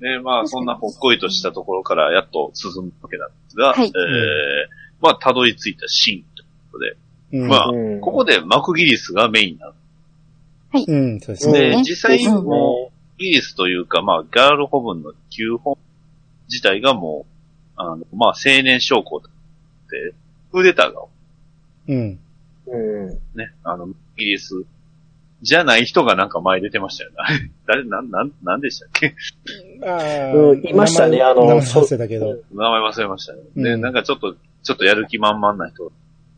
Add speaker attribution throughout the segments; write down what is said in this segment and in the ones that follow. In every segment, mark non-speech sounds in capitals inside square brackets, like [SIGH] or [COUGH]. Speaker 1: ね、まあ、そんなほっこりとしたところからやっと進むわけなんですが、
Speaker 2: はい
Speaker 1: えー、まあ、たどり着いたシーンということで、
Speaker 3: うん
Speaker 1: まあ
Speaker 4: うん、
Speaker 1: ここでマクギリスがメインなん
Speaker 3: うん、そうです
Speaker 4: うん
Speaker 3: ね。
Speaker 1: で
Speaker 2: ね
Speaker 1: 実際に
Speaker 2: うん
Speaker 1: もう、ギリスというか、まあ、ガールホブンの旧本自体がもう、あの、まあ、青年将校だって、クーデターが
Speaker 3: うん。
Speaker 4: うん。
Speaker 1: ね、あの、イギリスじゃない人がなんか前出てましたよね。 [LAUGHS] あれ誰、なん、なん、なんでしたっけ
Speaker 4: うんいましたねあの
Speaker 3: 名前忘れたけど。
Speaker 1: 名前忘れましたね。で、
Speaker 3: うん
Speaker 1: なんかちょっと、ちょっとやる気満々な人が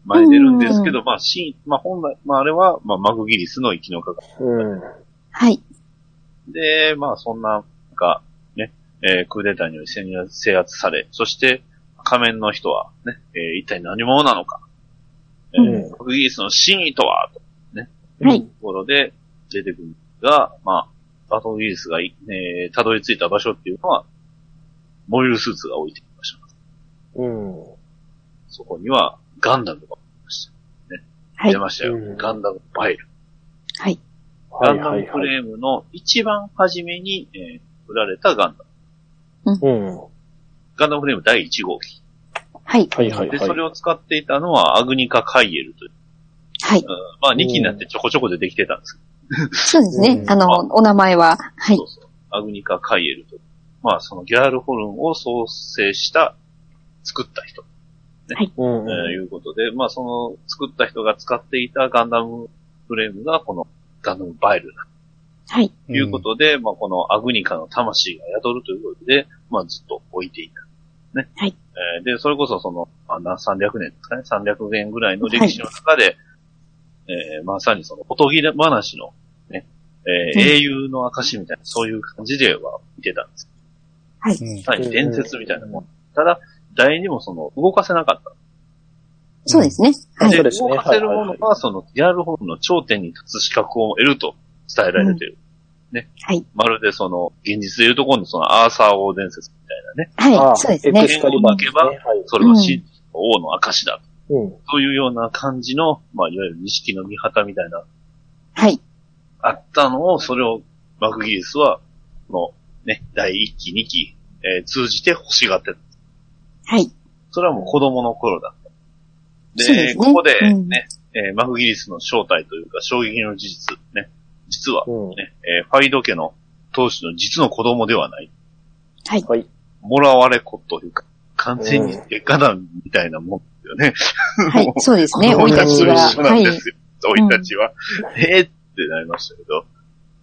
Speaker 1: 前に出るんですけど、まあ、シーン、まあ本来、まああれは、まあ、マグギリスの生きのかか
Speaker 4: うん。
Speaker 2: はい。
Speaker 1: で、まあそんな、なんか、ね、えークーデターにより制圧制圧され、そして仮面の人はね、えー一体何者なのか、えー
Speaker 4: うん
Speaker 1: マグギリスの真意とは、と
Speaker 2: はい。
Speaker 1: ところで出てくるんですが、まあ、バトルギリスがい、えー、たどり着いた場所っていうのは、モビルスーツが置いてきました。
Speaker 4: うん。
Speaker 1: そこには、ガンダムが
Speaker 2: はい
Speaker 1: 出。ましたよ。
Speaker 4: うん
Speaker 1: ガンダムバイル。
Speaker 2: はい。
Speaker 1: ガ
Speaker 4: は
Speaker 1: ン
Speaker 4: い
Speaker 1: ダ
Speaker 4: は
Speaker 1: ム
Speaker 4: い
Speaker 1: フ
Speaker 4: はい。
Speaker 1: レームの一番初めに、えー売られたガンダム。
Speaker 4: うん。は
Speaker 1: ガンダムフレーム第1号機。
Speaker 2: はい。
Speaker 4: いはい
Speaker 1: で、それ
Speaker 4: は
Speaker 1: を使っていたのは、アグニカ・カイエルという。
Speaker 2: はい。
Speaker 1: まあ、2機になってちょこちょこでできてたんですけ
Speaker 2: そうですね
Speaker 4: う。ん
Speaker 2: あの、お名前は。は
Speaker 1: ど、
Speaker 2: い
Speaker 1: そ。うそう。アグニカ・カイエルという。まあ、そのギャールホルンを創生した、作った人。
Speaker 4: い。うん
Speaker 1: えーいうことで、まあその作った人が使っていたガンダムフレームがこのガンダムバイルだ
Speaker 2: はい。
Speaker 1: ということで、まあこのアグニカの魂が宿るということで、まあずっと置いていた。ね。
Speaker 2: はい。
Speaker 1: えーで、それこそその、まあ、な300年ですかね、300年ぐらいの歴史の中で、えーまさにそのおとぎ話のね、えー
Speaker 2: うん
Speaker 1: 英雄の証みたいな、そういう感じでは見てたんです。
Speaker 2: はい。
Speaker 3: うん。
Speaker 1: まさに伝説みたいなもん。ただ、誰にもその動かせなかった。
Speaker 2: そうですね。は
Speaker 4: はいい。そう
Speaker 1: で、
Speaker 4: です
Speaker 1: 動
Speaker 4: ね
Speaker 1: かせるも
Speaker 4: は
Speaker 1: の
Speaker 4: いはい
Speaker 1: は、その、ギャルホルンの頂点に立つ資格を得ると伝えられている。ね。
Speaker 2: はい。
Speaker 1: まるでその、現実でいうところのその、アーサー王伝説みたいなね。
Speaker 2: はい。そうです
Speaker 4: エ
Speaker 2: ね
Speaker 4: ク。スカリバーですね。はい。
Speaker 1: それを真実の王の証だ。
Speaker 4: うん。
Speaker 1: というような感じの、まあ、いわゆる錦の御旗みたいな、
Speaker 2: はい。
Speaker 1: あったのを、それを、マクギリスは、この、ね、第1期、2期、えー通じて欲しがってた。
Speaker 2: はい。
Speaker 1: それはもう子供の頃だった。
Speaker 2: そう
Speaker 1: で、
Speaker 2: ですね
Speaker 1: ここで
Speaker 2: うん
Speaker 1: ね、えーマクギリスの正体というか、衝撃の事実、ね、実は、
Speaker 4: うん。
Speaker 1: ね、えーファイド家の当主の実の子供ではない。
Speaker 2: はい。
Speaker 4: はい。
Speaker 1: もらわれ子というか、完全に結果団みたいなもんですよね。
Speaker 2: はい。そうですね。
Speaker 1: 子
Speaker 2: 生い
Speaker 1: 供
Speaker 2: 立ちは。
Speaker 1: 一緒な
Speaker 2: は
Speaker 1: ん
Speaker 2: い
Speaker 1: で。すよ。生い立ちは。えーってなりましたけど。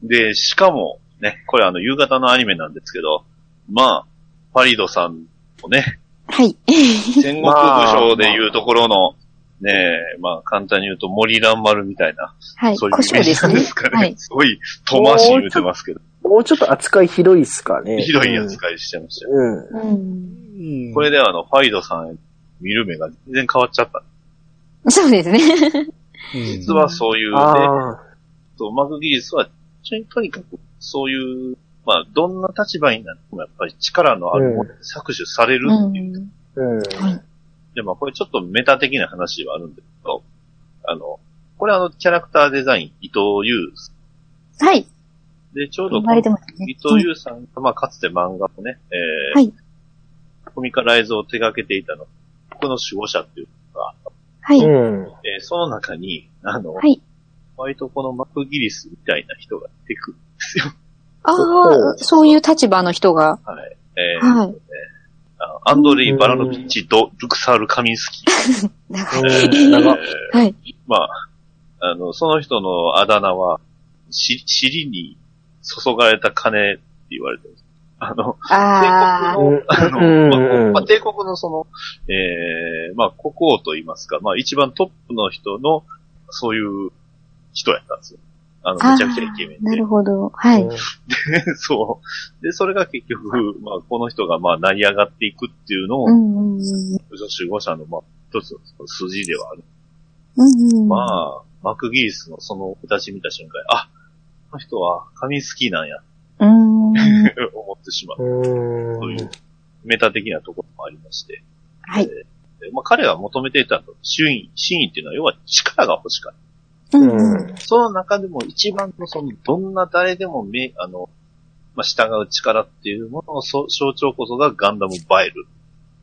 Speaker 1: で、しかも、ね、これあの、夕方のアニメなんですけど、まあ、ファリドさんもね、 [LAUGHS]
Speaker 2: はい。
Speaker 1: 戦国武将でいうところの、ねえ、まあ、簡単に言うと森蘭丸みたいな、
Speaker 2: はい。
Speaker 1: そう
Speaker 2: 胡
Speaker 1: いうイメ
Speaker 2: 椒
Speaker 1: ー
Speaker 2: で
Speaker 1: ジ
Speaker 2: す
Speaker 1: なんで
Speaker 2: ね
Speaker 1: すか。ね。
Speaker 2: はい。
Speaker 1: すごい、遠回しに言うてますけど、
Speaker 4: もうちょっと扱いひどいっすかね。
Speaker 1: ひどい扱いしてましたよ
Speaker 4: うん。うん。
Speaker 2: うん。
Speaker 3: うん
Speaker 1: これであの、ファイドさんへ見る目が全然変わっちゃった。
Speaker 2: そうですね。
Speaker 3: うん
Speaker 1: 実はそういうね、
Speaker 4: ああ。
Speaker 1: とマグギリスは、とにかくそういう、まあ、どんな立場になってもやっぱり力のあるものに搾取される
Speaker 2: う
Speaker 1: っていう。
Speaker 2: ん。
Speaker 4: うん。
Speaker 1: で、まあ、これちょっとメタ的な話ではあるんですけど、あの、これあの、キャラクターデザイン、伊藤優さ
Speaker 2: はい。
Speaker 1: んで、ちょうど
Speaker 2: 言
Speaker 1: こ
Speaker 2: わ
Speaker 1: の
Speaker 2: れてますね。
Speaker 1: 伊藤優さんが、まあ、かつて漫画をね、えー
Speaker 2: はい
Speaker 1: コミカライズを手掛けていたの、この守護者っていう
Speaker 2: はい。は
Speaker 4: う
Speaker 2: い。
Speaker 4: ん。
Speaker 1: えーその中に、あの、
Speaker 2: はい
Speaker 1: 割とこのマクギリスみたいな人が出てくるんですよ。
Speaker 2: ああ、そういう立場の人が。
Speaker 1: はい。えー
Speaker 2: はい。
Speaker 1: あのアンドレイ・バラノビッチとルクサール・カミンスキ
Speaker 2: なんか
Speaker 4: う
Speaker 1: ー。
Speaker 4: ん
Speaker 1: え
Speaker 4: 長っ
Speaker 1: ー
Speaker 2: はい。
Speaker 1: まあ、あの、その人のあだ名は、し尻に注がれた金って言われてる。あの、帝
Speaker 2: ああ、
Speaker 1: 国の、あ
Speaker 4: う
Speaker 1: の、
Speaker 4: ん
Speaker 1: ま
Speaker 4: う
Speaker 1: あ
Speaker 4: ん
Speaker 1: まあ、帝国のその、えー、まあ、国王と言いますか、まあ、一番トップの人の、そういう人やったんですよ。あの、めちゃくちゃイケメン
Speaker 2: な
Speaker 1: で
Speaker 2: る。ほど。はい。
Speaker 1: [LAUGHS] そう。で、それが結局、まあ、この人が、まあ、成り上がっていくっていうのを、
Speaker 2: う
Speaker 1: 女
Speaker 2: ん。うん。うん
Speaker 1: 守護者の、まあ、一つの筋ではある。
Speaker 2: うん。
Speaker 1: まあ、マクギリスのその形見た瞬間に、あ、この人は神好きなんや、
Speaker 2: うん。は
Speaker 1: って思ってしまう。 [LAUGHS]
Speaker 4: うん。
Speaker 1: そういう、メタ的なところもありまして。
Speaker 2: い。
Speaker 1: でまあ、彼が求めていたのは、真意、真意っていうのは、要は力が欲しかっ
Speaker 2: う。
Speaker 4: うんん。
Speaker 1: た。その中でも一番のその、どんな誰でもめ、あの、まあ、従う力っていうもののそ象徴こそがガンダムバイル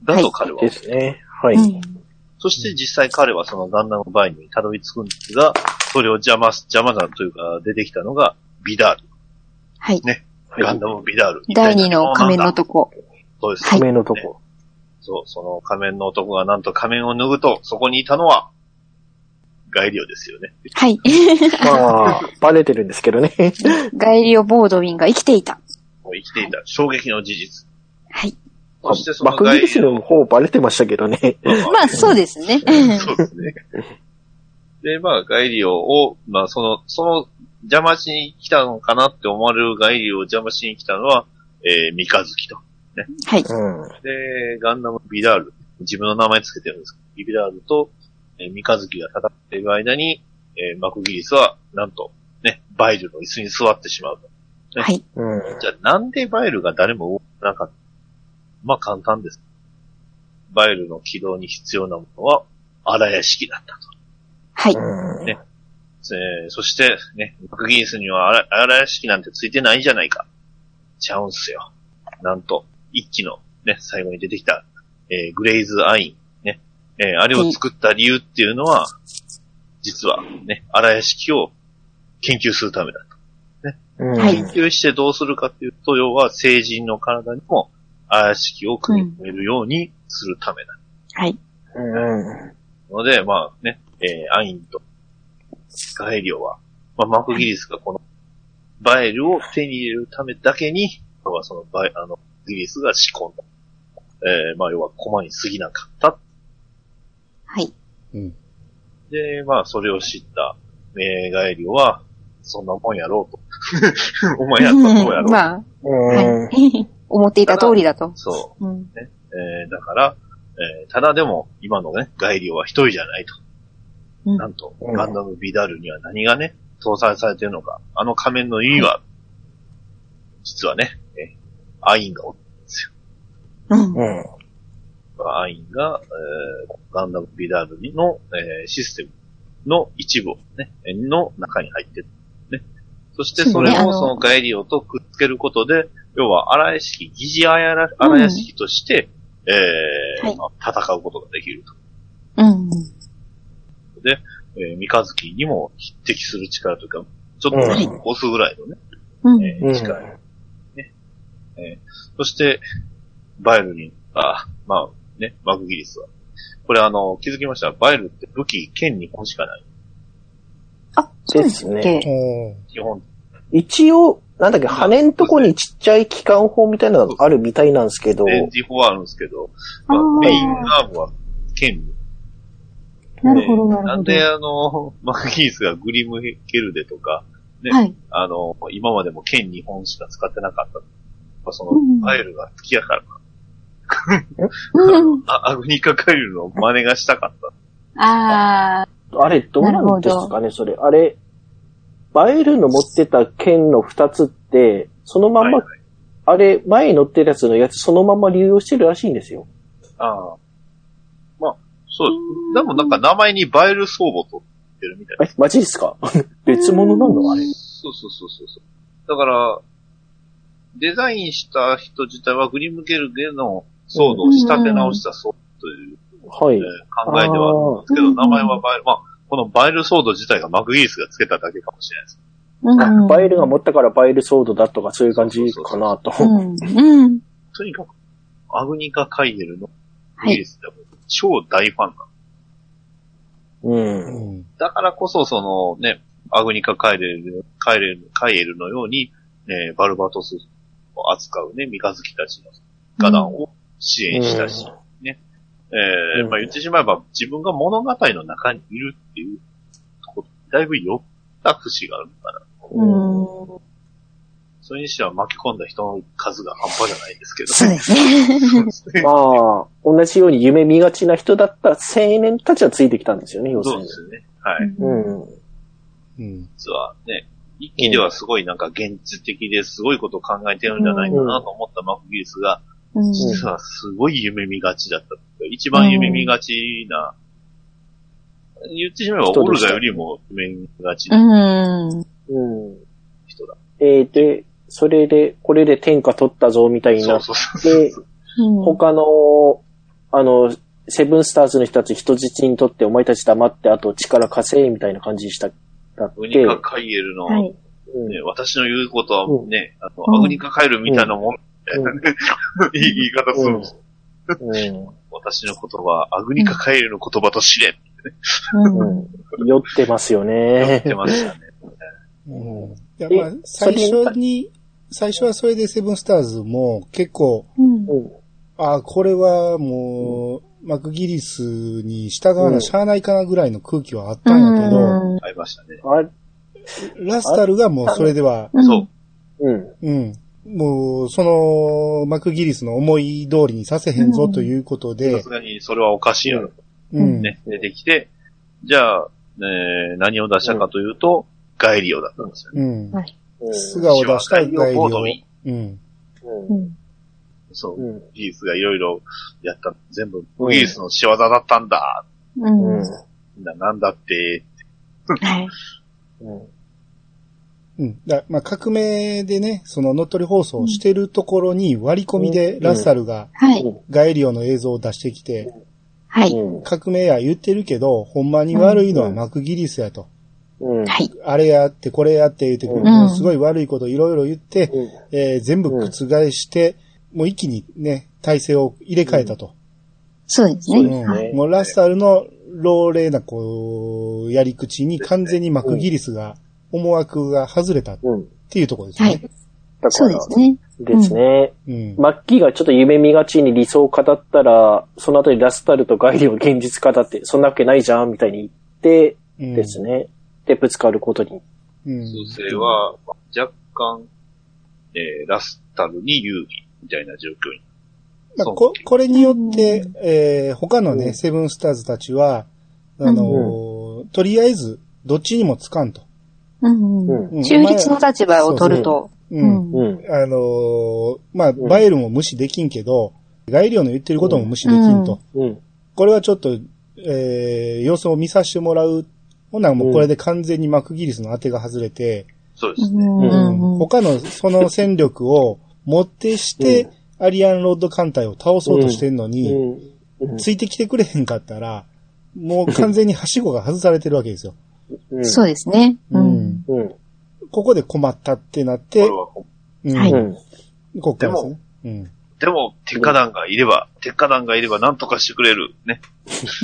Speaker 1: だと彼は思う、
Speaker 4: ですね。はい。
Speaker 2: うん
Speaker 1: そして実際彼はそのガンダムバイルにたどり着くんですが、それを邪魔す、邪魔なというか出てきたのがビダール。
Speaker 2: はい。
Speaker 4: はい
Speaker 1: ガンダムビダール。
Speaker 2: 第二の仮面のとこ。
Speaker 1: そうです。
Speaker 2: はい
Speaker 4: 仮面のとこ。
Speaker 1: そう、その仮面の男がなんと仮面を脱ぐと、そこにいたのは、ガイリオですよね。
Speaker 2: はい。 [LAUGHS]
Speaker 4: まあ、バレてるんですけど
Speaker 1: [LAUGHS]
Speaker 4: ね。
Speaker 2: ガイリオ・ボードウィンが生きていた。
Speaker 1: もう生きていた衝撃の事実。
Speaker 2: はい。
Speaker 1: そしてその
Speaker 4: 爆
Speaker 1: ガイ
Speaker 4: 撃士
Speaker 1: リオ
Speaker 4: の方バレてましたけどね。
Speaker 2: まあ、そうですね。 [LAUGHS]
Speaker 1: そうですね。で、まあ、ガイリオを、まあ、その、その、邪魔しに来たのかなって思われるガイリオを邪魔しに来たのは、えー、三日月と。
Speaker 2: はい。
Speaker 4: うん。
Speaker 1: で、ガンダムビダール、自分の名前つけてるんですけど、ビダールと、えー、三日月が戦っている間に、えー、マクギリスは、なんと、ね、バイルの椅子に座ってしまうと。
Speaker 2: はい。
Speaker 4: うん。
Speaker 1: じゃあ、なんでバイルが誰も動かなかったまあ、簡単です。バイルの起動に必要なものは、荒屋敷だった。
Speaker 2: はい。
Speaker 4: うん
Speaker 1: ねえーそして、ね、マクギースには荒荒屋敷なんてついてないじゃないか。ちゃうんすよ。なんと、一期の、ね、最後に出てきた、えーグレイズ・アイン、ね、えーあれを作った理由っていうのは、実は、ね、荒屋敷を研究するためだと。
Speaker 4: うん
Speaker 2: はい
Speaker 1: 研究してどうするかっていうと、要は成人の体にも荒屋敷を組み込めるようにするためだ。
Speaker 2: はい。
Speaker 4: うん
Speaker 1: ので、まあね、えーアインとガエリオは、まあ、マクギリスがこのバエルを手に入れるためだけに、要はそのバエ、あの、ギリスが仕込んだ。えーまあ要は駒に過ぎなかった。
Speaker 2: はい。
Speaker 3: うん。
Speaker 1: で、まあそれを知った、えーガエリオは、そんなもんやろう [LAUGHS] と。お前やったらどうやろう。
Speaker 2: まあ、
Speaker 4: うん
Speaker 2: はい。思っていた通りだと。
Speaker 1: そ
Speaker 2: うん。
Speaker 1: う。えーだから、えーただでも今のね、ガエリオは一人じゃないと。
Speaker 2: うん
Speaker 1: なんと、ガンダムビダルには何がね、搭載されてるのか。あの仮面の意味は、実はね、えアインがおっ
Speaker 2: うん。
Speaker 4: うん
Speaker 1: アインが、えーガンダムビダールにの、えーシステムの一部をね、えーの中に入ってる、ね。そしてそれ
Speaker 2: そうねあ
Speaker 1: を
Speaker 2: の
Speaker 1: そのガエリオとくっつけることで、要は荒屋敷、疑似荒屋敷として、えー
Speaker 2: はい
Speaker 1: まあ戦うことができると。
Speaker 2: うん。
Speaker 1: えー三日月にも匹敵する力というか、ちょっ
Speaker 4: は
Speaker 1: と
Speaker 4: い
Speaker 1: 起こすぐらいのね、
Speaker 2: うん。
Speaker 1: えー
Speaker 4: うん
Speaker 1: 力そして、バイルに、あ、まあね、マグギリスは。これあの、気づきました。バイルって武器、剣に本しかない。
Speaker 2: あ、そうですっ
Speaker 4: で
Speaker 2: け
Speaker 3: おー
Speaker 1: 基本。
Speaker 4: 一応、なんだっけ、羽んとこにちっちゃい機関砲みたいなのがあるみたいなんですけど、
Speaker 1: で、自法はあるんですけど、ま
Speaker 2: あ
Speaker 1: あ、
Speaker 2: ー
Speaker 1: メインアームは剣。
Speaker 2: なるほど、
Speaker 1: で
Speaker 2: なる
Speaker 1: な
Speaker 2: ほ
Speaker 1: ん
Speaker 2: ど。
Speaker 1: であの、マグギリスがグリムヘルデとか、ね
Speaker 2: はい。
Speaker 1: あの、今までも剣2本しか使ってなかった。やっぱその
Speaker 2: うん、
Speaker 1: バイルが好きやから、
Speaker 2: うん。
Speaker 1: あアグニカカイルの真似がしたかった。
Speaker 2: あ
Speaker 4: あれ、どうなんですかね、それ。あれ、バエルの持ってた剣の二つって、そのまんま、
Speaker 1: はい
Speaker 4: あれ、前に乗ってるやつのやつ、そのまま流用してるらしいんですよ。
Speaker 1: ああ。まあ、そうです。でもなんか名前にバイル相母と言ってるみたいな。
Speaker 4: え、マジです [LAUGHS] か別物なのあれ。
Speaker 1: そうそうそうそうそう。だから、デザインした人自体はグリムケルゲのソードを仕立て直したソードという、
Speaker 4: はい。
Speaker 1: えー考えではあるんですけ
Speaker 2: あ
Speaker 1: ど、
Speaker 2: ー
Speaker 1: 名前はバイル、まあ、このバイルソード自体がマグギースがつけただけかもしれないです。
Speaker 2: あ。うん。
Speaker 4: バエルが持ったからバエルソードだとか、そういう感じかなと。
Speaker 2: うん。うん。
Speaker 1: とにかく、アグニカ・カイエルのグリースでも超大ファンなんで
Speaker 4: う。
Speaker 3: うんん。
Speaker 1: だからこそ、そのね、アグニカ・カイエル、カイエル、カイエルのように、えーバルバトスを扱うね、三日月たちの画壇を支援したし、ね。えー
Speaker 4: うん
Speaker 1: まあ言ってしまえば自分が物語の中にいるっていうとこだいぶ寄った節があるから、
Speaker 2: うん。
Speaker 1: それにしては巻き込んだ人の数が半端じゃないですけど。
Speaker 2: そうですね。
Speaker 1: そうです [LAUGHS] ね。
Speaker 4: まあ、同じように夢見がちな人だった青年たちはついてきたんですよね、要す
Speaker 1: そ
Speaker 4: る
Speaker 1: うで
Speaker 4: に。
Speaker 1: すよね。はい。
Speaker 4: うん。
Speaker 3: うん。
Speaker 1: 実はね、一期ではすごいなんか現実的ですごいことを考えてるんじゃないかなと思ったマクギリスが、
Speaker 2: うん
Speaker 1: 実はすごい夢見がちだった。一番夢見がちな、言ってしまえばオルガよりも夢見がちな
Speaker 2: うん。
Speaker 4: うん。
Speaker 1: 人だ。
Speaker 4: えー、で、それで、これで天下取ったぞ、みたいに
Speaker 1: そ
Speaker 4: な
Speaker 1: う
Speaker 4: っ
Speaker 1: そうそうそう。
Speaker 4: て、他の、あの、セブンスターズの人たち人質にとってお前たち黙って、あと力稼いみたいな感じにした、だって、
Speaker 1: ウニカカイエルの、
Speaker 2: はい。
Speaker 4: うん
Speaker 1: ね、私の言うことはもうね、あの、アグニカカエルみたいなもん、
Speaker 4: うん
Speaker 1: いい言い方するんです。
Speaker 4: うん
Speaker 1: 私の言葉、アグニカカエルの言葉と知れ、
Speaker 2: うん。
Speaker 4: うん酔ってますよ
Speaker 1: やっ
Speaker 4: ね。
Speaker 1: てましたね。
Speaker 3: うん。いや
Speaker 4: え
Speaker 3: まあ、最初に、最初はそれでセブンスターズも結構、
Speaker 2: うん。
Speaker 4: うん
Speaker 3: ああ、これはもう、マクギリスに従わなしゃあないかなぐらいの空気はあったんやけど、
Speaker 2: う
Speaker 1: ありましたね。
Speaker 4: あ
Speaker 3: ラスタルがもうそれでは、
Speaker 2: ん。
Speaker 1: そう。
Speaker 4: うん。
Speaker 3: うん。もう、その、マクギリスの思い通りにさせへんぞということ
Speaker 1: さ、
Speaker 3: です
Speaker 1: がにそれはおかしいよ、
Speaker 3: う。
Speaker 2: うん
Speaker 1: ね。出てきて、じゃあ、えー何を出したかというと、ガイリオだったんですよね。
Speaker 3: うん。
Speaker 4: うん
Speaker 3: 素顔を出したい
Speaker 1: ガイ
Speaker 3: ガイ
Speaker 1: リ
Speaker 3: リ
Speaker 1: オボ
Speaker 3: オ
Speaker 1: ードに、
Speaker 3: うん。
Speaker 2: う。
Speaker 4: うん
Speaker 1: そ
Speaker 4: ん
Speaker 1: う、技術がいろいろやった、全部、技術の仕業だったんだ、
Speaker 2: うん。
Speaker 4: うん
Speaker 1: ななんだって、
Speaker 2: はい。
Speaker 4: うん
Speaker 3: うん。だまあ、革命でね、その乗っ取り放送をしてるところに割り込みでラスタルが
Speaker 2: はい。
Speaker 3: ガエリオの映像を出してきて、
Speaker 2: は
Speaker 4: う
Speaker 2: い。
Speaker 4: ん
Speaker 3: 革命や言ってるけど、ほんまに悪いのはマクギリスやと。
Speaker 4: うん
Speaker 2: はい。
Speaker 3: あれやって、これやって言って、
Speaker 4: うん
Speaker 3: もうすごい悪いこといろいろ言って、
Speaker 4: うん
Speaker 3: えー全部覆して、もう一気にね、体制を入れ替えたと。
Speaker 2: そうです
Speaker 4: そう
Speaker 2: ね。
Speaker 4: ですね
Speaker 3: うんもうラスタルの老齢なこう、やり口に完全にマクギリスが、思惑が外れたっ
Speaker 4: うん
Speaker 3: ていうところです
Speaker 2: は
Speaker 3: ね。
Speaker 2: い。
Speaker 4: だ
Speaker 2: そ
Speaker 4: か
Speaker 2: うで
Speaker 4: ら、
Speaker 2: すね。
Speaker 4: ですね。
Speaker 3: うん。
Speaker 4: マッキーがちょっと夢見がちに理想を語ったら、その後にラスタルとガイリを現実語って、そんなわけないじゃん、みたいに言って、
Speaker 3: うん
Speaker 4: ですね。で、ぶつかることに。
Speaker 3: うん
Speaker 1: 数勢は、若干、えーラスタルに有利みたいな状況に。
Speaker 3: まあ
Speaker 1: そう
Speaker 3: ここれによって
Speaker 2: う、
Speaker 3: えー他の
Speaker 4: う
Speaker 3: ね、
Speaker 4: ん
Speaker 3: セブンスターズたちは、あのーとりあえず、どっちにもつかんと。
Speaker 2: うん。う
Speaker 4: う
Speaker 2: ん
Speaker 4: ん。
Speaker 3: うん
Speaker 2: 中立の立場を取ると。
Speaker 3: お前
Speaker 2: う
Speaker 3: らうん。
Speaker 2: ん。
Speaker 4: う。
Speaker 2: うん
Speaker 3: あのーまあ、
Speaker 4: ん
Speaker 3: バイエルも無視できんけど、ガイリオの言ってることも無視できんと。
Speaker 2: うん
Speaker 4: うん。
Speaker 3: これはちょっと、えー様子を見させてもらう。ほな、もうこれで完全にマクギリスの当てが外れて、
Speaker 1: そうですね。
Speaker 2: ん。
Speaker 3: 他のその戦力を持ってして、アリアンロッド艦隊を倒そうとしてんの
Speaker 4: う
Speaker 3: に、
Speaker 4: ん。うん
Speaker 3: ついてきてくれへんかったら、もう完全にはしごが外されてるわけですよ。
Speaker 4: うん
Speaker 2: そうですね。うん。
Speaker 4: うん。。
Speaker 3: ここで困ったってなっ
Speaker 1: こ
Speaker 3: て
Speaker 1: れ、はこ
Speaker 3: うん
Speaker 2: はいううん
Speaker 3: こっからですね。うん。
Speaker 1: でも、鉄火団がいれば、鉄火団がいれば何とかしてくれる。ね。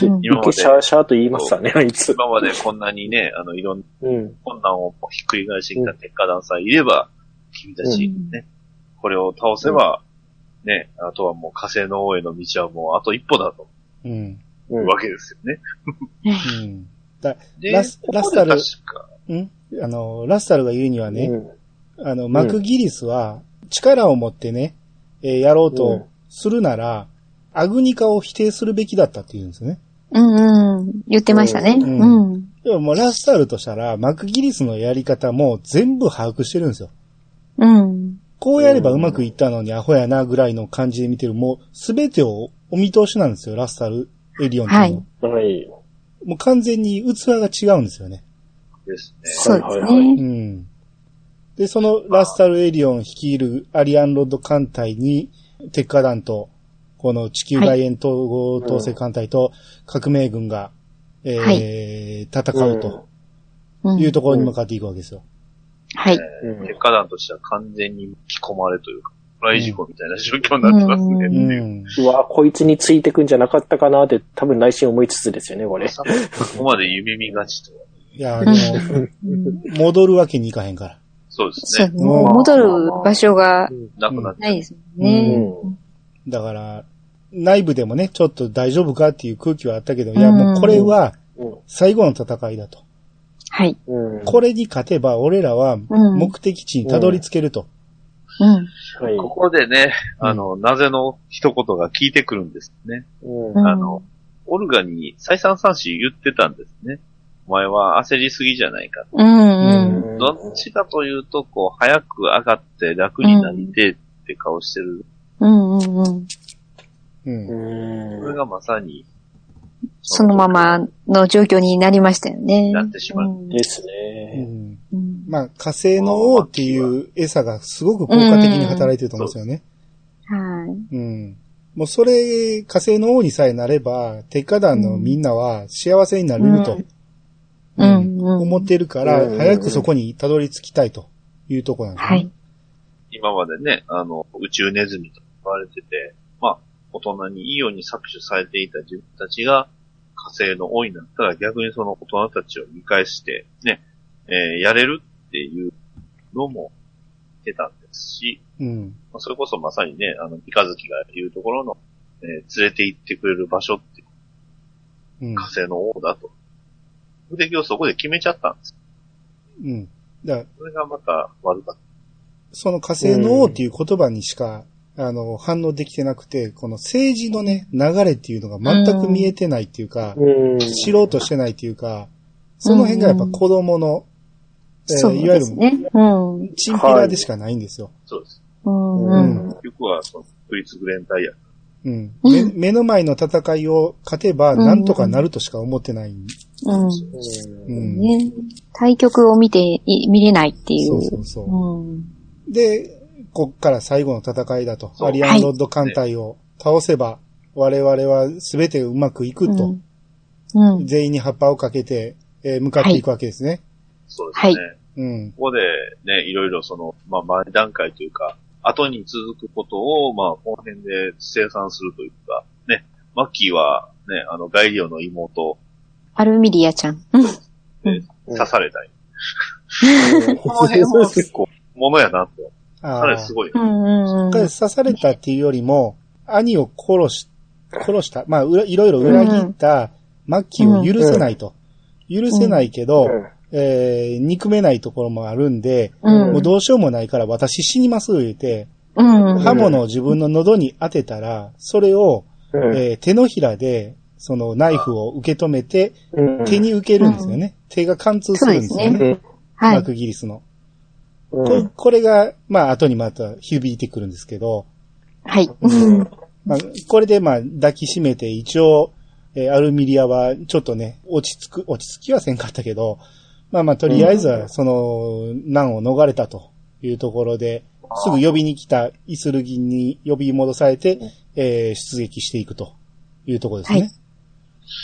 Speaker 2: うん
Speaker 1: 今まで
Speaker 4: シャーシャーと言いましたね、あいつ。
Speaker 1: 今までこんなにね、あの、いろんな
Speaker 4: うん。
Speaker 1: 困難をひっくり返してきた鉄火団さえいれば、君たち、
Speaker 2: うん
Speaker 1: ね、これを倒せば、ね、あとはもう火星の王への道はもうあと一歩だと
Speaker 3: うん。
Speaker 4: う。
Speaker 1: いうんわけですよね。
Speaker 3: うん。だ
Speaker 1: で、
Speaker 3: ラス
Speaker 1: ここで
Speaker 3: ラスタル
Speaker 1: 確か、
Speaker 3: んあの、ラスタルが言うには
Speaker 4: う
Speaker 3: ね、
Speaker 4: ん
Speaker 3: あの、マクギリスは力を持ってね、えーやろうとするなら、アグニカを否定するべきだったって言うんですね。
Speaker 2: うんうん。言ってましたね。
Speaker 3: うん
Speaker 2: うん。
Speaker 3: でももうラスタルとしたら、マクギリスのやり方も全部把握してるんですよ。
Speaker 2: うん。
Speaker 3: こうやればうまくいったのにアホやなぐらいの感じで見てる、もうすべてをお見通しなんですよ、ラスタル、エリオンっていうのは。
Speaker 2: はい
Speaker 4: はい。
Speaker 3: もう完全に器が違うんですよね。
Speaker 1: ですね。
Speaker 2: そうです
Speaker 4: はいはいは
Speaker 2: ね
Speaker 3: う。ん。で、そのラスタルエリオン率いるアリアンロッド艦隊に、鉄火団と、この地球外縁統合統制艦隊と革命軍が、えー
Speaker 2: は
Speaker 3: 戦うと
Speaker 2: うん
Speaker 3: いうところに向かっていくわけですよ。
Speaker 2: はい。
Speaker 4: うん
Speaker 1: 鉄火団としては完全に巻き込まれというか、大事故みたいな状況になってますね。
Speaker 2: う
Speaker 3: う。
Speaker 2: うん
Speaker 4: うわ、こいつについてくんじゃなかったかなって多分内心思いつつですよね、これ。
Speaker 1: まさかここまで夢見がちとは。
Speaker 3: いや、でも、
Speaker 2: うん
Speaker 3: 戻るわけにいかへんから。
Speaker 1: そうです
Speaker 2: そう
Speaker 1: ね
Speaker 2: です。ね。もう戻る場所が
Speaker 1: なくなっ
Speaker 2: ないですもん
Speaker 4: う
Speaker 2: ね。
Speaker 4: ん。
Speaker 3: だから、内部でもね、ちょっと大丈夫かっていう空気はあったけど、
Speaker 2: ん
Speaker 3: いや、もうこれは
Speaker 4: うん
Speaker 3: 最後の戦いだと。
Speaker 2: はい。
Speaker 4: うん。
Speaker 3: これに勝てば俺らは
Speaker 2: うん
Speaker 3: 目的地にたどり着けると。
Speaker 2: うん。
Speaker 4: はい
Speaker 1: ここでね、あの、なぜの一言が効いてくるんですね。
Speaker 4: うん
Speaker 2: うん
Speaker 1: あの、オルガに再三三子言ってたんですね。お前は焦りすぎじゃないか。
Speaker 2: うんうん。
Speaker 1: どっちかというと、こう、早く上がって楽になりてって顔してる。
Speaker 2: うんうんうん。
Speaker 3: うん
Speaker 1: それ
Speaker 4: う
Speaker 1: がまさに、
Speaker 2: そのままの状況になりましたよね。
Speaker 1: なってしまう
Speaker 2: うん
Speaker 4: ん。ですね。
Speaker 2: う
Speaker 3: うん
Speaker 2: ん
Speaker 3: まあ、火星の王っていう餌がすごく効果的に働いてると思うんですよね。
Speaker 2: はい。
Speaker 3: うん。もうそれ、火星の王にさえなれば、鉄火団のみんなは幸せになれると
Speaker 2: うん。うん。
Speaker 3: 思っているから、
Speaker 4: うん
Speaker 3: 早くそこにたどり着きたいというところなんです
Speaker 2: は
Speaker 3: ね。
Speaker 2: い。
Speaker 1: 今までね、あの、宇宙ネズミと呼ばれてて、まあ、大人にいいように搾取されていた自分たちが火星の王になったら逆にその大人たちを見返して、ね、えーやれるっていうのも出たんですし、
Speaker 3: うん。
Speaker 1: まあそれこそまさにね、あの、三日月が言うところの、えー連れて行ってくれる場所って
Speaker 3: うん
Speaker 1: 火。星の王だと。目的をそこで決めちゃったんです。
Speaker 3: うん。だから
Speaker 1: それがまた悪かっ
Speaker 3: その火星の王っていう言葉にしか、あの、反応できてなくて、この政治のね、流れっていうのが全く見えてないっていうか、
Speaker 4: うん。
Speaker 3: 知ろうとしてないっていうか、その辺がやっぱ子供の、えー
Speaker 2: そう
Speaker 3: いわ
Speaker 2: で
Speaker 3: ゆる
Speaker 2: すね。うん。うん。
Speaker 3: チンピラでしかないんですよ。
Speaker 1: た。そうです。
Speaker 2: うん。
Speaker 1: 結局は、その、国立グレンダイヤ。
Speaker 3: うん。め目の前の戦いを勝てばなんとかなるとしか思ってない。
Speaker 2: うん。
Speaker 3: う
Speaker 4: うん
Speaker 3: ん。
Speaker 2: ね。対局を見てい、見れないってい。
Speaker 3: そううそうそうう。で、こっから最後の戦いだと。
Speaker 1: そう
Speaker 3: アリアンロッド艦隊を倒せば、我々は全てうまくいく
Speaker 2: ん。
Speaker 3: と。
Speaker 2: うん。うん。
Speaker 3: 全員に葉っぱをかけて、えー向かっていくわけですね。
Speaker 1: そうですね。
Speaker 2: は
Speaker 3: うん。
Speaker 1: ここでね、いろいろその、まあ、前段階というか、後に続くことを、まあ、この辺で生産するというか、ね、マッキーは、ね、あの、ガイリオの妹、
Speaker 2: アルミリアちゃん。
Speaker 1: 刺された
Speaker 2: [LAUGHS]
Speaker 1: り。この辺も結
Speaker 4: う
Speaker 1: 構、ものやなと。
Speaker 3: あ
Speaker 1: 彼
Speaker 3: あ。
Speaker 1: すごい。
Speaker 2: うん。うん。
Speaker 3: 彼刺されたっていうよりも、兄を殺し、殺した、まあ、うらいろいろ裏切ったマッキーを許せないと。許せないけど、えー憎めないところもあるんで、
Speaker 2: うん
Speaker 3: もうどうしようもないから私死にます言うて、
Speaker 2: うん。
Speaker 3: 刃物を自分の喉に当てたら、それを、
Speaker 4: ん
Speaker 3: えー手のひらで、そのナイフを受け止めて、
Speaker 4: うん
Speaker 3: 手に受けるんですよね。手が貫通するんですよ
Speaker 2: そう
Speaker 3: ね。
Speaker 4: うん
Speaker 2: は
Speaker 3: マ
Speaker 2: い。
Speaker 3: クギリスの。
Speaker 4: う
Speaker 3: これ
Speaker 4: ん
Speaker 3: これが、まあ、後にまた響いてくるんですけど、
Speaker 2: はい。
Speaker 3: まあ、これでまあ、抱きしめて、一応、えーアルミリアは、ちょっとね、落ち着く、落ち着きはせんかったけど、まあまあ、とりあえずは、その、難を逃れたというところで、すぐ呼びに来たイスルギンに呼び戻されて、えー出撃していくというところですね。
Speaker 2: はい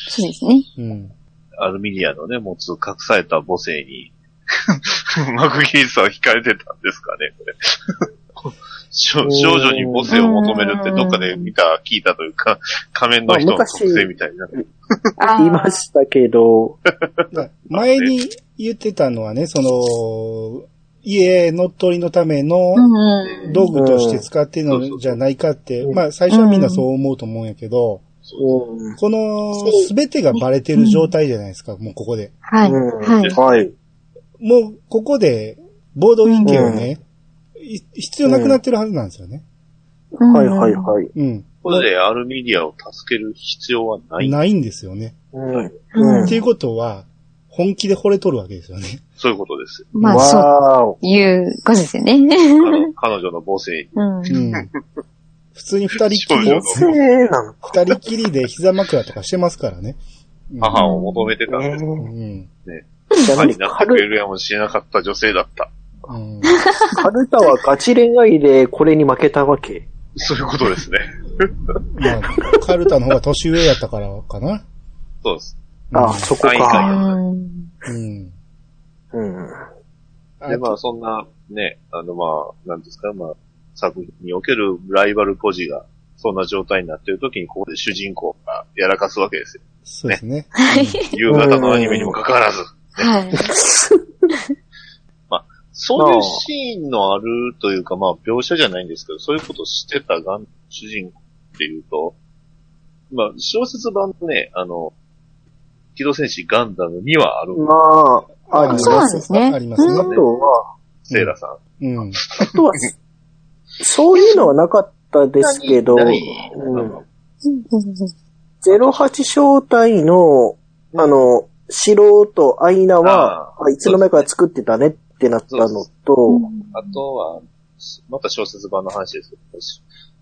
Speaker 2: そうですね。
Speaker 3: うん。
Speaker 1: アルミリアのね、持つ隠された母性に、マクギリスは惹かれてたんですかね、これ。少少女に母性を求めるってどっかで見た、聞いたというか、仮面の人の特性みたいな。
Speaker 2: あ
Speaker 4: いましたけど、
Speaker 3: だ前に言ってたのはね、その、家乗っ取りのための
Speaker 2: う、ん。
Speaker 3: 道具として使ってるのじゃないかって、まあ最初はみんなそう思うと思うんやけど、
Speaker 4: うん
Speaker 3: この全てがバレてる状態じゃないですか、もうここで。
Speaker 2: はい。はい。
Speaker 4: はい。
Speaker 3: もうここで、暴動陰形をね、い必要なくなってるはずなんですよね。
Speaker 4: はいはいはい。
Speaker 3: うん。
Speaker 1: これでアルミリアを助ける必要はない。
Speaker 3: ないんですよね。
Speaker 4: うん
Speaker 2: うん
Speaker 3: っていうことは、本気で惚れとるわけですよね。
Speaker 1: そういうこと [LAUGHS] です。
Speaker 2: まあ、そう
Speaker 4: わーお。
Speaker 2: いうことですよね。
Speaker 1: あの彼女の母性に。
Speaker 2: うん。
Speaker 3: [LAUGHS] うん。普通に二人きり
Speaker 1: 少女の
Speaker 4: 女性なの
Speaker 3: 二人きりで膝枕とかしてますからね。うん
Speaker 1: 母を求めてたんです。
Speaker 3: う
Speaker 4: ね
Speaker 3: ん。
Speaker 1: 母になってくれるやもしれなかった女性だった。
Speaker 3: うん。
Speaker 4: カルタはガチ恋愛でこれに負けたわけ。
Speaker 1: そういうことですね。
Speaker 3: まあ、カルタの方が年上やったからかな。
Speaker 1: [LAUGHS] そうです。
Speaker 4: あ、そこ
Speaker 1: は
Speaker 4: か。
Speaker 2: うん
Speaker 3: うん。
Speaker 4: うん。
Speaker 3: あ
Speaker 1: で、まあ、そんな、ね、あの、まあ、なんですか、まあ、作品におけるライバルポジが、そんな状態になっている時に、ここで主人公がやらかすわけ [LAUGHS] ですよ。
Speaker 3: そうですね。
Speaker 1: 夕方のアニメにもかかわらず。
Speaker 2: はい。
Speaker 1: そういうシーンのあるというか、まあ、描写じゃないんですけど、そういうことしてたがん、主人公っていうと、まあ、小説版のね、あの、機動戦士ガンダムにはある、
Speaker 4: まあ、あり
Speaker 3: あ
Speaker 4: ま
Speaker 2: あ
Speaker 4: す
Speaker 2: そ。うなんですね
Speaker 3: あります
Speaker 4: あ
Speaker 3: ね。
Speaker 4: とは、
Speaker 1: セイラさん。
Speaker 3: うん。
Speaker 4: あとは、そういうのはなかったですけど、
Speaker 1: ない
Speaker 4: うん08小隊の、あの、素人、アイナは、
Speaker 1: あ
Speaker 4: あいつの間にか作ってたねってなったのと、
Speaker 1: あとは、また小説版の話ですけど、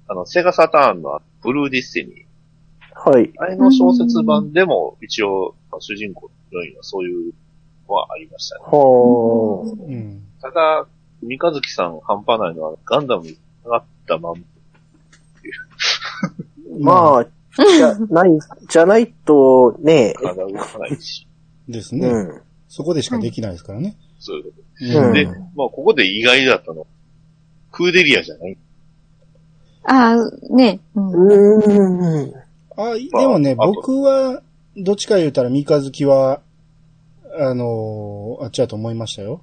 Speaker 1: あの、セガサターンのブルーディスティニー。
Speaker 4: はい。
Speaker 1: あれの小説版でも、一応、主人公のヒロインはそういうはありましたね。
Speaker 4: ほー。
Speaker 3: うん。
Speaker 1: ただ、三日月さん半端ないのは、ガンダムに上がったまん
Speaker 3: あ。
Speaker 4: まあ、じゃない、じゃないと、ね
Speaker 1: ま体動かないし、
Speaker 3: です
Speaker 4: え。
Speaker 3: ね、
Speaker 4: うん。
Speaker 3: そこでしかできないですからね。
Speaker 1: そういうこと。
Speaker 4: う
Speaker 1: で、
Speaker 4: ん
Speaker 1: まあ、ここで意外だったの。クーデリアじゃない
Speaker 2: ああ、ね。うん。
Speaker 4: うん。
Speaker 3: あ、でもね、
Speaker 1: まああと
Speaker 3: 僕は、どっちか言うたら三日月は、あのーあっちだと思いましたよ。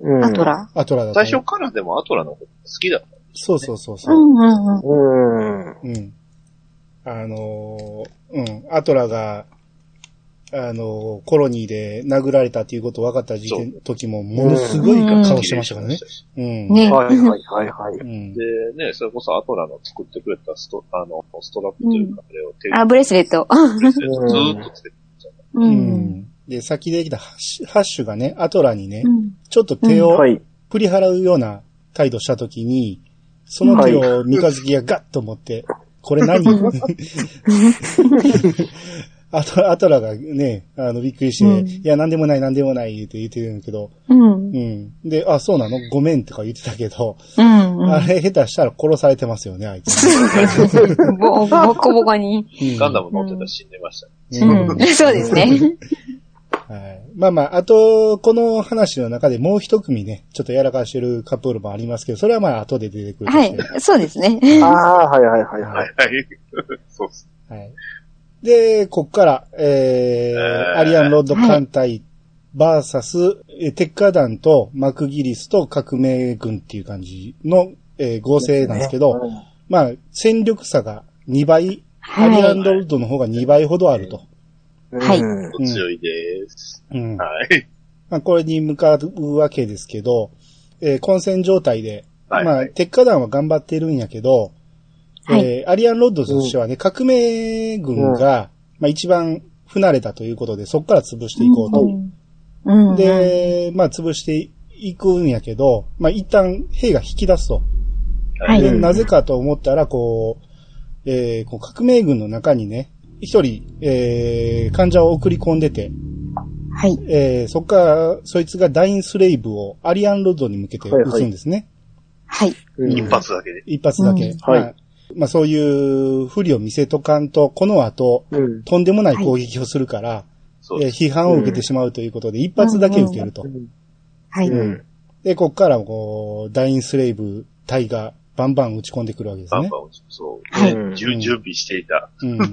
Speaker 4: うん。
Speaker 2: アト。ラ
Speaker 3: アトラだと。
Speaker 1: 最初からでもアトラのこと好きだ。
Speaker 3: そうそうそう
Speaker 2: う
Speaker 3: そう。
Speaker 2: んうんうん。
Speaker 4: うん。
Speaker 3: うん。あのーうん、アトラが、あのーコロニーで殴られたっていうこと分かった時点
Speaker 1: そ
Speaker 3: 時も、ものすごい顔してましたからね。うん。
Speaker 2: ね。
Speaker 4: はいはいはいはい。
Speaker 3: うん。
Speaker 1: で、ね、それこそアトラの作ってくれたスト、あの、ストラップというか、あれを手
Speaker 2: あ、ブレスレット。
Speaker 1: にずーっとつけて、
Speaker 2: う。
Speaker 3: うんん。で、先できたハッシュハッシュがね、アトラにね
Speaker 2: う、ん。
Speaker 3: ちょっと手を
Speaker 4: はい。
Speaker 3: 振り払うような態度したときに、その手を三日月がガッと持って、これ何 [LAUGHS] あと、アトラがね、あの、びっくりして、
Speaker 2: うん
Speaker 3: いや、なんでもない、なんでもないって言ってるんだけど、
Speaker 2: うん
Speaker 3: う。ん。で、あ、そうなのごめんとか言ってたけど、
Speaker 2: うん。
Speaker 3: あれ下手したら殺されてますよね、あいつ。
Speaker 2: ぼ、ぼこぼこに。
Speaker 3: うん
Speaker 1: ガンダム乗ってたら死んでましたね。
Speaker 2: うん。そうですね。
Speaker 3: はい。まあまあ、あと、この話の中でもう一組ね、ちょっとやらかしてるカップルもありますけど、それはまあ後で出てくると
Speaker 2: は
Speaker 3: して。
Speaker 2: い。そうですね。
Speaker 4: ああ、はいはいはいは。
Speaker 1: はい [LAUGHS] いはい。そうっす。
Speaker 3: はい。で、こっから、え
Speaker 1: え
Speaker 3: ー
Speaker 1: ー
Speaker 3: アリアンロッド艦隊、バーサス、えー鉄火団とマクギリスと革命軍っていう感じの、えー合成なんですけど、まあ、戦力差が2倍、アリアンロッドの方が2倍ほどあると。
Speaker 2: はい
Speaker 4: うん
Speaker 1: お強いです。
Speaker 3: うん。
Speaker 1: はい。
Speaker 3: まあ、これに向かうわけですけど、えー混戦状態で、
Speaker 1: はい
Speaker 3: まあ、鉄火団は頑張ってるんやけど、
Speaker 2: はい
Speaker 3: えーアリアンロッドとしてはね、革命軍が、まあ、一番不慣れたということで、そこから潰していこうと。
Speaker 2: うん。、
Speaker 3: で、まあ、潰していくんやけど、まあ、一旦兵が引き出すと。
Speaker 2: は
Speaker 3: で、
Speaker 2: い。
Speaker 3: なぜかと思ったら、こう、えーこう革命軍の中にね、一人、えー患者を送り込んでて、
Speaker 2: はい。
Speaker 3: えーそっから、そいつがダインスレイブをアリアンロッドに向けて撃つんですね。
Speaker 2: はい。
Speaker 4: うん
Speaker 1: 一。発だけで。
Speaker 3: 一発だけ。
Speaker 2: うん
Speaker 3: まあ
Speaker 4: はい
Speaker 3: まあそういう不利を見せとかんと、この後、
Speaker 4: うん。
Speaker 3: とんでもない攻撃をするから、
Speaker 1: そう
Speaker 3: えー
Speaker 1: です。
Speaker 3: 批判を受けてしまうということで、一発だけ受けると。
Speaker 2: はい。
Speaker 4: うん。
Speaker 3: で、こっから、こう、ダインスレイブ、タイがバンバン打ち込んでくるわけです
Speaker 1: バン
Speaker 3: ね。
Speaker 1: バン、そう。
Speaker 2: はい
Speaker 4: うん
Speaker 1: 準準備していた。
Speaker 3: うんうん
Speaker 1: ね。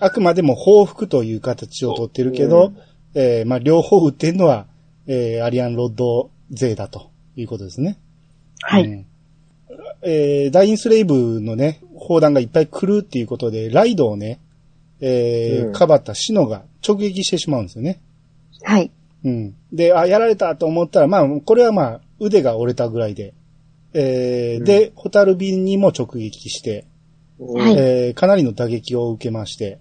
Speaker 3: あくまでも報復という形をとってるけど、えーまあ両方打ってんのは、えーアリアンロッド勢だということですね。
Speaker 2: は
Speaker 3: う
Speaker 2: い。
Speaker 3: んえーダインスレイブのね、砲弾がいっぱい来るっていうことで、ライドをね、えー
Speaker 4: うん
Speaker 3: かばったシノが直撃してしまうんですよね。
Speaker 2: はい。
Speaker 3: うん。で、あ、やられたと思ったら、まあ、これはまあ、腕が折れたぐらいで。えー
Speaker 4: うん
Speaker 3: で、ホタルビンにも直撃して、
Speaker 2: はい
Speaker 3: えーかなりの打撃を受けまして、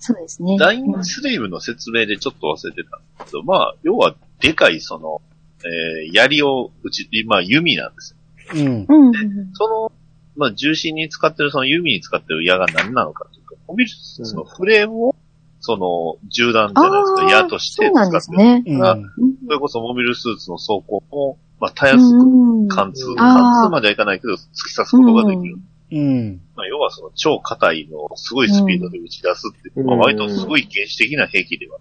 Speaker 2: そうですね。
Speaker 1: ダインスレイブの説明でちょっと忘れてたんですけど、まあ、要は、でかい、その、えー槍を打ち、まあ、弓なんですよ。
Speaker 3: うん。
Speaker 2: うん。
Speaker 1: その、まあ、重心に使ってる、その弓に使ってる矢が何なのかというと、モビルスのフレームを、その、銃弾じゃないです
Speaker 2: あ
Speaker 1: か、
Speaker 2: ー
Speaker 1: 矢とし
Speaker 2: そ
Speaker 1: て
Speaker 2: うなんです
Speaker 1: 使ってる。
Speaker 2: ね。
Speaker 3: うん。
Speaker 1: あ
Speaker 3: うん
Speaker 1: それこそモビルスーツの装甲も、まあ、たやすく
Speaker 2: うん。
Speaker 1: 貫通、
Speaker 4: うん
Speaker 1: 貫通まではいかないけど、突き刺すことができる。
Speaker 3: うん。
Speaker 1: まあ、要はその超硬いのをすごいスピードで打ち出すっていう、
Speaker 4: うん
Speaker 1: まあ、割とすごい原始的な兵器では。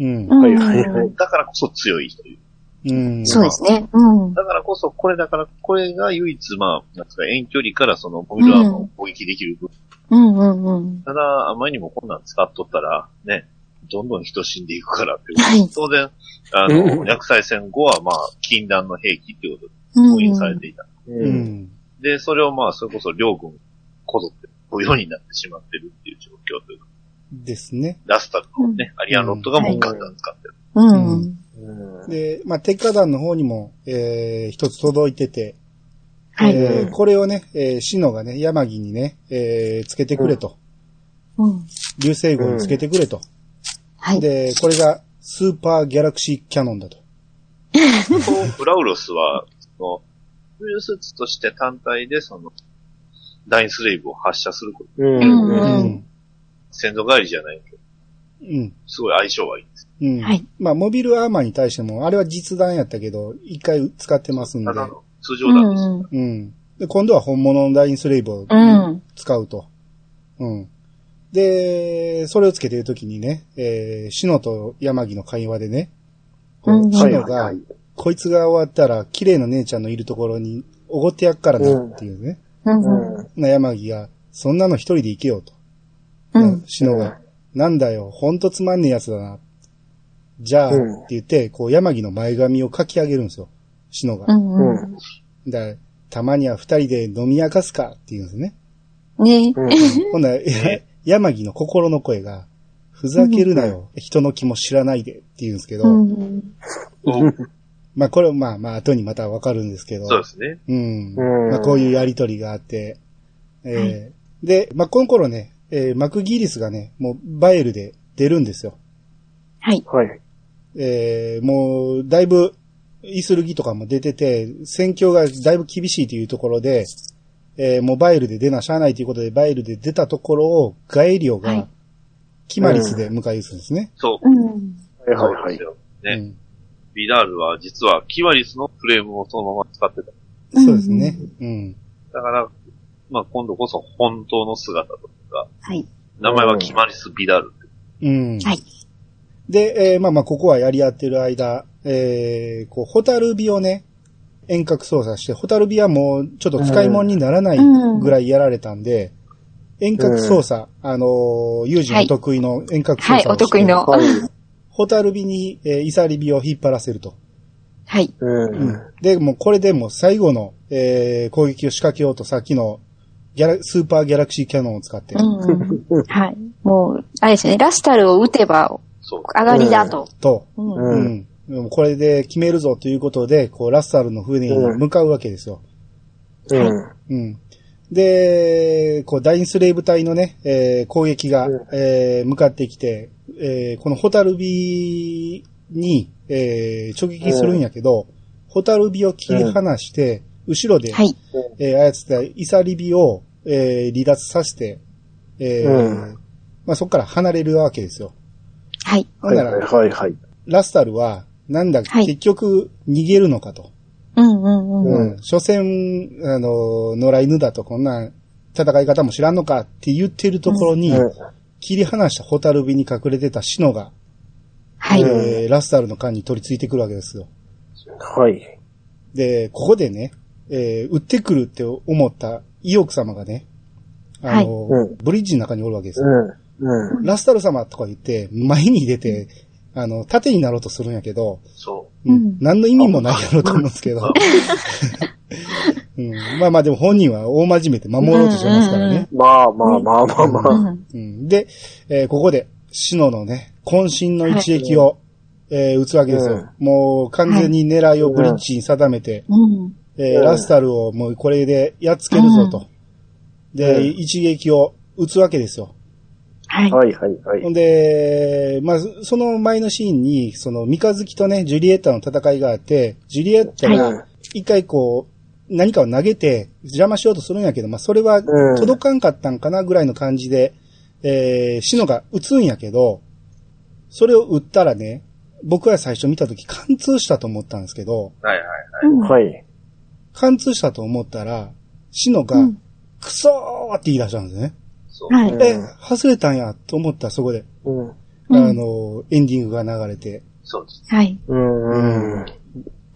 Speaker 3: うん。
Speaker 4: はいはいはい。
Speaker 1: だからこそ強いという。
Speaker 3: うん。
Speaker 2: そうですね。うん。
Speaker 1: だからこそ、これだから、これが唯一、まあ、なんですか、遠距離からそのモビルアーマーを攻撃できる分
Speaker 2: うんうんうん。
Speaker 1: ただ、あまりにもこんなん使っとったら、ね、どんどん人死んでいくからっていう。
Speaker 2: はい
Speaker 1: 当然、あ
Speaker 4: う
Speaker 1: の、
Speaker 4: ん
Speaker 1: 薬剤戦後はまあ、禁断の兵器っていうこと
Speaker 2: う
Speaker 1: で
Speaker 2: ん
Speaker 1: 封印されていた。
Speaker 3: う
Speaker 4: うん
Speaker 3: ん。
Speaker 1: で、それをまあ、それこそ両軍こぞって、不要になってしまってるっていう状況というか、
Speaker 3: ですね。
Speaker 1: ラスタルのね、アリアンロットがもうガンガン使ってる。
Speaker 2: うん。
Speaker 4: うん
Speaker 3: で、まあ、鉄火団の方にも、えー、一つ届いてて、
Speaker 2: はい。
Speaker 3: えー
Speaker 4: うん
Speaker 3: これをね、えー、シノがね、山木にね、えー、つけてくれと。
Speaker 2: うん。
Speaker 3: 流星群につけてくれと。
Speaker 2: はい。
Speaker 3: で、これがスーパーギャラクシーキャノンだと。
Speaker 1: そうフラウロスは、その、ウイルスーツとして単体で、その、ダインスレイブを発射すること。
Speaker 4: うん
Speaker 2: うん
Speaker 4: うん
Speaker 2: ん
Speaker 3: うん
Speaker 1: 先祖返りじゃないけど、
Speaker 3: うん。
Speaker 1: すごい相性がいいです。
Speaker 3: うん。
Speaker 2: はい
Speaker 3: まあ、モビルアーマーに対しても、あれは実弾やったけど、一回使ってますんで
Speaker 1: た。だの通
Speaker 2: う
Speaker 1: 常弾です。
Speaker 2: ん。
Speaker 3: うん。で、今度は本物のラインスレイブを
Speaker 2: うん。
Speaker 3: 使うと。うん。で、それをつけてるときにね、えー、シノと山木の会話でね、こ
Speaker 2: うん
Speaker 3: うシ
Speaker 4: はい
Speaker 3: ノ
Speaker 4: はい
Speaker 3: が
Speaker 4: はい、
Speaker 3: こいつが終わったら、綺麗な姉ちゃんのいるところに、おごってやっからなっていうね。
Speaker 2: うん。
Speaker 4: うん。
Speaker 3: な山木が、そんなの一人で行けよと。
Speaker 2: うん。
Speaker 3: シノが、なんだよ、ほんとつまんねえやつだな。じゃあ、
Speaker 4: うん
Speaker 3: って言って、こう山木の前髪を書き上げるんですよ。シノが。
Speaker 2: うん。う
Speaker 3: だたまには二人で飲み明かすかっていうんですね。
Speaker 2: ん。ね
Speaker 4: うん。
Speaker 3: ほんなら、や山木の心の声が、ふざけるなよ、人の気も知らないでって言うんですけど、
Speaker 2: うん。
Speaker 1: お
Speaker 3: まあこれはまあまあ後にまたわかるんですけど、
Speaker 1: そうですね。
Speaker 3: うん。
Speaker 4: うん
Speaker 3: まあこういうやりとりがあって、えーで、まあこの頃ね、えーマクギリスがね、もうバエルで出るんですよ。
Speaker 2: はい。
Speaker 4: はい。
Speaker 3: えーもう、だいぶ、イスルギとかも出てて、戦況がだいぶ厳しいというところで、えーもうバイルで出なしゃあないということで、バイルで出たところを、ガエリオ
Speaker 2: は
Speaker 3: が
Speaker 2: い、
Speaker 3: キマリスで迎え撃つんですね。
Speaker 1: そう。
Speaker 2: うん。
Speaker 4: はい
Speaker 1: そう
Speaker 4: はい
Speaker 1: な
Speaker 4: は
Speaker 1: んで
Speaker 4: い
Speaker 1: す。よ
Speaker 3: う
Speaker 1: ね。
Speaker 3: ん
Speaker 1: ビダールは実はキワリスのフレームをそのまま使ってた。
Speaker 3: そうですね。うん。
Speaker 1: だから、まあ今度こそ本当の姿というか、
Speaker 2: はい。
Speaker 1: 名前はキマリス・ビダール。
Speaker 3: うん。
Speaker 2: はい。
Speaker 3: で、えーまあまあ、ここはやり合ってる間、えーこう、ホタルビをね、遠隔操作して、ホタルビはもう、ちょっと使い物にならないぐらいやられたんで、遠隔操作、あのー、ユージの得意の遠隔操作を
Speaker 2: はい、
Speaker 3: して、
Speaker 2: お得意の。
Speaker 4: はい。
Speaker 3: ホタルビに、えーイサリビを引っ張らせると。
Speaker 2: はい。
Speaker 4: うん。
Speaker 3: で、もうこれでもう最後の、えー攻撃を仕掛けようとさっきのギャラスーパーギャラクシーキャノンを使って、
Speaker 2: うん。はい。もう、あれですね、ラスタルを打てば
Speaker 1: そう。
Speaker 2: 上がりだと。
Speaker 3: と、
Speaker 2: うん。
Speaker 4: う
Speaker 3: うんん。でもこれで決めるぞということで、こう、ラスタルの船に向かうわけですよ。
Speaker 4: うん。
Speaker 3: うん。で、こう、ダインスレイブ隊のね、えー攻撃が、
Speaker 4: うん
Speaker 3: えー向かってきて、えーこのホタルビに、えー直撃するんやけど、ホタルビを切り離して、後ろで、
Speaker 2: はい。
Speaker 3: えー操ったイサリビを、えー離脱させて、えー
Speaker 4: うん
Speaker 3: まあ、そこから離れるわけですよ。
Speaker 2: はい。
Speaker 3: ほ
Speaker 4: は
Speaker 3: ん
Speaker 4: い
Speaker 3: な
Speaker 4: は
Speaker 3: ら、
Speaker 4: いはいはい。
Speaker 3: ラスタルは、なんだ、
Speaker 2: はい
Speaker 3: 結局、逃げるのかと。
Speaker 2: うんうんうん。
Speaker 3: うん。所詮、あの、野良犬だとこんな戦い方も知らんのかって言ってるところに、切り離したホタルビに隠れてたシノが、
Speaker 2: はい。
Speaker 4: うん
Speaker 3: えーラスタルの間に取り付いてくるわけですよ。
Speaker 4: はい。
Speaker 3: で、ここでね、えー、撃ってくるって思ったイオク様がね、あの、
Speaker 4: はいうん
Speaker 3: ブリッジの中におるわけですよ。
Speaker 4: うん。うん。
Speaker 3: ラスタル様とか言って、前に出て、あの、縦になろうとするんやけど、
Speaker 1: そ
Speaker 3: うん
Speaker 2: うん
Speaker 3: 何の意味もないやろうと思うんですけど。うん、まあまあでも本人は大真面目で守ろうとしてますからね。
Speaker 4: まあまあまあまあま
Speaker 2: う
Speaker 4: あ。
Speaker 2: ん
Speaker 3: うん、で、えーここで、シノのね、渾身の一撃を、えー撃つわけですよ。もう完全に狙いをブリッジに定めて、
Speaker 2: うん。
Speaker 3: えー
Speaker 4: うん
Speaker 3: ラスタルをもうこれでやっつけるぞと。で、
Speaker 4: うん
Speaker 3: 一撃を撃つわけですよ。
Speaker 2: はい。
Speaker 4: はいはいはい
Speaker 3: ほん。で、まあ、その前のシーンに、その、三日月とね、ジュリエッタの戦いがあって、ジュリエッタ
Speaker 4: はい
Speaker 3: が、一回こう、何かを投げて、邪魔しようとするんやけど、まあ、それは、届かんかったんかなぐらいの感じで、えー、シノが撃つんやけど、それを撃ったらね、僕は最初見た時貫通したと思ったんですけど、
Speaker 1: う。はいはい。
Speaker 2: うん
Speaker 4: はい。
Speaker 3: 貫通したと思ったら、シノが
Speaker 2: うん、
Speaker 3: クソーって言い出したんですね。
Speaker 1: そう。
Speaker 2: は
Speaker 4: う
Speaker 2: い。
Speaker 4: ん
Speaker 3: え、外れたんやと思ったらそこで、
Speaker 4: うん。
Speaker 3: あ
Speaker 2: うん
Speaker 3: の、エンディングが流れて、
Speaker 1: そうです。
Speaker 2: はい。
Speaker 4: うん。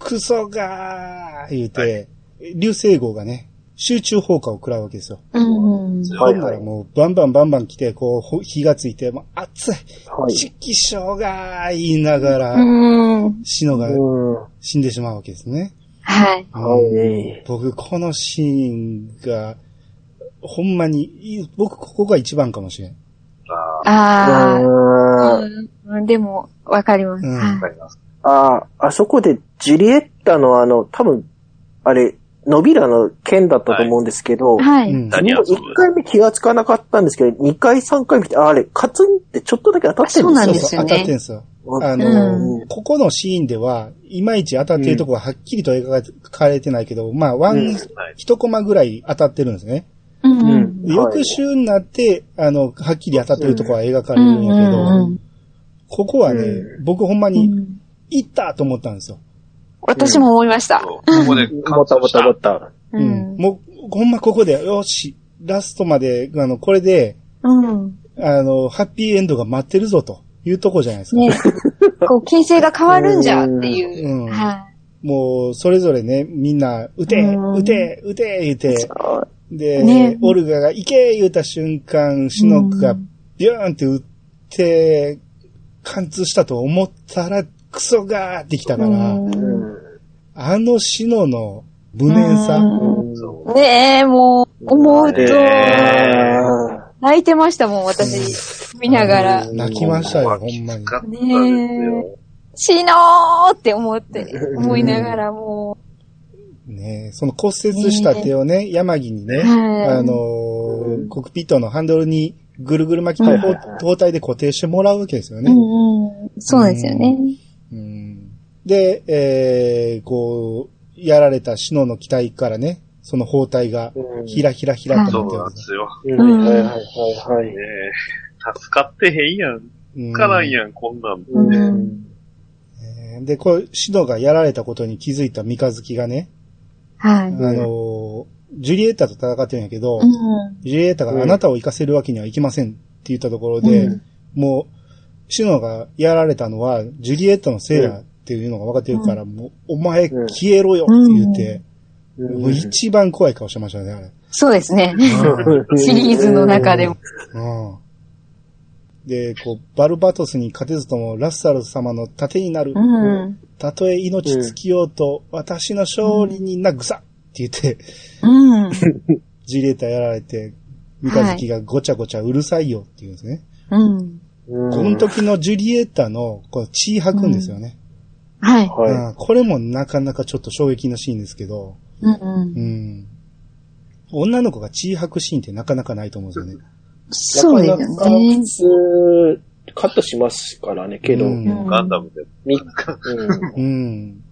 Speaker 3: クソがー言うて、流星号がね、集中放火を食らうわけですよ。
Speaker 2: うん。
Speaker 4: は
Speaker 3: ほ
Speaker 4: いはい
Speaker 3: んならもうバンバンバンバン来て、こうほ、火がついて、もう熱い、
Speaker 4: はい。
Speaker 3: 色晶がー言いながら、
Speaker 2: うん。
Speaker 3: シノが
Speaker 4: うん。
Speaker 3: 死んでしまうわけですね。
Speaker 2: はい。
Speaker 4: はい。
Speaker 3: 僕、このシーンが、ほんまにいい、僕、ここが一番かもしれん。
Speaker 1: ああ、
Speaker 2: ああ。
Speaker 4: あ
Speaker 2: うんでも、わかります。
Speaker 3: うん
Speaker 1: わ
Speaker 2: は
Speaker 1: か
Speaker 2: い
Speaker 1: ります。
Speaker 4: あ、あそこでジュリエッタのあの、多分、あれ、ノビラの剣だったと思うんですけど、
Speaker 2: は
Speaker 3: う
Speaker 2: い。
Speaker 3: ん
Speaker 1: 何遊ぶ
Speaker 4: 1回目気がつかなかったんですけど、2回3回見て、あれ、カツンってちょっとだけ当たってるん
Speaker 2: な
Speaker 4: で
Speaker 2: ん
Speaker 4: す
Speaker 2: で
Speaker 4: よ。
Speaker 2: すよね
Speaker 3: 当たってんすよ。あ
Speaker 2: う
Speaker 3: の、ここのシーンでは、いまいち当たってるとこははっきりと描かれてないけど、まあ、ワ
Speaker 4: う
Speaker 3: ン
Speaker 4: ん、
Speaker 1: はい。
Speaker 3: 一コマぐらい当たってるんですね。
Speaker 2: うん。
Speaker 4: うん
Speaker 3: 翌週になって、あの、はっきり当たってるとこは描かれるんやけど、ここはね、
Speaker 1: う
Speaker 3: 僕ほんま
Speaker 2: う
Speaker 3: に、
Speaker 2: ん
Speaker 3: 行ったと思ったんですよ。
Speaker 2: 私も思いました。
Speaker 1: ここで、
Speaker 4: もったもったもった。
Speaker 2: う
Speaker 3: うん
Speaker 2: ん。
Speaker 3: もう、ほんまここで、よし、ラストまで、あの、これで、
Speaker 2: うん。
Speaker 3: あの、ハッピーエンドが待ってるぞというとこじゃないです
Speaker 2: [LAUGHS]
Speaker 3: か。
Speaker 2: ねこう、金星が変わるんじゃっていう。
Speaker 3: うん。
Speaker 2: は
Speaker 3: もう、それぞれね、みんな、撃て、
Speaker 2: うん
Speaker 3: 撃て、撃て、言っ
Speaker 2: い。
Speaker 3: て、
Speaker 2: そう
Speaker 3: で、
Speaker 2: ね
Speaker 3: オルガが行け言った瞬間、シノクがビューンって撃って、貫通したと思ったら、クソがーってきたから、
Speaker 2: うん
Speaker 3: あのシノの無念さ、
Speaker 2: うん
Speaker 4: うん
Speaker 1: そ
Speaker 2: ねえ、もう、思うと、
Speaker 1: ね
Speaker 2: 泣いてましたもん、私。見ながら。
Speaker 3: 泣きましたよ、ほ
Speaker 1: うん
Speaker 3: まに
Speaker 1: う。。かったですよ。
Speaker 2: 死のーって思って、思いながらも
Speaker 3: ねえその骨折した手をね、山木にね、
Speaker 2: はい
Speaker 3: あのーコックピットのハンドルにぐるぐる巻きの
Speaker 4: はいはいはい
Speaker 3: 包帯で固定してもらうわけですよ
Speaker 2: う。
Speaker 3: ね。
Speaker 2: うんうん。そうなんですよね。
Speaker 3: うんで、えー、こう、やられたシノの機体からね、その包帯が、ひらひらひらと
Speaker 1: そ
Speaker 3: なって
Speaker 1: うなん
Speaker 3: ま。
Speaker 1: ですすよ。
Speaker 4: うんはいはいはいはい
Speaker 1: ね。え助かってへんやん。
Speaker 3: うん
Speaker 1: つかないやん、こんなん。
Speaker 2: う
Speaker 1: ね
Speaker 2: ん。
Speaker 3: えーで、こう、シノがやられたことに気づいた三日月がね、
Speaker 2: は
Speaker 3: あ
Speaker 2: い。
Speaker 3: のージュリエッタと戦ってるんやけ
Speaker 2: う
Speaker 3: ど、
Speaker 2: ん。
Speaker 3: ジュリエッタがあなたを生かせるわけにはいきませんって言ったところで、
Speaker 2: うん
Speaker 3: もう、シノがやられたのは、ジュリエッタのせいだっていうのが分かってるから、もう、お前
Speaker 4: うん
Speaker 3: 消えろよって言って、
Speaker 4: うん
Speaker 3: もう一番怖い顔してましたね、あれ。
Speaker 2: そうですね。シリーズの中でも。。
Speaker 3: うん。で、こう、バルバトスに勝てずとも、ラッサル様の盾になる
Speaker 2: う。ん。
Speaker 3: たとえ命尽きようと、私の勝利になぐさって言って、
Speaker 2: うん。
Speaker 3: ジュリエッタやられて、三日月がごちゃごちゃうるさいよって言うんですね。
Speaker 2: うん。
Speaker 4: うん
Speaker 3: この時のジュリエッタの、こう、血吐くんですよね。
Speaker 2: はい。
Speaker 4: は
Speaker 3: うんこれもなかなかちょっと衝撃のシーンですけど、
Speaker 2: うん
Speaker 3: う
Speaker 2: うん。
Speaker 3: ん。女の子が血吐くシーンってなかなかないと思うんですよ
Speaker 2: そ
Speaker 3: ね。
Speaker 2: うです
Speaker 4: なか
Speaker 2: よ
Speaker 4: なか
Speaker 2: ね
Speaker 4: 普。通、カットしますからね、けど。
Speaker 3: う
Speaker 4: うん
Speaker 3: ん
Speaker 1: ガンダムで。
Speaker 4: み
Speaker 1: なんか
Speaker 4: うん
Speaker 3: うん。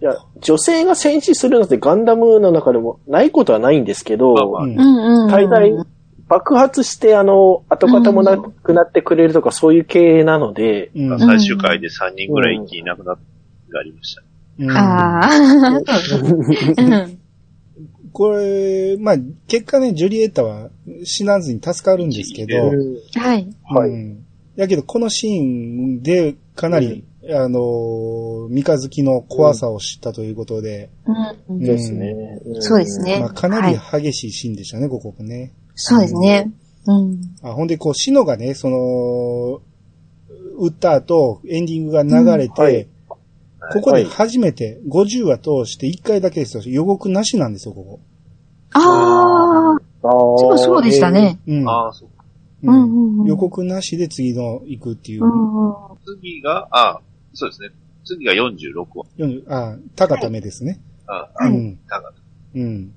Speaker 4: いや、女性が戦死するのってガンダムの中でもないことはないんですけど、
Speaker 1: まあまあ
Speaker 3: う
Speaker 1: ね
Speaker 3: ん
Speaker 2: うんうんうん。
Speaker 4: 大概爆発して、あの、跡形もなくなってくれるとか、そういう系なので、
Speaker 3: うん。
Speaker 1: 最終回で3人ぐらい一気に亡くなってありました。
Speaker 3: うん
Speaker 2: ああ。うん。
Speaker 3: これ、まあ、結果ね、ジュリエッタは死なずに助かるんですけど、
Speaker 4: うん
Speaker 2: はい。
Speaker 4: はい
Speaker 3: うんだけど、このシーンで、かなり、あのー三日月の怖さを知ったということで、
Speaker 2: うん
Speaker 3: うん
Speaker 4: ですね。
Speaker 2: そうですね
Speaker 3: まあ、かなり激しいシーンでしたね、ここもね。
Speaker 2: そうですね。うん。
Speaker 3: あ、ほんで、こう、シノがね、その、打った後、エンディングが流れて、
Speaker 4: うんはい
Speaker 3: ここで初めて、50話通して1回だけですよ。予告なしなんですよ、ここ。
Speaker 2: ああ。
Speaker 4: あー
Speaker 2: そう、そうでした。ね。
Speaker 3: うん。
Speaker 1: ああ、そうか。
Speaker 2: うんうんうん
Speaker 3: 予告なしで次の行くっていう。
Speaker 2: うん。
Speaker 1: 次が、ああ、そうですね。次が46話。
Speaker 3: 40あ、高ためですね。
Speaker 1: ああ、
Speaker 2: はい
Speaker 3: うん。
Speaker 1: だから
Speaker 3: うん。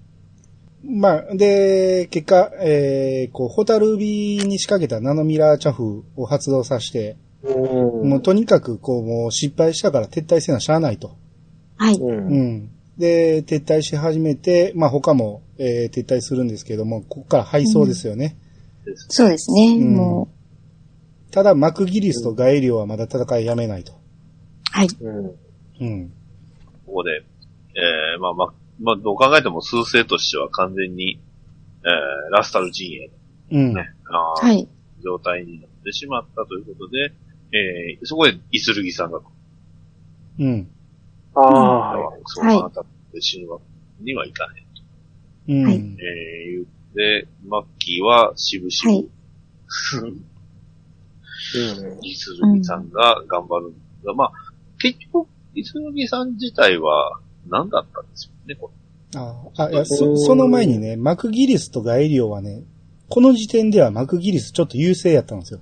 Speaker 3: まあ、で、結果、えー、こう、ホタルビに仕掛けたナノミラーチャフを発動させて、
Speaker 4: うん。
Speaker 3: もうとにかく、こう、もう失敗したから撤退せなしゃあないと。
Speaker 2: はい。
Speaker 4: う。
Speaker 3: うんん。で、撤退し始めて、まあ他も、えー撤退するんですけども、ここから配送ですよね。
Speaker 1: です。
Speaker 2: そうですね。
Speaker 3: うん
Speaker 2: も
Speaker 3: ただ、マクギリスとガエリオはまだ戦いやめないと。
Speaker 2: う。はい。
Speaker 4: うん
Speaker 3: うん。
Speaker 1: ここで、えー、まあまあ、まあ、どう考えても数勢としては完全に、えー、ラスタル陣営
Speaker 3: うん。
Speaker 1: のね、ああ
Speaker 2: はい。
Speaker 1: 状態になってしまったということで、えー、そこでイスルギさんが、
Speaker 3: うん。
Speaker 4: ああ、はい
Speaker 1: そうなったって死ぬわけにはいかない。
Speaker 3: うん。
Speaker 2: はい
Speaker 1: えー、言って、マッキーは渋々、 [LAUGHS]
Speaker 2: はい
Speaker 4: うん
Speaker 1: イスルギさんが頑張るんですが、まあ、結局、イスルギさん自体は何だったんですよね、こ
Speaker 3: ああ、いや、そ、その前にね、マクギリスとガエリオはね、この時点ではマクギリスちょっと優勢やったんですよ。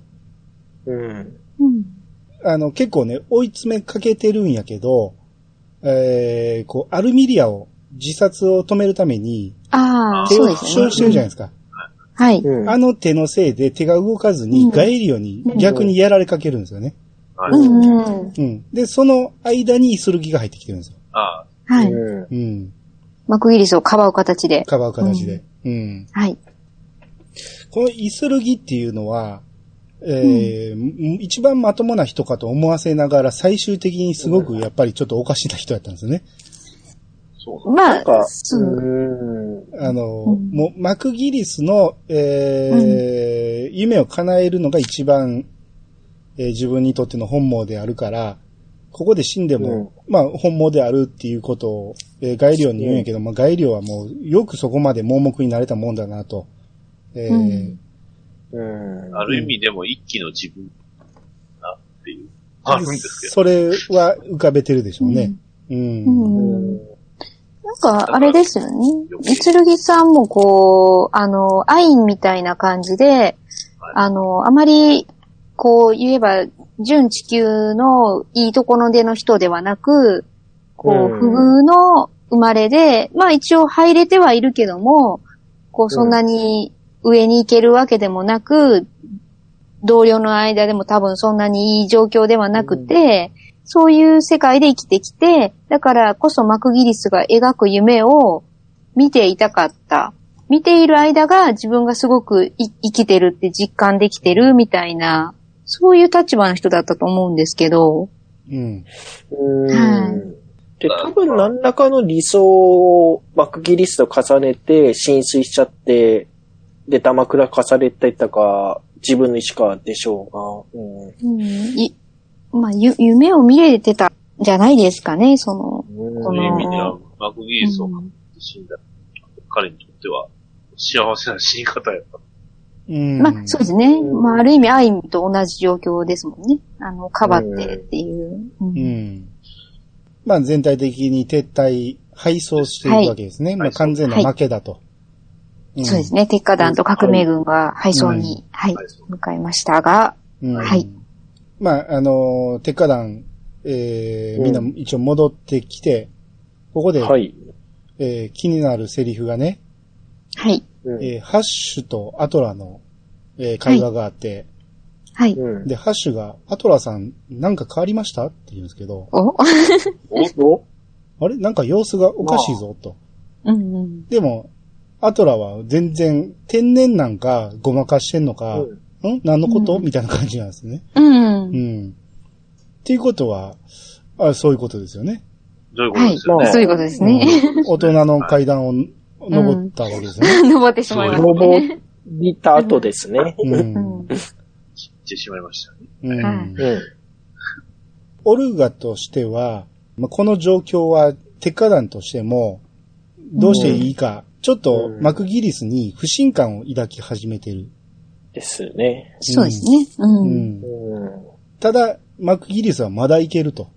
Speaker 4: うん。
Speaker 2: うん。
Speaker 3: あの、結構ね、追い詰めかけてるんやけど、えー、こう、アルミリアを、自殺を止めるために、
Speaker 2: ああ、
Speaker 3: 手
Speaker 2: そう
Speaker 3: を
Speaker 2: で
Speaker 3: 負
Speaker 2: すね
Speaker 3: 傷してるじゃないですか。
Speaker 2: はい。
Speaker 4: うん。
Speaker 3: あの手のせいで手が動かずに、
Speaker 2: うん
Speaker 3: ガエリオに逆にやられかけるんですよね。
Speaker 1: れ。は
Speaker 2: う
Speaker 1: い
Speaker 2: んうん。
Speaker 3: うん。で、その間にイスルギが入ってきてるんですよ。
Speaker 1: ああ、
Speaker 2: はい。
Speaker 4: う
Speaker 3: うん。
Speaker 2: マクギリスをかばう形で。
Speaker 3: かばう形で。うん。
Speaker 2: はい。
Speaker 3: このイスルギっていうのは、えーん一番まともな人かと思わせながら、最終的にすごくやっぱりちょっとおかしな人だったんですね。
Speaker 1: そう
Speaker 2: ま
Speaker 4: なんか
Speaker 2: あ、、そうう。
Speaker 4: ん。
Speaker 3: あの、
Speaker 2: うん
Speaker 3: もう、マクギリスの、えー夢を叶えるのが一番、えー自分にとっての本望であるから、ここで死んでも、まあ、本望であるっていうことを、えー概量に言うんやけど、まあ、概量はもう、よくそこまで盲目になれたもんだなと。えー
Speaker 2: うん
Speaker 4: うん。
Speaker 1: ある意味でも一期の自分だなっていう、あるんですけど。
Speaker 3: それは浮かべてるでしょうね。うん。
Speaker 2: うん
Speaker 4: うん
Speaker 2: なんか、あれですよね
Speaker 1: よ。く
Speaker 2: みつるぎさんもこう、あの、アインみたいな感じで、あの、あまり、こう言えば、純地球のいいところでの人ではなく、こ
Speaker 4: う
Speaker 2: う、
Speaker 4: ん
Speaker 2: 不遇の生まれで、まあ一応入れてはいるけども、こう、そんなに上に行けるわけでもなく、同僚の間でも多分そんなにいい状況ではなくて、そういう世界で生きてきて、だからこそマクギリスが描く夢を見ていたかった。見ている間が自分がすごくい生きてるって実感できてるみたいな、そういう立場の人だったと思うんですけど。
Speaker 3: うん。
Speaker 4: う
Speaker 2: は
Speaker 4: ん。で、多分何らかの理想をマクギリスと重ねて浸水しちゃって、で、玉倉化されてたか、自分の意思かでしょうが。うん。
Speaker 2: いまあ、ゆ夢を見れてたんじゃないですかね、その。
Speaker 4: う
Speaker 1: そ
Speaker 4: ん
Speaker 1: ういう意味で
Speaker 2: う
Speaker 1: は、マクギリスを勝って死んだ、彼にとっては幸せな死に方やった。
Speaker 3: うん。
Speaker 2: まあ、そうですね。
Speaker 4: うん
Speaker 2: まあ、ある意味、アインと同じ状況ですもんね。あの、かばってっていう。うん
Speaker 3: うん。まあ全体的に撤退、敗走していくわけですね。まあ完全な負けだと。ん
Speaker 2: そうです。ね。鉄火団と革命軍が敗走に、はい、
Speaker 1: はいそう
Speaker 2: 向かいましたが、
Speaker 3: うん
Speaker 2: はい。
Speaker 3: まあ、あのー、鉄火団、えー、みんな
Speaker 4: う
Speaker 3: 一応戻ってきて、ここで、
Speaker 4: はい。
Speaker 3: えー気になるセリフがね、
Speaker 2: はい、
Speaker 4: うん
Speaker 3: えーハッシュとアトラの、えー会話があって、
Speaker 2: はい。
Speaker 4: うん。
Speaker 3: で、ハッシュが、アトラさん、なんか変わりましたって言うんですけど、
Speaker 2: お [LAUGHS]
Speaker 4: お
Speaker 3: あれなんか様子がおかしいぞ、と。
Speaker 2: うんうん。
Speaker 3: でも、アトラは全然、天然なんか、ごまかしてんのか、
Speaker 4: うん
Speaker 3: ん何のこと、
Speaker 2: うん
Speaker 3: みたいな感じなんですね。
Speaker 2: うん
Speaker 3: う。ん。っていうことは、あそういうことですよね。
Speaker 1: どういうことですよ
Speaker 4: は
Speaker 1: ね。
Speaker 2: そういうことですね。 [LAUGHS]
Speaker 3: うん大人の階段を登ったわけですよね。
Speaker 2: 登ってしまいましたね。
Speaker 4: 登りた後ですね。
Speaker 3: う
Speaker 2: うんん。
Speaker 1: 知ってしまいましたね。
Speaker 3: う
Speaker 2: は
Speaker 3: ん
Speaker 2: い
Speaker 4: うん。
Speaker 3: オルガとしては、まあこの状況は、鉄火団としても、どうしていいか、ちょっと
Speaker 4: うん
Speaker 3: マクギリスに不信感を抱き始めてる。
Speaker 4: ですね。
Speaker 2: そうですね。う。
Speaker 3: うんん
Speaker 4: うん。
Speaker 3: ただ、マクギリスはまだいけると。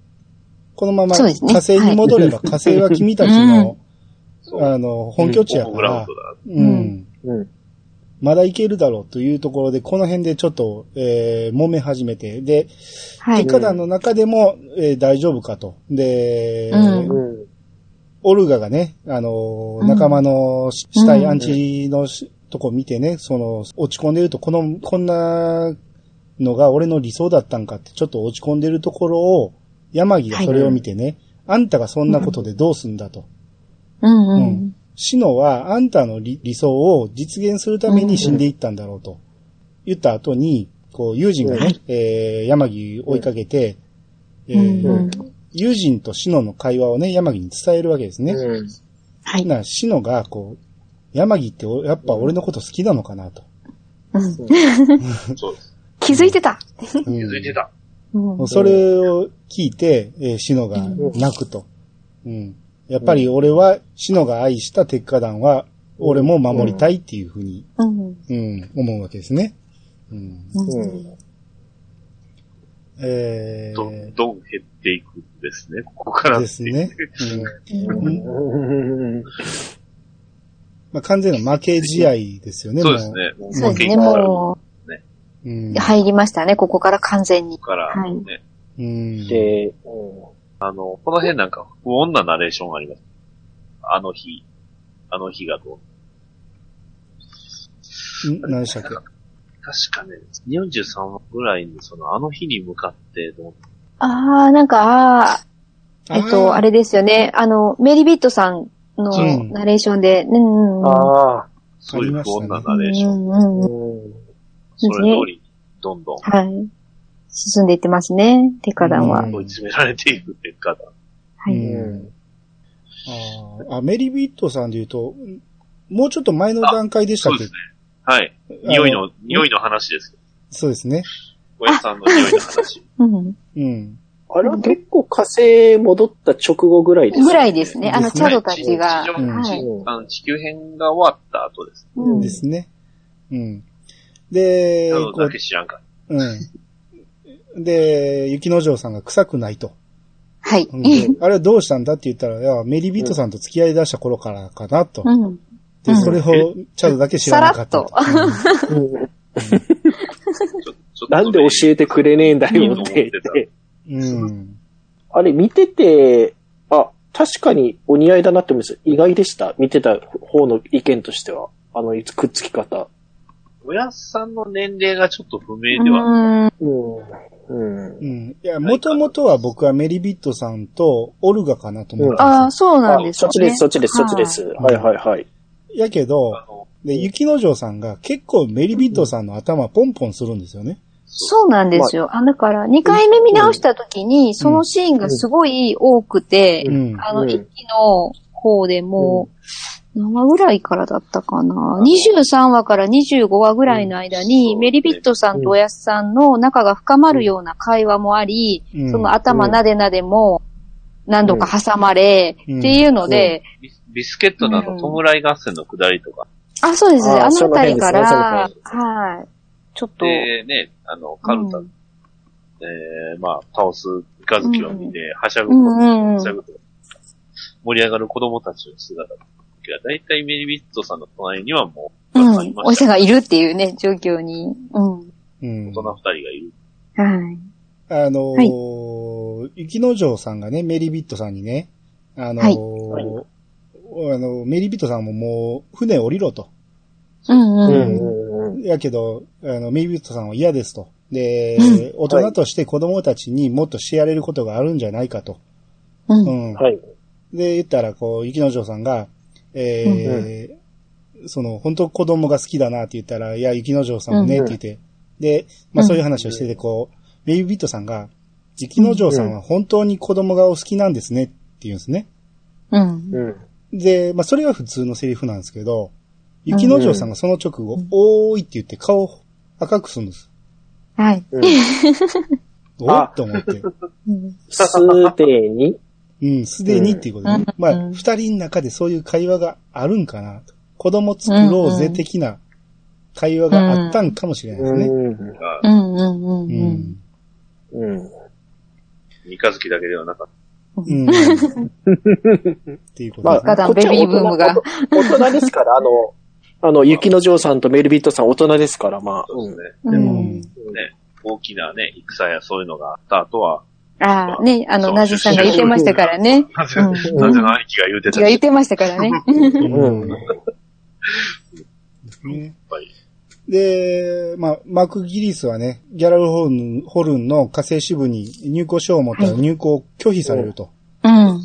Speaker 3: このまま
Speaker 2: そう
Speaker 3: 火
Speaker 2: ですね
Speaker 3: 星に戻れば、火星は君たちの、
Speaker 1: そう
Speaker 3: あの、本拠地や
Speaker 1: オ
Speaker 3: か
Speaker 1: ブラウ
Speaker 3: ら
Speaker 1: ンド、だ。
Speaker 3: う
Speaker 2: うんん。
Speaker 4: うん。
Speaker 3: まだいけるだろうというところで、この辺でちょっと、えー、揉め始めて、で、
Speaker 2: は
Speaker 3: 結
Speaker 2: い。
Speaker 3: 果団の中でも、えー大丈夫かと。で、
Speaker 2: うん
Speaker 4: うん。
Speaker 3: オルガがね、あのー
Speaker 2: うん
Speaker 3: 仲間のし死体
Speaker 2: うん
Speaker 3: アンチのしとこ見てね、その、落ち込んでると、この、こんなのが俺の理想だったんかって、ちょっと落ち込んでるところを、山木がそれを見てね、あんたがそんなことでどうすんだと。
Speaker 2: うんう
Speaker 3: うんん。シノはあんたの理理想を実現するために死んでいったんだろうと。言った後に、こう、友人がね、えー、山木追いかけて、え
Speaker 2: うん
Speaker 3: ー、
Speaker 2: うん。
Speaker 3: 友人とシノの会話をね、山木に伝えるわけですね。
Speaker 4: うん。
Speaker 2: はい。
Speaker 3: な、シノが、こう、山木っておやっぱ俺のこと好きなのかなと。
Speaker 2: うん
Speaker 1: そうです。
Speaker 2: 気づいてた。
Speaker 3: うん
Speaker 1: 気づいてた。
Speaker 2: うん。
Speaker 3: それを聞いて、えーシノが泣くと。うん。やっぱり俺は、シノが愛した鉄火団は、俺も守りたいっていうふうに
Speaker 2: うん。
Speaker 3: うん、思うわけですね。うん。
Speaker 4: うん。
Speaker 3: え
Speaker 1: どん
Speaker 3: ー、
Speaker 1: どん減っていくんですね。ここから
Speaker 3: ですね。うん
Speaker 2: うん
Speaker 4: うん。
Speaker 3: まあ、完全な負け試合ですよね、
Speaker 1: そうです
Speaker 3: も
Speaker 1: ね。もう
Speaker 2: そうですね、
Speaker 1: 結構あるこ
Speaker 2: も
Speaker 3: う。うん
Speaker 2: う、。入りましたね、ここから完全に
Speaker 1: こ。から
Speaker 2: はい
Speaker 1: ね。
Speaker 3: うん。
Speaker 4: で、うん。
Speaker 1: あの、この辺なんか不穏なナレーションがあります。あの日、あの日がどう。
Speaker 3: ん何でしたっけ
Speaker 1: 確かね、43話ぐらいにそのあの日に向かっての、
Speaker 2: ああ、なんか、ああ、えっと、あ
Speaker 3: れ
Speaker 2: れですよね。あの、メリービットさん
Speaker 3: う
Speaker 2: の
Speaker 3: ん
Speaker 2: ナレーションで、うんうんうん。
Speaker 4: ああ。
Speaker 1: そういう不穏なナレーション。
Speaker 2: うんうんうん。
Speaker 4: う
Speaker 1: それ通りにどんどん
Speaker 2: はい。進んでいってますね、テカダンは。
Speaker 3: うん
Speaker 1: 追い詰められていく結果だ。
Speaker 2: は
Speaker 3: う
Speaker 2: い。
Speaker 3: んあーあ、メリビットさんで言うと、もうちょっと前の段階でした
Speaker 1: そ
Speaker 3: っ
Speaker 1: う
Speaker 3: け
Speaker 1: ですね。はい。匂いの、匂いの話です。
Speaker 3: そうですね。
Speaker 1: 小屋さんの匂いの話。
Speaker 2: うん。
Speaker 3: うん。
Speaker 4: あれは結構火星戻った直後ぐらいです
Speaker 2: ぐらいですね。あの、
Speaker 3: です
Speaker 2: チ
Speaker 3: ね
Speaker 2: ャドたちが。
Speaker 1: 地上
Speaker 3: うん
Speaker 2: はい。
Speaker 1: あの地球編が終わった後です。
Speaker 2: うん
Speaker 3: ですね。うん。で、
Speaker 1: な
Speaker 3: こ
Speaker 1: のだ
Speaker 3: う
Speaker 1: け知らんかっ
Speaker 3: うん。で、雪の城さんが臭くないと。
Speaker 2: はい。
Speaker 3: うんあれはどうしたんだって言ったら、いや、メリビットさんと付き合い出した頃からかなと。
Speaker 2: うん。う
Speaker 3: で、
Speaker 2: ん
Speaker 3: それをチャドだけ知らなかった。
Speaker 2: さ
Speaker 3: うん
Speaker 4: うん
Speaker 1: た。
Speaker 4: なんで教えてくれねえんだよっ
Speaker 1: いいと思
Speaker 4: て
Speaker 1: っ
Speaker 4: 言ってて。
Speaker 3: うん。
Speaker 4: あれ見てて、あ、確かにお似合いだなって思うんですよ。意外でした。見てた方の意見としては。あの、くっつき方。
Speaker 1: 小屋さんの年齢がちょっと不明では、
Speaker 2: うん。
Speaker 4: うん。うん
Speaker 3: う。ん。いや、もともとは僕はメリビットさんとオルガかなと思って
Speaker 2: あ
Speaker 3: たん
Speaker 2: あ、
Speaker 3: で
Speaker 2: そうなんです
Speaker 4: そっち
Speaker 2: ね
Speaker 4: です、そっちです、そっちです。はいはいはい。
Speaker 3: すよ。やけど
Speaker 1: あ、の、
Speaker 3: で、雪の城さんが結構メリビットさんの頭ポンポンするんですよね。
Speaker 2: そうなんですよ。あ、だから、2回目見直したときに、そのシーンがすごい多くて、
Speaker 3: うん。
Speaker 2: あ
Speaker 4: う
Speaker 2: の、
Speaker 4: ん
Speaker 2: 一期の方でもう、何話ぐらいからだったかな。23話から25話ぐらいの間に、
Speaker 1: うん
Speaker 2: メリビットさんとおやすさんの仲が深まるような会話もあり、
Speaker 3: うん
Speaker 2: その頭なでなでも何度か挟まれ、
Speaker 3: うん
Speaker 2: っていうので、
Speaker 1: ビスビスケットなど、
Speaker 2: うん
Speaker 1: 弔い合戦の下りとか、
Speaker 2: あ、そうですね。
Speaker 4: あー
Speaker 2: あのあたりから、
Speaker 4: その辺で
Speaker 2: はい。ちょっと、
Speaker 1: で、ね、あの、カルタ、
Speaker 2: うん
Speaker 1: えー、まあ、倒す三日月を見て、はしゃぐ
Speaker 2: う
Speaker 1: こと、
Speaker 2: んうんうん
Speaker 1: はしゃぐこと、盛り上がる子供たちの姿が、だいたいメリビットさんの隣にはもう、
Speaker 2: う
Speaker 1: たくさい
Speaker 2: ん、
Speaker 1: ま
Speaker 2: お医
Speaker 1: した
Speaker 2: 者がいるっていうね、状況に。うん。
Speaker 3: うん
Speaker 1: 大人二人がいる。
Speaker 2: はい。
Speaker 3: あのー雪の城さんがね、メリビットさんにね、あのー
Speaker 2: はい
Speaker 3: あの、メリビットさんももう、船降りろと。
Speaker 2: うん
Speaker 4: う
Speaker 2: うんん。
Speaker 4: うんうん。
Speaker 3: やけど、あの、メリビットさんは嫌ですと。で、大人として子供たちにもっとしてやれることがあるんじゃないかと。
Speaker 2: うん
Speaker 3: う
Speaker 2: うん
Speaker 3: ん。
Speaker 4: はい。
Speaker 3: で、言ったら、こう、雪の城さんが、えーその、本当子供が好きだなって言ったら、いや、雪の城さんもね、
Speaker 4: う
Speaker 3: っ
Speaker 4: ん
Speaker 3: て言って、で、まあそういう話をしてて、こう、メイビットさんが、雪の城さんは本当に子供がお好きなんですね、って言うんですね。
Speaker 2: うん。
Speaker 4: うん。
Speaker 3: で、まあそれは普通のセリフなんですけど、雪の城さんがその直後、
Speaker 2: うん
Speaker 3: おーいって言って顔を赤くするんです。
Speaker 2: はい。 [LAUGHS]
Speaker 4: うん
Speaker 3: お
Speaker 4: あ
Speaker 3: っと思って。
Speaker 2: うん
Speaker 4: すでに、
Speaker 3: うん、すでにっていうことで、ね
Speaker 2: うん
Speaker 3: まあ、
Speaker 2: うん
Speaker 3: 二人の中でそういう会話があるんかなと。子供作ろうぜ的な会話があったんかもしれないです
Speaker 4: う
Speaker 3: ね。
Speaker 4: ん。
Speaker 1: が
Speaker 2: うんうんうん
Speaker 3: う
Speaker 2: うん
Speaker 3: ん。
Speaker 4: うん。
Speaker 1: 三日月だけではなかっ
Speaker 3: うん。っていうことですね。
Speaker 2: まあ
Speaker 4: こっちは
Speaker 2: ベビーブームが
Speaker 4: 大人大人ですから、あの、あの、雪の嬢さんとメルビットさん大人ですから、まあ。
Speaker 1: たですね。
Speaker 2: う
Speaker 1: で
Speaker 3: うん
Speaker 1: も、
Speaker 2: ん
Speaker 3: ん。
Speaker 1: ね、大きなね、戦やそういうのがあった後は、
Speaker 2: ああ、ね、あの、なずさんが言ってましたからね。
Speaker 1: なぜ、
Speaker 2: うん
Speaker 1: なぜの兄貴が言うてた
Speaker 2: が
Speaker 1: し、や
Speaker 2: 言
Speaker 1: っ
Speaker 2: ってましたからね。
Speaker 4: うん。
Speaker 3: ね
Speaker 1: ぱり。
Speaker 3: で、まあ、マーク・ギリスはね、ギャラルホルンホルンの火星支部に入校しよう思ったら
Speaker 2: は
Speaker 3: 入校を拒否されると。
Speaker 2: うん。
Speaker 4: う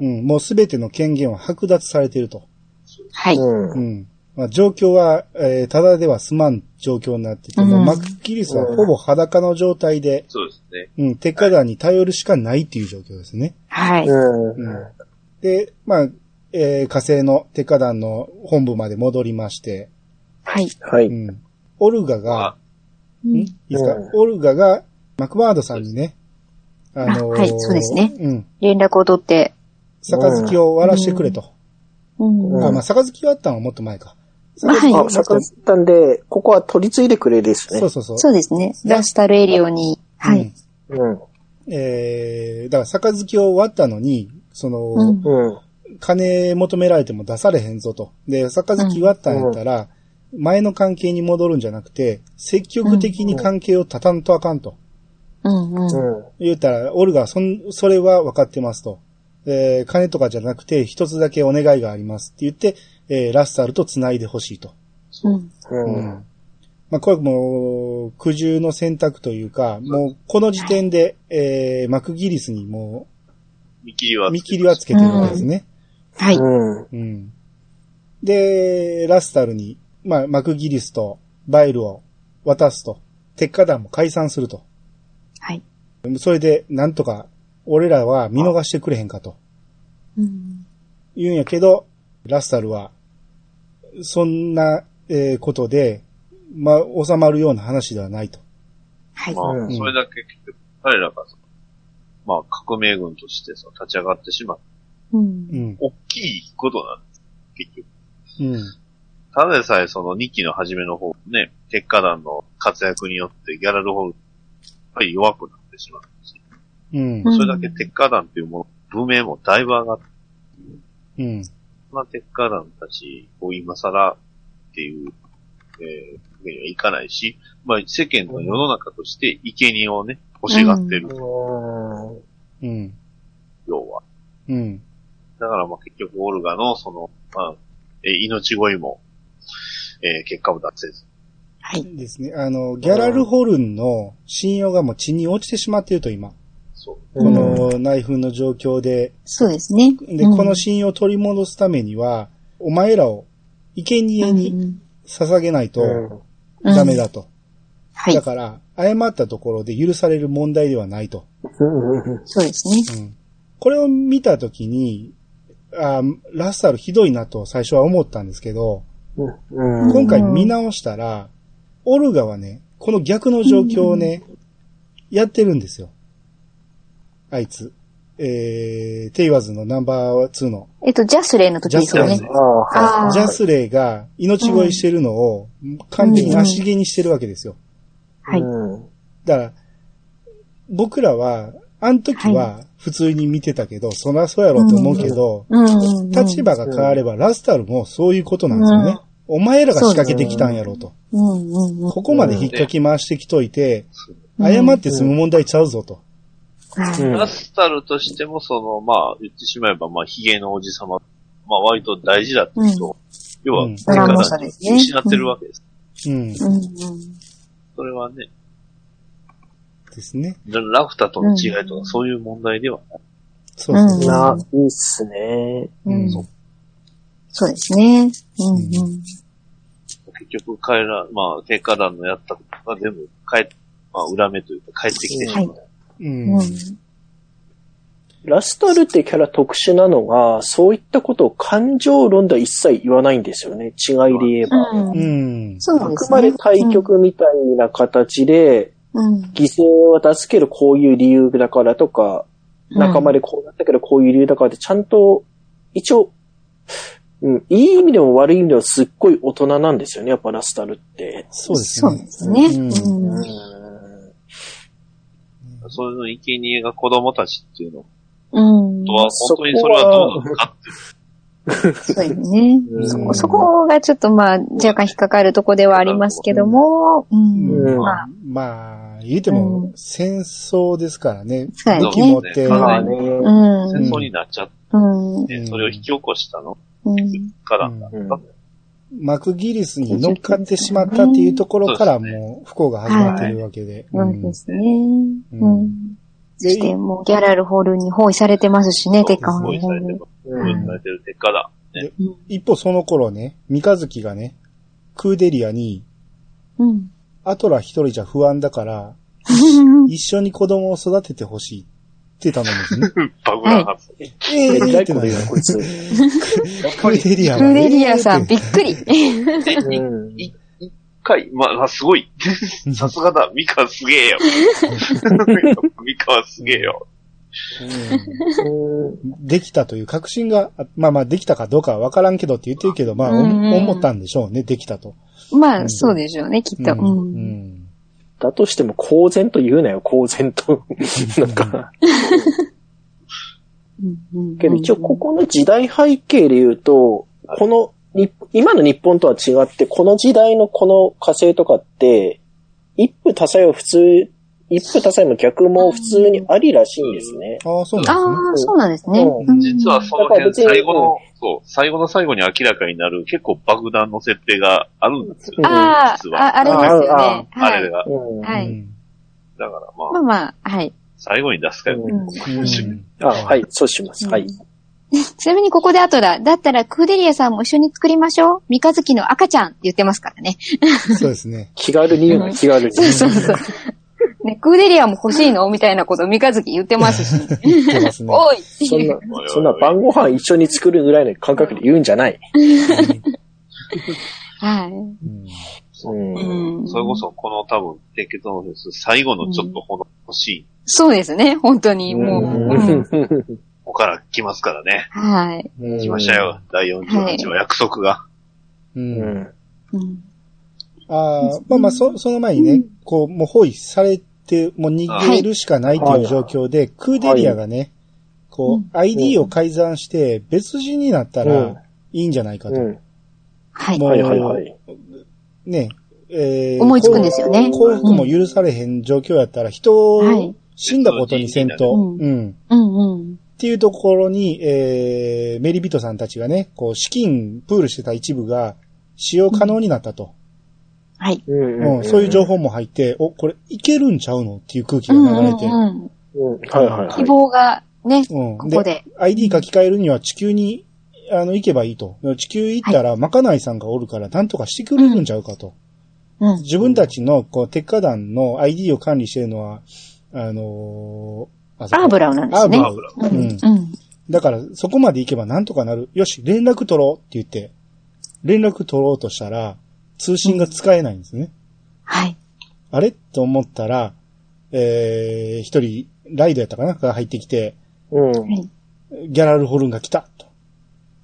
Speaker 3: うん。もうすべての権限は剥奪されていると。
Speaker 2: はい。
Speaker 4: ん。
Speaker 3: う
Speaker 4: うん。
Speaker 3: ん。まあ、状況は、えーただではすまん状況になってて、もう
Speaker 2: うん
Speaker 3: マクギリスはほぼ裸の状態で、
Speaker 1: そうですね。
Speaker 3: うん、鉄火団に頼るしかないっていう状況ですね。
Speaker 2: はい。
Speaker 4: うん。
Speaker 3: で、まあ、えー火星の鉄火団の本部まで戻りまして、
Speaker 2: はい。
Speaker 4: は
Speaker 3: う
Speaker 4: い。
Speaker 3: ん。オルガが
Speaker 1: あ、、
Speaker 2: うんん
Speaker 3: いいですか、
Speaker 4: うん
Speaker 3: オルガが、マクバードさんにね、あのー
Speaker 2: はいそうですね
Speaker 3: うん。
Speaker 2: 連絡を取って。
Speaker 3: 杯を割らしてくれと。
Speaker 2: うん。
Speaker 4: うん
Speaker 3: あ、まあ、杯はあったのはもっと前か。
Speaker 2: は
Speaker 4: あ、
Speaker 2: い。
Speaker 4: 坂つったんで、ここは取り継いでくれですね。
Speaker 3: そうそうそう。
Speaker 2: そうですね。ラスタルエリオに。は
Speaker 3: う
Speaker 2: い
Speaker 3: ん。。
Speaker 4: うん。
Speaker 3: えー、だから、杯を割ったのに、その、
Speaker 2: うん。
Speaker 4: うん。
Speaker 3: 金求められても出されへんぞと。で、杯割ったんやったら、前の関係に戻るんじゃなくて、積極的に関係を立たんとあかんと。
Speaker 2: うん。うん。
Speaker 3: 言ったら、オルガはそん、それは分かってますと。えー金とかじゃなくて、一つだけお願いがありますって言って、えーラスタルと繋いでほしいと。
Speaker 2: うん。
Speaker 4: うん。
Speaker 3: まあ、これもう、苦渋の選択というか、もう、この時点で、えーマクギリスにも
Speaker 1: 見切り
Speaker 3: う、
Speaker 1: は。
Speaker 3: 見切りはつけてるわけですね。
Speaker 2: はい。
Speaker 4: うん。
Speaker 3: うん。で、ラスタルに、まあ、マクギリスとバイルを渡すと。鉄火団も解散すると。
Speaker 2: はい。
Speaker 3: それで、なんとか、俺らは見逃してくれへんかと。
Speaker 2: うん。
Speaker 3: 言うんやけど、ラスタルは、そんな、えーことで、まあ、収まるような話ではないと。
Speaker 2: はい。
Speaker 1: まあ、
Speaker 4: うん
Speaker 1: それだけ結局、彼らがその、まあ、革命軍としてその立ち上がってしまう。
Speaker 2: う。
Speaker 3: うんん。
Speaker 1: 大きいことなんです。結局。
Speaker 3: うん。
Speaker 1: ただでさえその2期の初めの方、ね、鉄火団の活躍によってギャラルホール、やっぱり弱くなってしまうし、
Speaker 3: うん。
Speaker 2: うん
Speaker 1: それだけ鉄火団っていうもの、文明もだいぶ上がって、
Speaker 3: うん。
Speaker 1: まあ、鉄火団たちを今更っていう、えー、わけにはいかないし、まあ、世間の世の中として生贄をね、欲しがってる、
Speaker 4: うん。
Speaker 3: うん。
Speaker 1: 要は。
Speaker 3: うん。
Speaker 1: だからまあ結局オルガのその、まあ、えー命乞いも、えー結果を出せず。
Speaker 2: はい。
Speaker 3: ですね。あの、ギャラルホルンの信用がもう血に落ちてしまっていると、今。
Speaker 1: そう。
Speaker 3: この内紛の状況で。
Speaker 2: そうですね。
Speaker 3: で、
Speaker 2: うん
Speaker 3: この信用を取り戻すためには、お前らを生贄に捧げないとダメ。
Speaker 2: うん
Speaker 3: だと。
Speaker 2: はい
Speaker 3: だ。から、誤ったところで許される問題ではないと。
Speaker 4: うん。
Speaker 2: そうですね。
Speaker 3: うんこれを見たときに、あーラッサルひどいなと最初は思ったんですけど、
Speaker 4: うん。
Speaker 3: 今回見直したら、オルガはね、この逆の状況をね、やってるんですよ。あいつ。えー、テイワーズのナンバー2の
Speaker 2: えっと、ジャスレーの時ですよ
Speaker 3: ジャスレ
Speaker 2: ね
Speaker 3: ー。
Speaker 4: ああ、は
Speaker 2: あ
Speaker 4: い。
Speaker 3: ジャスレイが命乞いしてるのを完全に足毛にしてるわけですよ。
Speaker 2: はい。
Speaker 4: うん。
Speaker 3: だから、僕らは、あの時は普通に見てたけど、そらそうやろと思うけど、
Speaker 2: うん。
Speaker 3: 立。場が変われば、ラスタルもそういうことなんですよね。お前らが仕掛けてきたんやろと。
Speaker 2: うんうんうん。
Speaker 3: ここまで引っかき回してきといて、
Speaker 2: うん
Speaker 3: 謝って済む問題ちゃうぞと。
Speaker 2: はい
Speaker 4: うん
Speaker 1: ラスタルとしても、その、まあ、言ってしまえば、まあ、ヒゲのおじさま、まあ、割と大事だって人、
Speaker 2: う
Speaker 1: 要は
Speaker 3: うん、
Speaker 1: だか
Speaker 2: 裏
Speaker 1: ら
Speaker 2: もさですね
Speaker 1: 失ってるわけです。
Speaker 3: うん。
Speaker 2: うんうん。
Speaker 1: それはね、
Speaker 3: ですね。
Speaker 1: ラフタとの違いとか、そういう問題ではない。
Speaker 3: そうそうそ
Speaker 4: な、いいっすね。
Speaker 3: う。うん。
Speaker 2: そうですね。うんうん。
Speaker 1: 結局、彼ら、まあ、低下団のやったことが全部、帰っ、まあ、裏目というか、帰ってきてしまう。
Speaker 3: うん
Speaker 2: う。ん。
Speaker 4: ラスタルってキャラ特殊なのが、そういったことを感情論では一切言わないんですよね。違いで言えば。
Speaker 3: う
Speaker 2: うん。
Speaker 3: ん。
Speaker 2: そう
Speaker 4: あ
Speaker 2: で
Speaker 4: く
Speaker 2: すね。
Speaker 4: まで対局みたいな形で、
Speaker 2: うん。
Speaker 4: 犠牲を助けるこういう理由だからとか、
Speaker 2: うん
Speaker 4: 仲間でこうなったけどこういう理由だからって、ちゃんと、一応、うん、いい意味でも悪い意味でもすっごい大人なんですよね、やっぱラスタルって。
Speaker 3: そうです
Speaker 2: そう
Speaker 3: ね
Speaker 2: で。すね。
Speaker 3: う
Speaker 4: う
Speaker 2: うん。
Speaker 4: ん。
Speaker 1: そういうの、生贄が子供たちっていうの
Speaker 2: うん
Speaker 1: と。は、本当にそれはどうなのかっていう。
Speaker 2: そうですね。
Speaker 4: うん
Speaker 2: そこそこがちょっとまあ、若干引っかかるとこではありますけども、うん。
Speaker 4: うん
Speaker 2: まあ、
Speaker 3: まあ、言うても
Speaker 2: う、
Speaker 3: 戦争ですからね。
Speaker 2: そうや
Speaker 1: そ
Speaker 2: ね
Speaker 1: う
Speaker 3: 気持って
Speaker 1: ね
Speaker 4: まあ
Speaker 1: 完
Speaker 4: ね。
Speaker 2: うん。
Speaker 1: 全に戦争になっちゃっ
Speaker 2: うん。
Speaker 1: て、
Speaker 3: うん
Speaker 1: それを引き起こしたの
Speaker 2: うん。
Speaker 1: から、
Speaker 3: うん
Speaker 4: うん
Speaker 3: マクギリスに乗っかってしまったっていうところから
Speaker 1: そうですね
Speaker 3: もう不幸が始まってるわけで。
Speaker 2: そうですね。
Speaker 3: う
Speaker 2: うんん。そして、もうギャラルホールに包囲されてますしね、鉄火
Speaker 1: 包囲されて
Speaker 2: 本
Speaker 1: る、包囲されてる結果だ。
Speaker 3: 一方その頃ね、三日月がね、クーデリアに、
Speaker 2: うん。
Speaker 3: アトラ一人じゃ不安だから、一緒に子供を育ててほしいって頼むん
Speaker 1: [LAUGHS]
Speaker 3: ですね。
Speaker 1: バグラ発生。
Speaker 3: ええ
Speaker 4: えらい
Speaker 3: って
Speaker 4: こ
Speaker 3: な
Speaker 4: と
Speaker 3: る
Speaker 4: よ、こいつ。
Speaker 3: クーデリアは
Speaker 2: クレリアさ
Speaker 3: え
Speaker 2: ん、
Speaker 3: ーって
Speaker 2: びっくり。
Speaker 4: うん
Speaker 1: い回、まあ、すごい。さすがだ。ミカすげえよ。ミカはすげえよ。
Speaker 4: うん
Speaker 3: できたという確信が、あまあまあできたかどうかはわからんけどって言ってるけど、まあ、お
Speaker 2: うんうん
Speaker 3: 思ったんでしょうね、できたと。
Speaker 2: ま
Speaker 3: う
Speaker 2: あ、
Speaker 3: ん
Speaker 2: そうでしょうね、きっと。
Speaker 3: う
Speaker 2: うん。
Speaker 3: うんん
Speaker 4: だとしても公然と言うなよ、公然と。なんか。
Speaker 2: うん
Speaker 4: けど一応ここの時代背景で言うと、この日、今の日本とは違って、この時代のこの火星とかって、一夫多妻は普通、一夫多妻も逆も普通にありらしいんですね。
Speaker 3: ああ、そう
Speaker 2: あ
Speaker 3: なん
Speaker 2: あ、そうなんですね。
Speaker 4: う
Speaker 2: うん
Speaker 1: 実はその
Speaker 4: だか
Speaker 1: 辺、
Speaker 4: ら別に
Speaker 1: 最後の、そう、最後の最後に明らかになる結構爆弾の設定があるんですよ
Speaker 4: う。ん
Speaker 2: あ
Speaker 1: 実
Speaker 2: あ、
Speaker 1: は
Speaker 2: ああれですよね。
Speaker 1: あ
Speaker 2: はい
Speaker 1: れ。が。
Speaker 4: うん
Speaker 2: は
Speaker 3: で
Speaker 2: い
Speaker 3: すね。
Speaker 1: だから
Speaker 2: ま
Speaker 1: ま
Speaker 2: あ
Speaker 1: あ、
Speaker 2: まあ、はい。
Speaker 1: 最後に出すかよ。
Speaker 4: うん
Speaker 3: うんうん
Speaker 4: あ、はい、そうします。はい。
Speaker 2: ちなみにここで後だ。だったらクーデリアさんも一緒に作りましょう。三日月の赤ちゃんって言ってますからね。
Speaker 3: そうですね。
Speaker 4: 気軽に言うな、気軽に。
Speaker 2: そうそうそう。 [LAUGHS] ね、クーデリアも欲しいのみたいなこと三日月言ってますし。
Speaker 3: 言ってますね。
Speaker 2: おいって
Speaker 4: そん
Speaker 2: い
Speaker 4: な
Speaker 2: う。、
Speaker 4: そんな晩ご飯一緒に作るぐらいの感覚で言うんじゃない。
Speaker 2: はい。
Speaker 3: うん
Speaker 4: うん。
Speaker 2: うん
Speaker 1: それこそ、この多分、鉄血のです最後のちょっとほの欲しい
Speaker 2: そうですね、本当に。もう。うん
Speaker 1: 子から来ますからね。
Speaker 2: はい。
Speaker 1: 来ましたよ。第48話約束が。
Speaker 3: う
Speaker 4: うんん。
Speaker 2: うん
Speaker 3: ああ、まあまあ、そ、その前にね、こう、もう包囲されて、もう逃げるしかないという状況で、クーデリアがね、こう、ID を改ざんして、別人になった
Speaker 4: うん
Speaker 3: ら、いいんじゃないかと。
Speaker 4: うん。
Speaker 2: はい。
Speaker 3: も
Speaker 4: はいはいはい。
Speaker 3: ね、えー
Speaker 2: 思いつくんですよね
Speaker 3: 幸福も許されへん状況やったら、人
Speaker 2: はい
Speaker 3: を死んだことにせんと、
Speaker 2: うん
Speaker 3: うん。
Speaker 2: うんうん。
Speaker 3: っていうところに、えー、メリビトさんたちがね、こう、資金、プールしてた一部が、使用可能になったと。
Speaker 2: はい。
Speaker 4: うん
Speaker 3: うん、そういう情報も入って、お、これ、いけるんちゃうのっていう空気
Speaker 2: うん
Speaker 3: が
Speaker 2: う
Speaker 3: 流れて。
Speaker 2: んうん。
Speaker 4: うん。はいはいはい。
Speaker 2: 希望がね、
Speaker 3: うん。
Speaker 2: ここで。
Speaker 3: ID 書き換えるには地球に、あの、行けばいいと。地球行ったら、まかないさんがおるから、なんとかしてくれるんちゃうかと。
Speaker 2: うん。
Speaker 3: 自分たちの、こう、鉄火団の ID を管理してるのは、あのー、あそこ
Speaker 2: アーブラウなんですね。
Speaker 3: アー
Speaker 1: ブラ
Speaker 2: う
Speaker 3: うんん。
Speaker 2: うん。
Speaker 3: だから、そこまで行けばなんとかなる。よし、連絡取ろうって言って、連絡取ろうとしたら、通信が使えないんですね。
Speaker 2: はい。
Speaker 3: あれと思ったら、えー、一人、ライドやったかなが入ってきて、
Speaker 4: うん。
Speaker 3: ギャラルホルンが来た、と。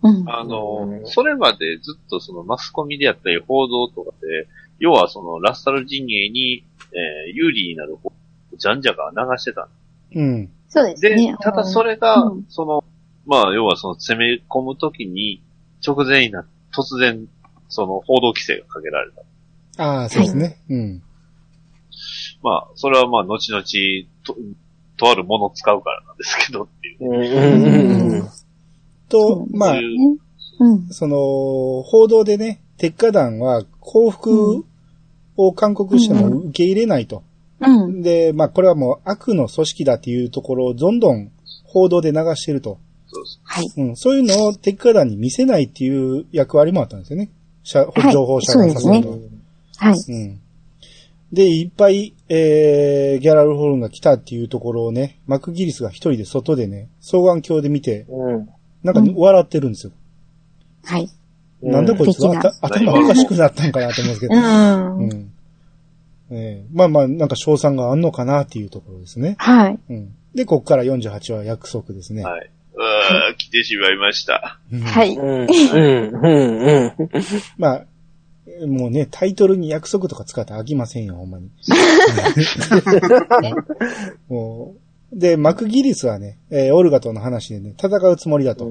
Speaker 2: うん。
Speaker 1: あの
Speaker 4: う、ん
Speaker 1: それまでずっとそのマスコミであったり報道とかで、要はそのラスタル陣営に、えー有利になる方ジャンジャが流してたん
Speaker 3: うん。
Speaker 2: そうです
Speaker 1: で。
Speaker 2: ね。
Speaker 1: ただそ
Speaker 2: れ。
Speaker 1: れが
Speaker 2: うん、
Speaker 1: その、まあ要はその攻め込むときに、直前にな突然、その報道規制がかけられた。
Speaker 3: ああ、そうですね。うん。
Speaker 1: まあ、それはまあ後々と、とあるものを使うからなんですけどっていう。
Speaker 4: うん。うん。
Speaker 3: と、まあ
Speaker 1: そう、いう
Speaker 2: ねうん。
Speaker 3: その、報道でね、鉄火団は降伏を勧告しても受け入れないと。
Speaker 2: うん。
Speaker 3: で、まあ、これはもう悪の組織だっていうところをどんどん報道で流してると。
Speaker 1: そうそう
Speaker 2: はい。
Speaker 3: うん、そういうのを鉄火団に見せないっていう役割もあったんですよね。社
Speaker 2: はい
Speaker 3: 情報社が
Speaker 2: そうです
Speaker 3: う
Speaker 2: はい。
Speaker 3: ん。で、いっぱい、えー、ギャラルホルンが来たっていうところをね、マクギリスが一人で外でね、双眼鏡で見て、
Speaker 4: うん。
Speaker 3: なんか
Speaker 2: うん
Speaker 3: 笑ってるんですよ。
Speaker 2: はい。
Speaker 3: なんだこいつは
Speaker 2: 素敵な
Speaker 3: 頭おかしくなったんかなと思うんですけ
Speaker 2: う
Speaker 3: ど。
Speaker 2: ん。
Speaker 3: うん。えーまあまあ、なんか賞賛があんのかなっていうところですね。
Speaker 2: はい。
Speaker 3: うん。で、こっから48話約束ですね。
Speaker 1: はい。うー、来てしまいました。
Speaker 3: うん
Speaker 2: はい。
Speaker 4: うん。うん。うん。
Speaker 3: まあ、もうね、タイトルに約束とか使ったら飽きませんよ、ほん
Speaker 4: [LAUGHS]
Speaker 3: まに。もうで、マクギリスはね、えーオルガとの話でね、戦うつもりだと。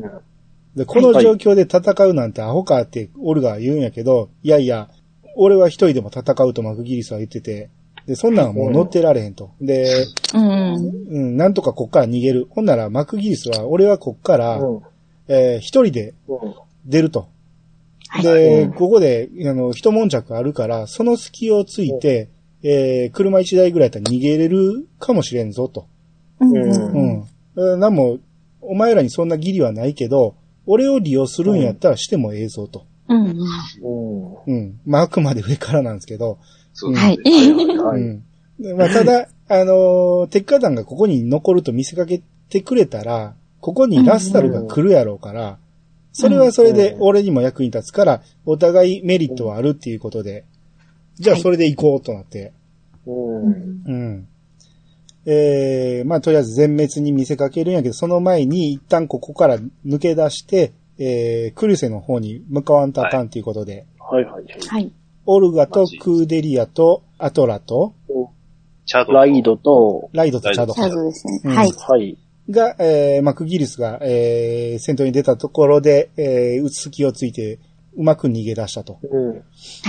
Speaker 3: で、この
Speaker 4: はい
Speaker 3: 状況で戦うなんてアホかってオルガは言うんやけど、いやいや、俺は一人でも戦うとマクギリスは言ってて、で、そんなんはもう乗ってられへんと。で、
Speaker 2: うん。
Speaker 3: うん、なんとかこっから逃げる。ほんならマクギリスは、俺はこっから、えー一人で出ると。
Speaker 2: はい
Speaker 3: で、
Speaker 4: うん
Speaker 3: ここで、あの、一悶着あるから、その隙をついて、えー、車一台ぐらいだったら逃げれるかもしれんぞ、と。
Speaker 2: うん
Speaker 3: う
Speaker 2: うん。
Speaker 3: ん。うん、なんも、お前らにそんな義理はないけど、俺を利用するんやったらしてもええぞ、と。
Speaker 2: うん。
Speaker 4: う
Speaker 3: うん。まあ、あくまで上からなんですけど。
Speaker 1: そうで
Speaker 2: は
Speaker 1: す
Speaker 2: い
Speaker 1: ね。
Speaker 4: ん。は
Speaker 3: う
Speaker 4: い。
Speaker 3: ん。でまあ、た [LAUGHS] だ、あのー鉄火団がここに残ると見せかけてくれたら、ここにラスタルが来るやろうから、それはそれで
Speaker 4: うん
Speaker 3: 俺にも役に立つから、お互いメリットはあるっていうことで、じゃあ
Speaker 2: はい
Speaker 3: それで行こうとなって、
Speaker 4: うん。
Speaker 3: うん。えー、まあとりあえず全滅に見せかけるんやけど、その前に一旦ここから抜け出して、えー、クリュセの方に向かわんとあかんということで、
Speaker 4: はいはい。
Speaker 2: はい。
Speaker 3: オルガとクーデリアとアトラと、
Speaker 1: チャド。
Speaker 4: ライ。ドと、
Speaker 3: ライドとチャド。
Speaker 2: そうですね。
Speaker 3: うん
Speaker 2: はい。
Speaker 4: はい。
Speaker 3: が、えー、マクギリスが、えー、戦闘に出たところで、えー、うつ隙をついて、うまく逃げ出したと。
Speaker 4: うん。
Speaker 2: は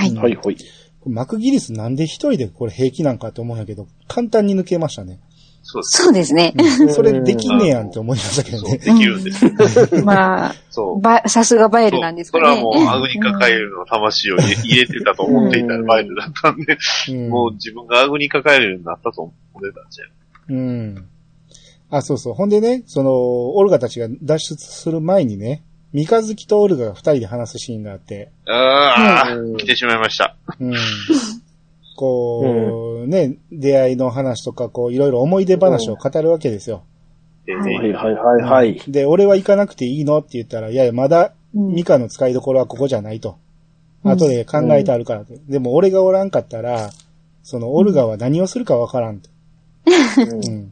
Speaker 2: い。
Speaker 3: うん
Speaker 4: はいはい。
Speaker 3: マクギリスなんで一人でこれ平気なんかと思うんやけど、簡単に抜けましたね。
Speaker 1: そうです。
Speaker 2: そうです
Speaker 3: [LAUGHS]
Speaker 2: ね。
Speaker 4: ん
Speaker 3: それできねえやんって思いましたけど
Speaker 1: そう、で
Speaker 3: ね。
Speaker 1: きるんです。
Speaker 4: [LAUGHS]
Speaker 2: まあ、
Speaker 1: そう。
Speaker 2: ば、さすがバイルなんですかね。
Speaker 1: そうそれはもう、アグニカカエルの魂を入
Speaker 2: [LAUGHS]
Speaker 1: れ入れてたと思っていたバイルだったんで、
Speaker 3: うん
Speaker 1: もう自分がアグニカカエルになったと思ってたんじゃん。
Speaker 3: うん。あ、そうそう。ほんでね、その、オルガたちが脱出する前にね、三日月とオルガが二人で話すシーンがあって、
Speaker 1: ああ、
Speaker 4: うん
Speaker 1: 来てしまいました。
Speaker 3: うん。こう、ね、出会いの話とか、こう、いろいろ思い出話を語るわけですよ。
Speaker 1: えー
Speaker 4: はいはいはいはい。
Speaker 3: で、俺は行かなくていいのって言ったら、いやいや、まだ、
Speaker 2: うん
Speaker 3: ミカの使いどころはここじゃないと。
Speaker 2: うん
Speaker 3: 後で考えてあるからと。でも、俺がおらんかったら、その、オルガは何をするかわからんと。うん。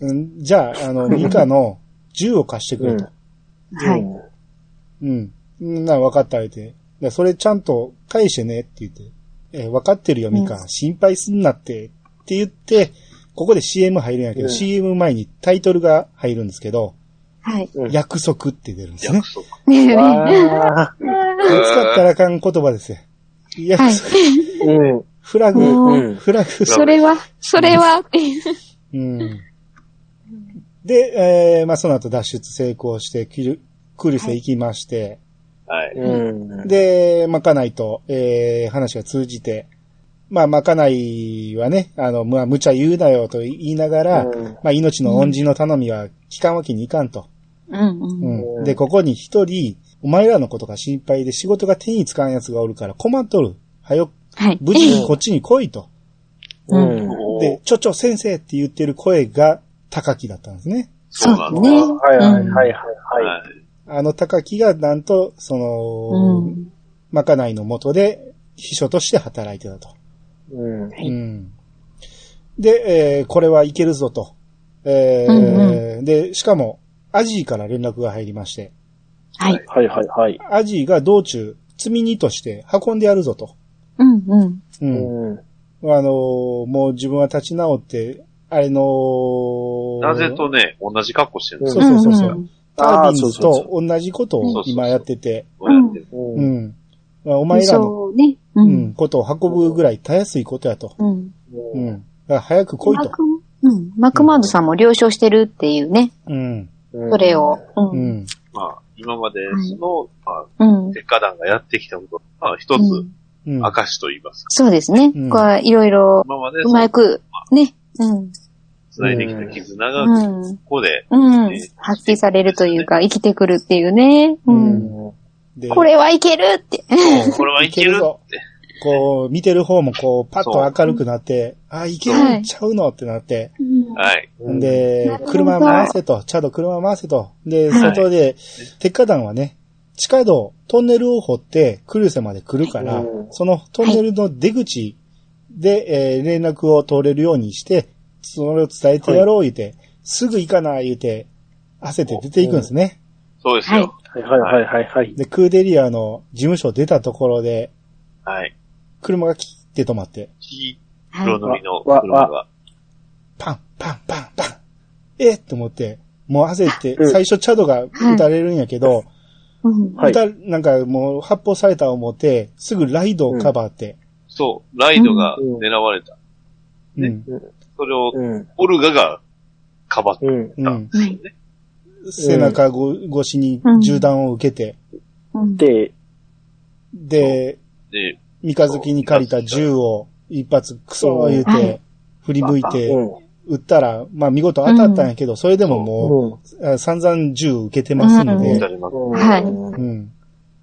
Speaker 3: うんじゃあ、あの、ミカの銃を貸してくれと。
Speaker 2: はい。
Speaker 3: うん。な、分かった、言うて。でそれちゃんと返してね、って言って。えー分かってるよ、ミカ。
Speaker 2: う
Speaker 3: 心配すんなって、って言って、ここで CM 入るんやけど、
Speaker 4: うん
Speaker 3: CM 前にタイトルが入るんですけど、
Speaker 2: はい。
Speaker 4: うん
Speaker 3: 約束って出るんですね
Speaker 1: 約。束。
Speaker 4: うん。わー
Speaker 3: 使ったらあかん言葉ですよ。いや、
Speaker 2: はい。
Speaker 4: うん。
Speaker 3: フラグ、
Speaker 2: もう
Speaker 4: うん
Speaker 3: フラグ、
Speaker 2: [LAUGHS] それは、それは、
Speaker 3: うん。で、えーまあ、その後脱出成功して、キルクルセ行きまして、
Speaker 1: はい。
Speaker 4: うん。
Speaker 3: で、まかないと、えー話が通じて、まあ、まかないはね、あの、まあ、無茶言うなよと言いながら、
Speaker 4: うん
Speaker 3: まあ、命の恩人の頼みは聞かんわけにいかんと。
Speaker 2: うんうん。
Speaker 3: う。
Speaker 4: うんん
Speaker 3: で、ここに一人、お前らのことが心配で仕事が手につかん奴がおるから困っとる。はよ、
Speaker 2: はい。
Speaker 3: 無事にこっちに来いと。
Speaker 4: うん。
Speaker 1: おー
Speaker 3: で、ちょちょ先生って言ってる声が高木だったんですね。
Speaker 2: そうだね。
Speaker 4: はいはいはいはいは
Speaker 1: はい。
Speaker 3: あの高木がなんと、その、
Speaker 2: うん
Speaker 3: まかないの下で秘書として働いてたと。
Speaker 4: い。う
Speaker 2: は
Speaker 4: ん。
Speaker 2: い
Speaker 3: うん。で、えーこれはいけるぞと。えー
Speaker 2: うん
Speaker 3: で、しかも、アジーから連絡が入りまして、
Speaker 2: はい。
Speaker 4: はいはいはい。
Speaker 3: アジーが道中、積み荷として運んでやるぞと。
Speaker 2: うんうん。
Speaker 3: うん。
Speaker 4: うん。
Speaker 3: あのーもう自分は立ち直って、あれのー
Speaker 1: なぜとね、同じ格好してるんです
Speaker 3: そ
Speaker 1: よ。
Speaker 3: うそうそうそう。
Speaker 2: んん
Speaker 3: タービン
Speaker 4: あーそう
Speaker 3: ズ
Speaker 4: そう
Speaker 3: と
Speaker 4: そ
Speaker 3: 同じことを今やってて、
Speaker 1: こうやってる
Speaker 4: う。
Speaker 3: うんん。まあお前らの
Speaker 2: そうね。う
Speaker 3: うんん、。ことを運ぶぐらいたやすいことやと。
Speaker 2: うん。
Speaker 3: うん。だから早く来い
Speaker 2: マ
Speaker 3: と。
Speaker 2: ク、うん。マクマードさんも了承してるっていうね。
Speaker 3: うん。
Speaker 4: うん
Speaker 2: それを。。う。
Speaker 3: うんん。
Speaker 1: まあ、今までその、ま
Speaker 2: うん
Speaker 1: あ、。鉄火団がやってきたこと、まあ、一つ、
Speaker 2: うん
Speaker 3: うん。
Speaker 1: 証と言いますか。
Speaker 2: そうですね。
Speaker 3: うん
Speaker 2: これ、いろいろ、
Speaker 1: 今まで
Speaker 2: うまく、ね。うん。
Speaker 1: 繋いできた絆が、こ
Speaker 2: うん。
Speaker 1: こで、
Speaker 2: うん。発揮されるというか、生きてくるっていうね。う。
Speaker 3: うんで
Speaker 2: これはいけるって。
Speaker 1: これはいけるって。
Speaker 3: こう、見てる方もこう、パッと明るくなって、あ、いけ
Speaker 2: は
Speaker 3: る
Speaker 2: い
Speaker 3: んちゃうのってなって。
Speaker 1: はい。
Speaker 4: うん。
Speaker 2: な
Speaker 3: で
Speaker 2: るほ、ど
Speaker 3: 車回せと、ちゃんと車回せと。で、
Speaker 2: はい
Speaker 3: 外で、鉄火団はね、地下道、トンネルを掘って、クルセまで来るから
Speaker 4: う、ん
Speaker 3: そのトンネルの出口で、えー連絡を取れるようにして、それを伝えてやろう言うて、すぐ行かな言うて、焦って出ていくんですね。
Speaker 1: そうですよ。
Speaker 4: はいはいはいはいはい。
Speaker 3: で、クーデリアの事務所出たところで、
Speaker 1: はい。
Speaker 3: 車が切って止まって、
Speaker 1: 黄
Speaker 2: はい。
Speaker 1: 色のみの車が。
Speaker 3: パン、パン、パン、パン。えっと思って、もう焦って
Speaker 4: う、ん
Speaker 3: 最初チャドが撃たれるんやけど、
Speaker 2: うん。
Speaker 4: はい
Speaker 3: 撃たなんかもう発砲された思って、すぐライドをカバーって、
Speaker 1: そう、ライドが狙われた。
Speaker 3: うん
Speaker 1: ん。それを、
Speaker 4: うん。
Speaker 1: オルガが、かばっ
Speaker 4: うん。
Speaker 3: うん
Speaker 1: うん
Speaker 2: はい。
Speaker 3: 背中越しに銃弾を受けて、
Speaker 2: うん。
Speaker 4: で、
Speaker 3: で、
Speaker 1: て、
Speaker 3: 三日月に借りた銃を一発クソー言う
Speaker 2: は
Speaker 3: て
Speaker 2: い、
Speaker 3: 振り向いて
Speaker 4: うん。
Speaker 3: 撃ったら、まあ見事当たったんやけど、それでもも
Speaker 4: うん。
Speaker 3: うあ散々銃受けてますの
Speaker 1: 撃
Speaker 3: で
Speaker 1: た、れます。
Speaker 2: はい
Speaker 3: うん。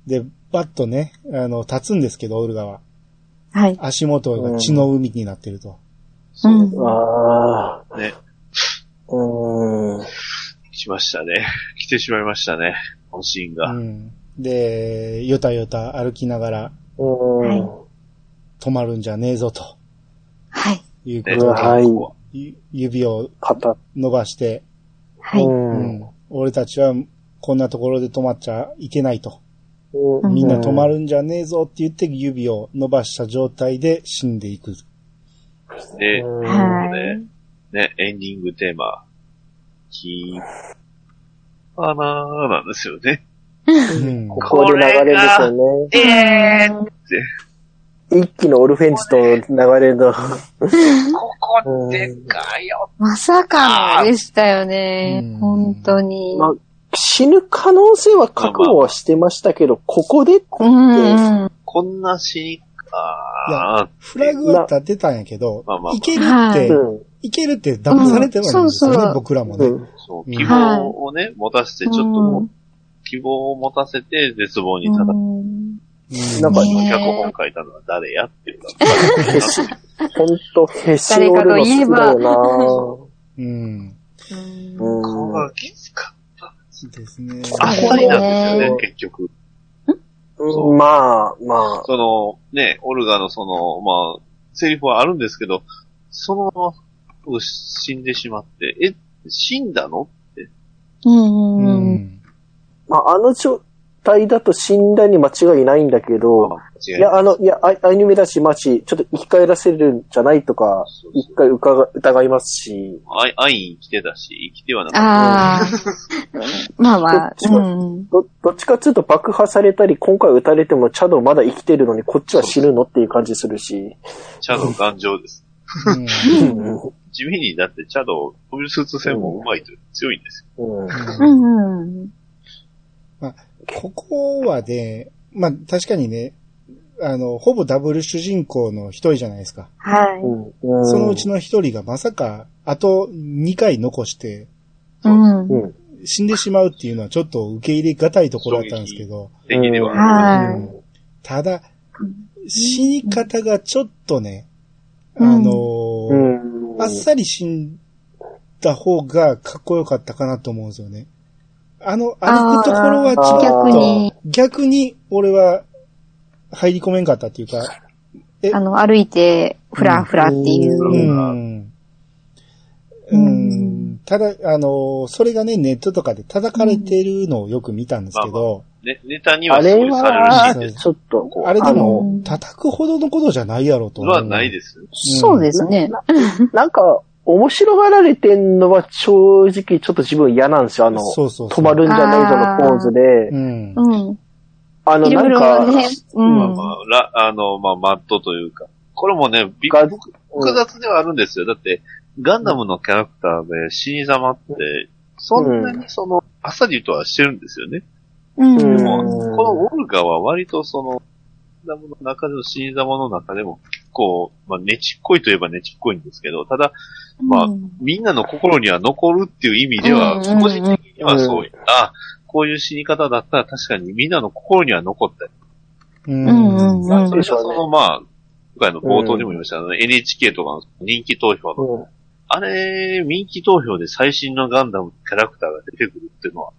Speaker 3: で、バッとね、あの、立つんですけど、オルガは。
Speaker 2: はい。
Speaker 3: 足元が血の海になってると。
Speaker 2: う
Speaker 1: そ
Speaker 2: ん
Speaker 1: う。
Speaker 4: ああ。
Speaker 1: ね。
Speaker 4: うん。
Speaker 1: しましたね。 [LAUGHS] 来てしまいましたね。このシーン
Speaker 3: う
Speaker 1: が。
Speaker 3: ん。で、よたよた歩きながら
Speaker 4: うん。
Speaker 3: 止まるんじゃねえぞと
Speaker 2: はい。
Speaker 3: いうこ
Speaker 1: ね、
Speaker 3: と
Speaker 4: う
Speaker 3: で、
Speaker 4: わはい
Speaker 1: こ
Speaker 3: ゆ指を
Speaker 4: 肩。
Speaker 3: 伸ばして、
Speaker 2: はい。
Speaker 3: うん俺たちはこんなところで止まっちゃいけないと。
Speaker 4: う
Speaker 3: みんな止ま
Speaker 4: る。
Speaker 3: るんじゃねえぞって言って指を伸ばした状態で死んでいく。
Speaker 1: はで、
Speaker 2: はい。
Speaker 1: ね、エンディングテーマ、キーパーナーなんですよね。
Speaker 3: うん
Speaker 4: ここで流れるんですよ
Speaker 1: え
Speaker 4: ね。
Speaker 1: ー、
Speaker 4: 一気のオルフェンズと流れの。
Speaker 1: ここでかよ。
Speaker 2: まさかのでしたよね
Speaker 3: うん。
Speaker 2: 本当に。
Speaker 4: まあ、死ぬ可能性は覚悟はしてましたけど、ここでって、
Speaker 2: うん。
Speaker 1: こんなシーンか。
Speaker 3: フラグは立てたんやけど
Speaker 1: まあまあまあ、
Speaker 3: いけるっ
Speaker 2: は
Speaker 3: て
Speaker 2: い
Speaker 4: うん
Speaker 3: いけるって騙されてはいるんですよね、
Speaker 2: うんそうそう
Speaker 3: 僕らも
Speaker 4: う
Speaker 3: ね。
Speaker 4: ん。
Speaker 1: そう、希望をね、持たせて、ちょっともう希望を持たせて絶望にただ、
Speaker 2: うん
Speaker 4: なんか
Speaker 2: ねえ
Speaker 1: 脚本書いたのは誰やっていうのが
Speaker 4: へし、ほんと、へし折るの好きだよ
Speaker 3: うん。
Speaker 4: なぁ。
Speaker 1: 顔
Speaker 4: うん
Speaker 1: がきつかっ
Speaker 3: ですね。
Speaker 1: た。あっさりなんですよね、結局。
Speaker 4: うん。まあ、まあ。
Speaker 1: その、ね、オルガのその、まあ、セリフはあるんですけど、そのまま僕死んでしまって、え、死んだの
Speaker 2: うん
Speaker 3: う
Speaker 2: うん
Speaker 3: ん。
Speaker 4: まあ、あの状態だと死んだに間違いないんだけど、い
Speaker 1: 違い
Speaker 4: や、あの、いや、アアニメだし、マジ、ちょっと生き返らせるんじゃないとか、一回伺疑いますし、
Speaker 1: あい、あい生きてたし、生きてはなかっ
Speaker 2: ああ。まあまあ。
Speaker 4: ち
Speaker 2: う
Speaker 4: ょっと
Speaker 2: ん。
Speaker 4: ど、どっちかっていうと爆破されたり、今回撃たれても、チャドまだ生きてるのに、こっちは死ぬのっていう感じするし、
Speaker 1: た。チャド頑丈です。
Speaker 3: うん
Speaker 4: うん。
Speaker 1: 地味にだってチャド、飛びスーツ戦も上手いと強いんですよ。
Speaker 4: うん。
Speaker 2: うんうん。
Speaker 3: ここはね、まあ確かにね、あの、ほぼダブル主人公の一人じゃないですか。
Speaker 2: はい。
Speaker 4: うん。
Speaker 3: そのうちの一人がまさか、あと2回残して
Speaker 2: うん。
Speaker 4: うん。
Speaker 3: 死んでしまうっていうのはちょっと受け入れがたいところだったんですけど、
Speaker 1: 敵では。
Speaker 2: は
Speaker 3: うんただ、死に方がちょっとね、あのー
Speaker 4: うん。
Speaker 3: あっさり死んだ方がかっこよかったかなと思うんですよね。あの、歩くところはちょ
Speaker 4: あー
Speaker 3: っ
Speaker 2: 逆に、
Speaker 3: と、逆に俺は入り込めんかったっていうか、え
Speaker 2: あの、歩いて、ふらふらっていう。
Speaker 1: う
Speaker 3: うん。う
Speaker 2: うん
Speaker 3: ん、ただ、あの、それがね、ネットとかで叩かれてるのをよく見たんですけど、
Speaker 1: ね、ネタにはすごいされる
Speaker 3: あ
Speaker 1: し
Speaker 3: れ、は
Speaker 4: ちょっと、
Speaker 3: あれで
Speaker 2: あ
Speaker 3: も
Speaker 2: の、
Speaker 3: 叩くほどのことじゃないやろうと思う。
Speaker 1: はないですよ。
Speaker 2: そうですね。
Speaker 4: なんか、面白がられてんのは正直ちょっと自分嫌なんですよ。あの、
Speaker 3: そうそうそ
Speaker 4: 止
Speaker 3: う
Speaker 4: まるんじゃないぞのポーズで。
Speaker 3: うん。
Speaker 2: うん。
Speaker 4: あの、
Speaker 2: いろい
Speaker 4: なん
Speaker 2: ろ
Speaker 4: か、
Speaker 2: ね。う
Speaker 1: まあ
Speaker 2: ん
Speaker 1: ま。あ、ら、あの、まあ、マットというか。これもね、び
Speaker 4: が
Speaker 1: 複雑ではあるんですよ。だって、ガンダムのキャラクターで死に様って、そんなにその、あっさりとはしてるんですよね。
Speaker 2: うん。
Speaker 4: う
Speaker 1: も
Speaker 4: ん
Speaker 1: うこのオルガは割とその、ガンダムの中での死に様の中でも結構、まあ、ねちっこいといえばねちっこいんですけど、ただ、まあ
Speaker 2: うん
Speaker 1: みんなの心には残るっていう意味では、
Speaker 2: うんうんうん
Speaker 1: 個人的にはそういった、こういう死に方だったら確かにみんなの心には残ったり
Speaker 3: う
Speaker 2: うんうん
Speaker 3: ん。
Speaker 2: う
Speaker 1: そ
Speaker 2: ん
Speaker 1: れがその、まあ、今回の冒頭にも言いました、ね NHK とかの人気投票の、
Speaker 4: うん
Speaker 1: あれ、人気投票で最新のガンダムのキャラクターが出てくるっていうのは、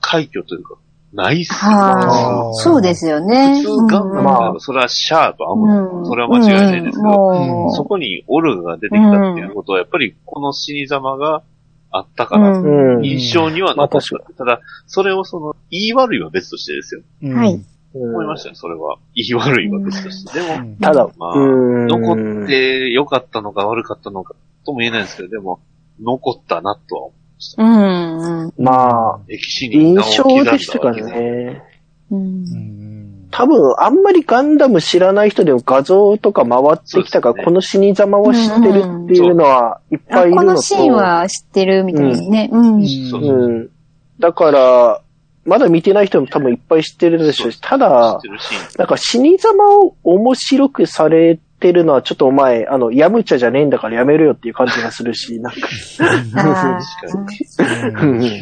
Speaker 1: 快挙というか、ないっすよ
Speaker 2: はあ。そうですよね。
Speaker 1: 普通ガンダムな
Speaker 4: う
Speaker 1: ら、それはシャーとアムロ、
Speaker 2: うん
Speaker 1: それは間違いないですけど
Speaker 2: うんもう
Speaker 1: そこにオルガが出てきたっていうことは、やっぱりこの死に様があったから、
Speaker 2: うん
Speaker 4: うん
Speaker 1: 印象には残ってた。ただ、それをその、言い悪いは別としてですよ。
Speaker 3: うん
Speaker 2: はい。
Speaker 1: 思いましたよ、それは。言い悪いは別として。で
Speaker 3: う
Speaker 1: も、
Speaker 3: ん
Speaker 4: ただ、
Speaker 1: まあ、
Speaker 4: うん
Speaker 1: 残って良かったのか悪かったのかとも言えないんですけど、でも、残ったなとは思
Speaker 2: うん。
Speaker 4: まあ、
Speaker 1: う。歴史に名
Speaker 4: 印
Speaker 1: を刻ん
Speaker 4: 象
Speaker 1: だ
Speaker 4: でしたか
Speaker 1: わけで。
Speaker 4: ね。
Speaker 2: うん
Speaker 3: う。ん
Speaker 4: 多分、あんまりガンダム知らない人でも画像とか回ってきたか
Speaker 1: そ
Speaker 4: ら、
Speaker 1: うですね
Speaker 4: この死に様を知ってるっていうのはいっ
Speaker 2: あ
Speaker 4: ぱいいる
Speaker 2: こ
Speaker 4: の。
Speaker 2: とのシーンは知ってるみたいなね。うん。
Speaker 1: そう
Speaker 3: うん
Speaker 4: うん。だから、まだ見てない人も多分いっぱい知ってるでしょうし、た
Speaker 1: 知
Speaker 4: だ
Speaker 1: って、るし、
Speaker 4: なんか死に様を面白くされてるのはちょっとお前、あの、やむちゃじゃねえんだからやめるよっていう感じがする [LAUGHS] し、なんか、
Speaker 2: ああ
Speaker 1: 確か
Speaker 4: うん
Speaker 1: じゃ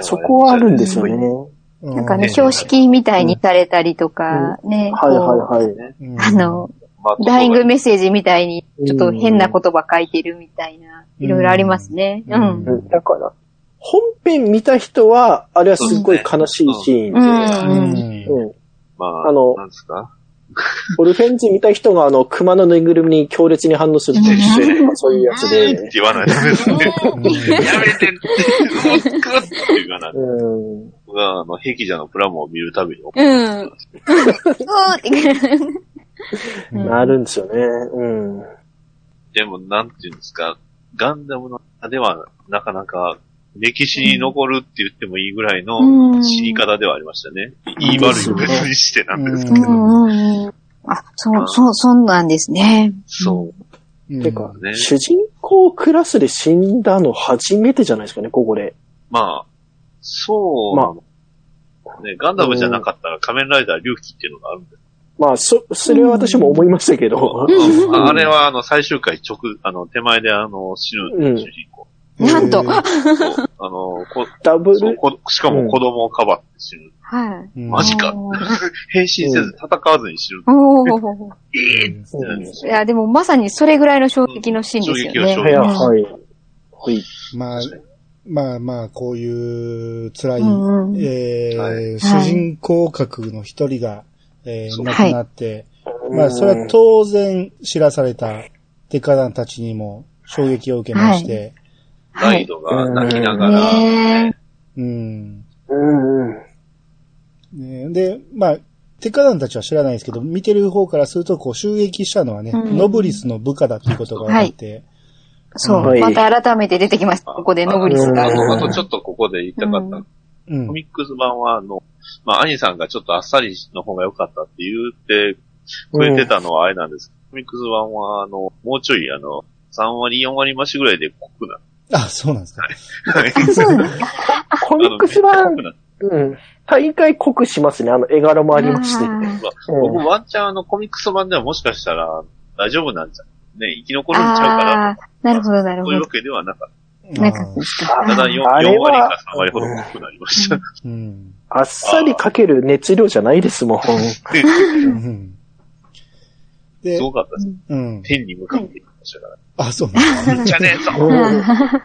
Speaker 1: あ
Speaker 4: そこはあるんですよね。
Speaker 3: うん
Speaker 2: なんかね、
Speaker 1: うん
Speaker 2: 標識みたいにされたりとか、ね、
Speaker 4: はい
Speaker 2: こ
Speaker 4: はいはい。
Speaker 3: う
Speaker 2: うんあの、
Speaker 1: まあ
Speaker 2: ダイイングメッセージみたいに、ちょっと変な言葉書いてるみたいな、
Speaker 3: うん
Speaker 2: いろいろありますね。う
Speaker 3: うん
Speaker 2: ん。
Speaker 4: うんだから、本編見た人は、あれはすっごい悲しいシ
Speaker 2: う
Speaker 4: ーンで、
Speaker 2: ん。
Speaker 3: うん
Speaker 4: うん
Speaker 1: まあ、
Speaker 4: あの
Speaker 1: なんですか
Speaker 4: オルフェンズ見た人があの、熊のぬいぐるみに強烈に反応するっていう、そういうやつ
Speaker 1: えーって
Speaker 4: で、
Speaker 1: 言わないと
Speaker 4: [LAUGHS]
Speaker 1: ですね。
Speaker 3: う
Speaker 1: や
Speaker 3: ん
Speaker 1: めてって、もう作って言わない。
Speaker 4: うん。
Speaker 1: 僕は、あの、壁者のプラモを見るたびに、
Speaker 2: うん。うーって。うん
Speaker 4: なるんですよね。うん。
Speaker 1: でも、なんていうんですか、ガンダムの中では、なかなか、歴史に残るって言ってもいいぐらい
Speaker 2: うん
Speaker 1: の死に方ではありましたね。言い悪いを別にしてなんですけ
Speaker 2: う
Speaker 1: ど。
Speaker 2: んうんうん。あ、そう、そう、そうなんですね。
Speaker 1: そ
Speaker 3: うん
Speaker 4: てか、
Speaker 1: ね
Speaker 4: 主人公クラスで死んだの初めてじゃないですかね、ここで。
Speaker 1: う。まあ、そうなのね、ガンダムじゃなかったら仮面ライダー龍騎っていうのがあるんです。
Speaker 4: まあ、そ、それは私も思いましたけど。
Speaker 2: うん
Speaker 1: ああれは、あの、最終回直、あの、手前で、あの、死ぬ
Speaker 4: うん
Speaker 1: 主人公。
Speaker 2: なんと。
Speaker 3: うん
Speaker 2: は
Speaker 1: そうあの、こ
Speaker 4: ダブ
Speaker 1: そう
Speaker 4: ル、
Speaker 1: こしかも子供をかばって死ぬ。
Speaker 2: い。
Speaker 3: うん
Speaker 1: マジか
Speaker 2: おー。
Speaker 1: 変身せず戦わずに死ぬ。
Speaker 2: おー。
Speaker 1: ええって
Speaker 4: うん
Speaker 1: なります
Speaker 2: いや、でもまさにそれぐらいの衝撃のシーンですよね。
Speaker 1: 衝
Speaker 4: は
Speaker 1: 撃
Speaker 4: い、
Speaker 1: の
Speaker 4: はい。はい。
Speaker 3: まあ、まあまあ、こういう辛い、
Speaker 2: うんうん
Speaker 3: えー
Speaker 1: は
Speaker 3: 主人公格の一人が、えー
Speaker 1: そう
Speaker 3: 亡くなって、まあ、それは当然知らされたデカダンたちにも衝撃を受けまして、
Speaker 1: ラ
Speaker 2: は
Speaker 1: イ
Speaker 2: い。
Speaker 1: ドが泣きながら、
Speaker 2: ね
Speaker 3: うん。
Speaker 4: うんうん。
Speaker 3: ねで、まあ、テカダンたちは知らないですけど、見てる方からすると、こう、襲撃したのはね、
Speaker 2: うん
Speaker 3: ノブリスの部下だっていうことが分かって、
Speaker 2: そう、
Speaker 4: はい
Speaker 2: また改めて出てきました。ここでノブリスが。
Speaker 4: うん
Speaker 1: あとちょっとここで言いたかった、
Speaker 2: うん
Speaker 3: うん
Speaker 1: コミックス版は、あの、まあ、兄さんがちょっとあっさりの方が良かったって言ってくれてたのはあれなんです。コミックス版は、あの、もうちょい、あの、3割、4割増しぐらいで濃くなっ
Speaker 3: あ、そうなんですか。
Speaker 1: た。
Speaker 2: そうなんだ。
Speaker 4: コミックス
Speaker 1: あの
Speaker 4: 版
Speaker 1: めっちゃ濃、くなった
Speaker 4: うん。大会濃くしますね。あの、絵柄もありまして。
Speaker 2: あー
Speaker 1: 僕、
Speaker 4: うん
Speaker 1: ワンチャン、あの、コミックス版ではもしかしたら大丈夫なんじゃうね、生き残るんちゃうから、
Speaker 2: あーなるほど、なる
Speaker 1: そ
Speaker 2: ほ
Speaker 1: ういうわ
Speaker 2: ど。
Speaker 1: けではなかっ
Speaker 2: なん
Speaker 3: あ
Speaker 2: か
Speaker 3: ー、
Speaker 1: た。ただ4、
Speaker 4: あれ
Speaker 1: 4割
Speaker 4: は
Speaker 1: か3割ほど濃くなりました。 [LAUGHS]
Speaker 3: うん。
Speaker 4: あっさりかける熱量じゃないですもん。
Speaker 3: うんで
Speaker 1: す、ごかったです。
Speaker 3: うん。
Speaker 1: 天に向かっていきましたから。
Speaker 3: あ、そうなんですね。
Speaker 1: じゃ
Speaker 4: [LAUGHS]
Speaker 1: ねえぞ
Speaker 4: うん
Speaker 1: あー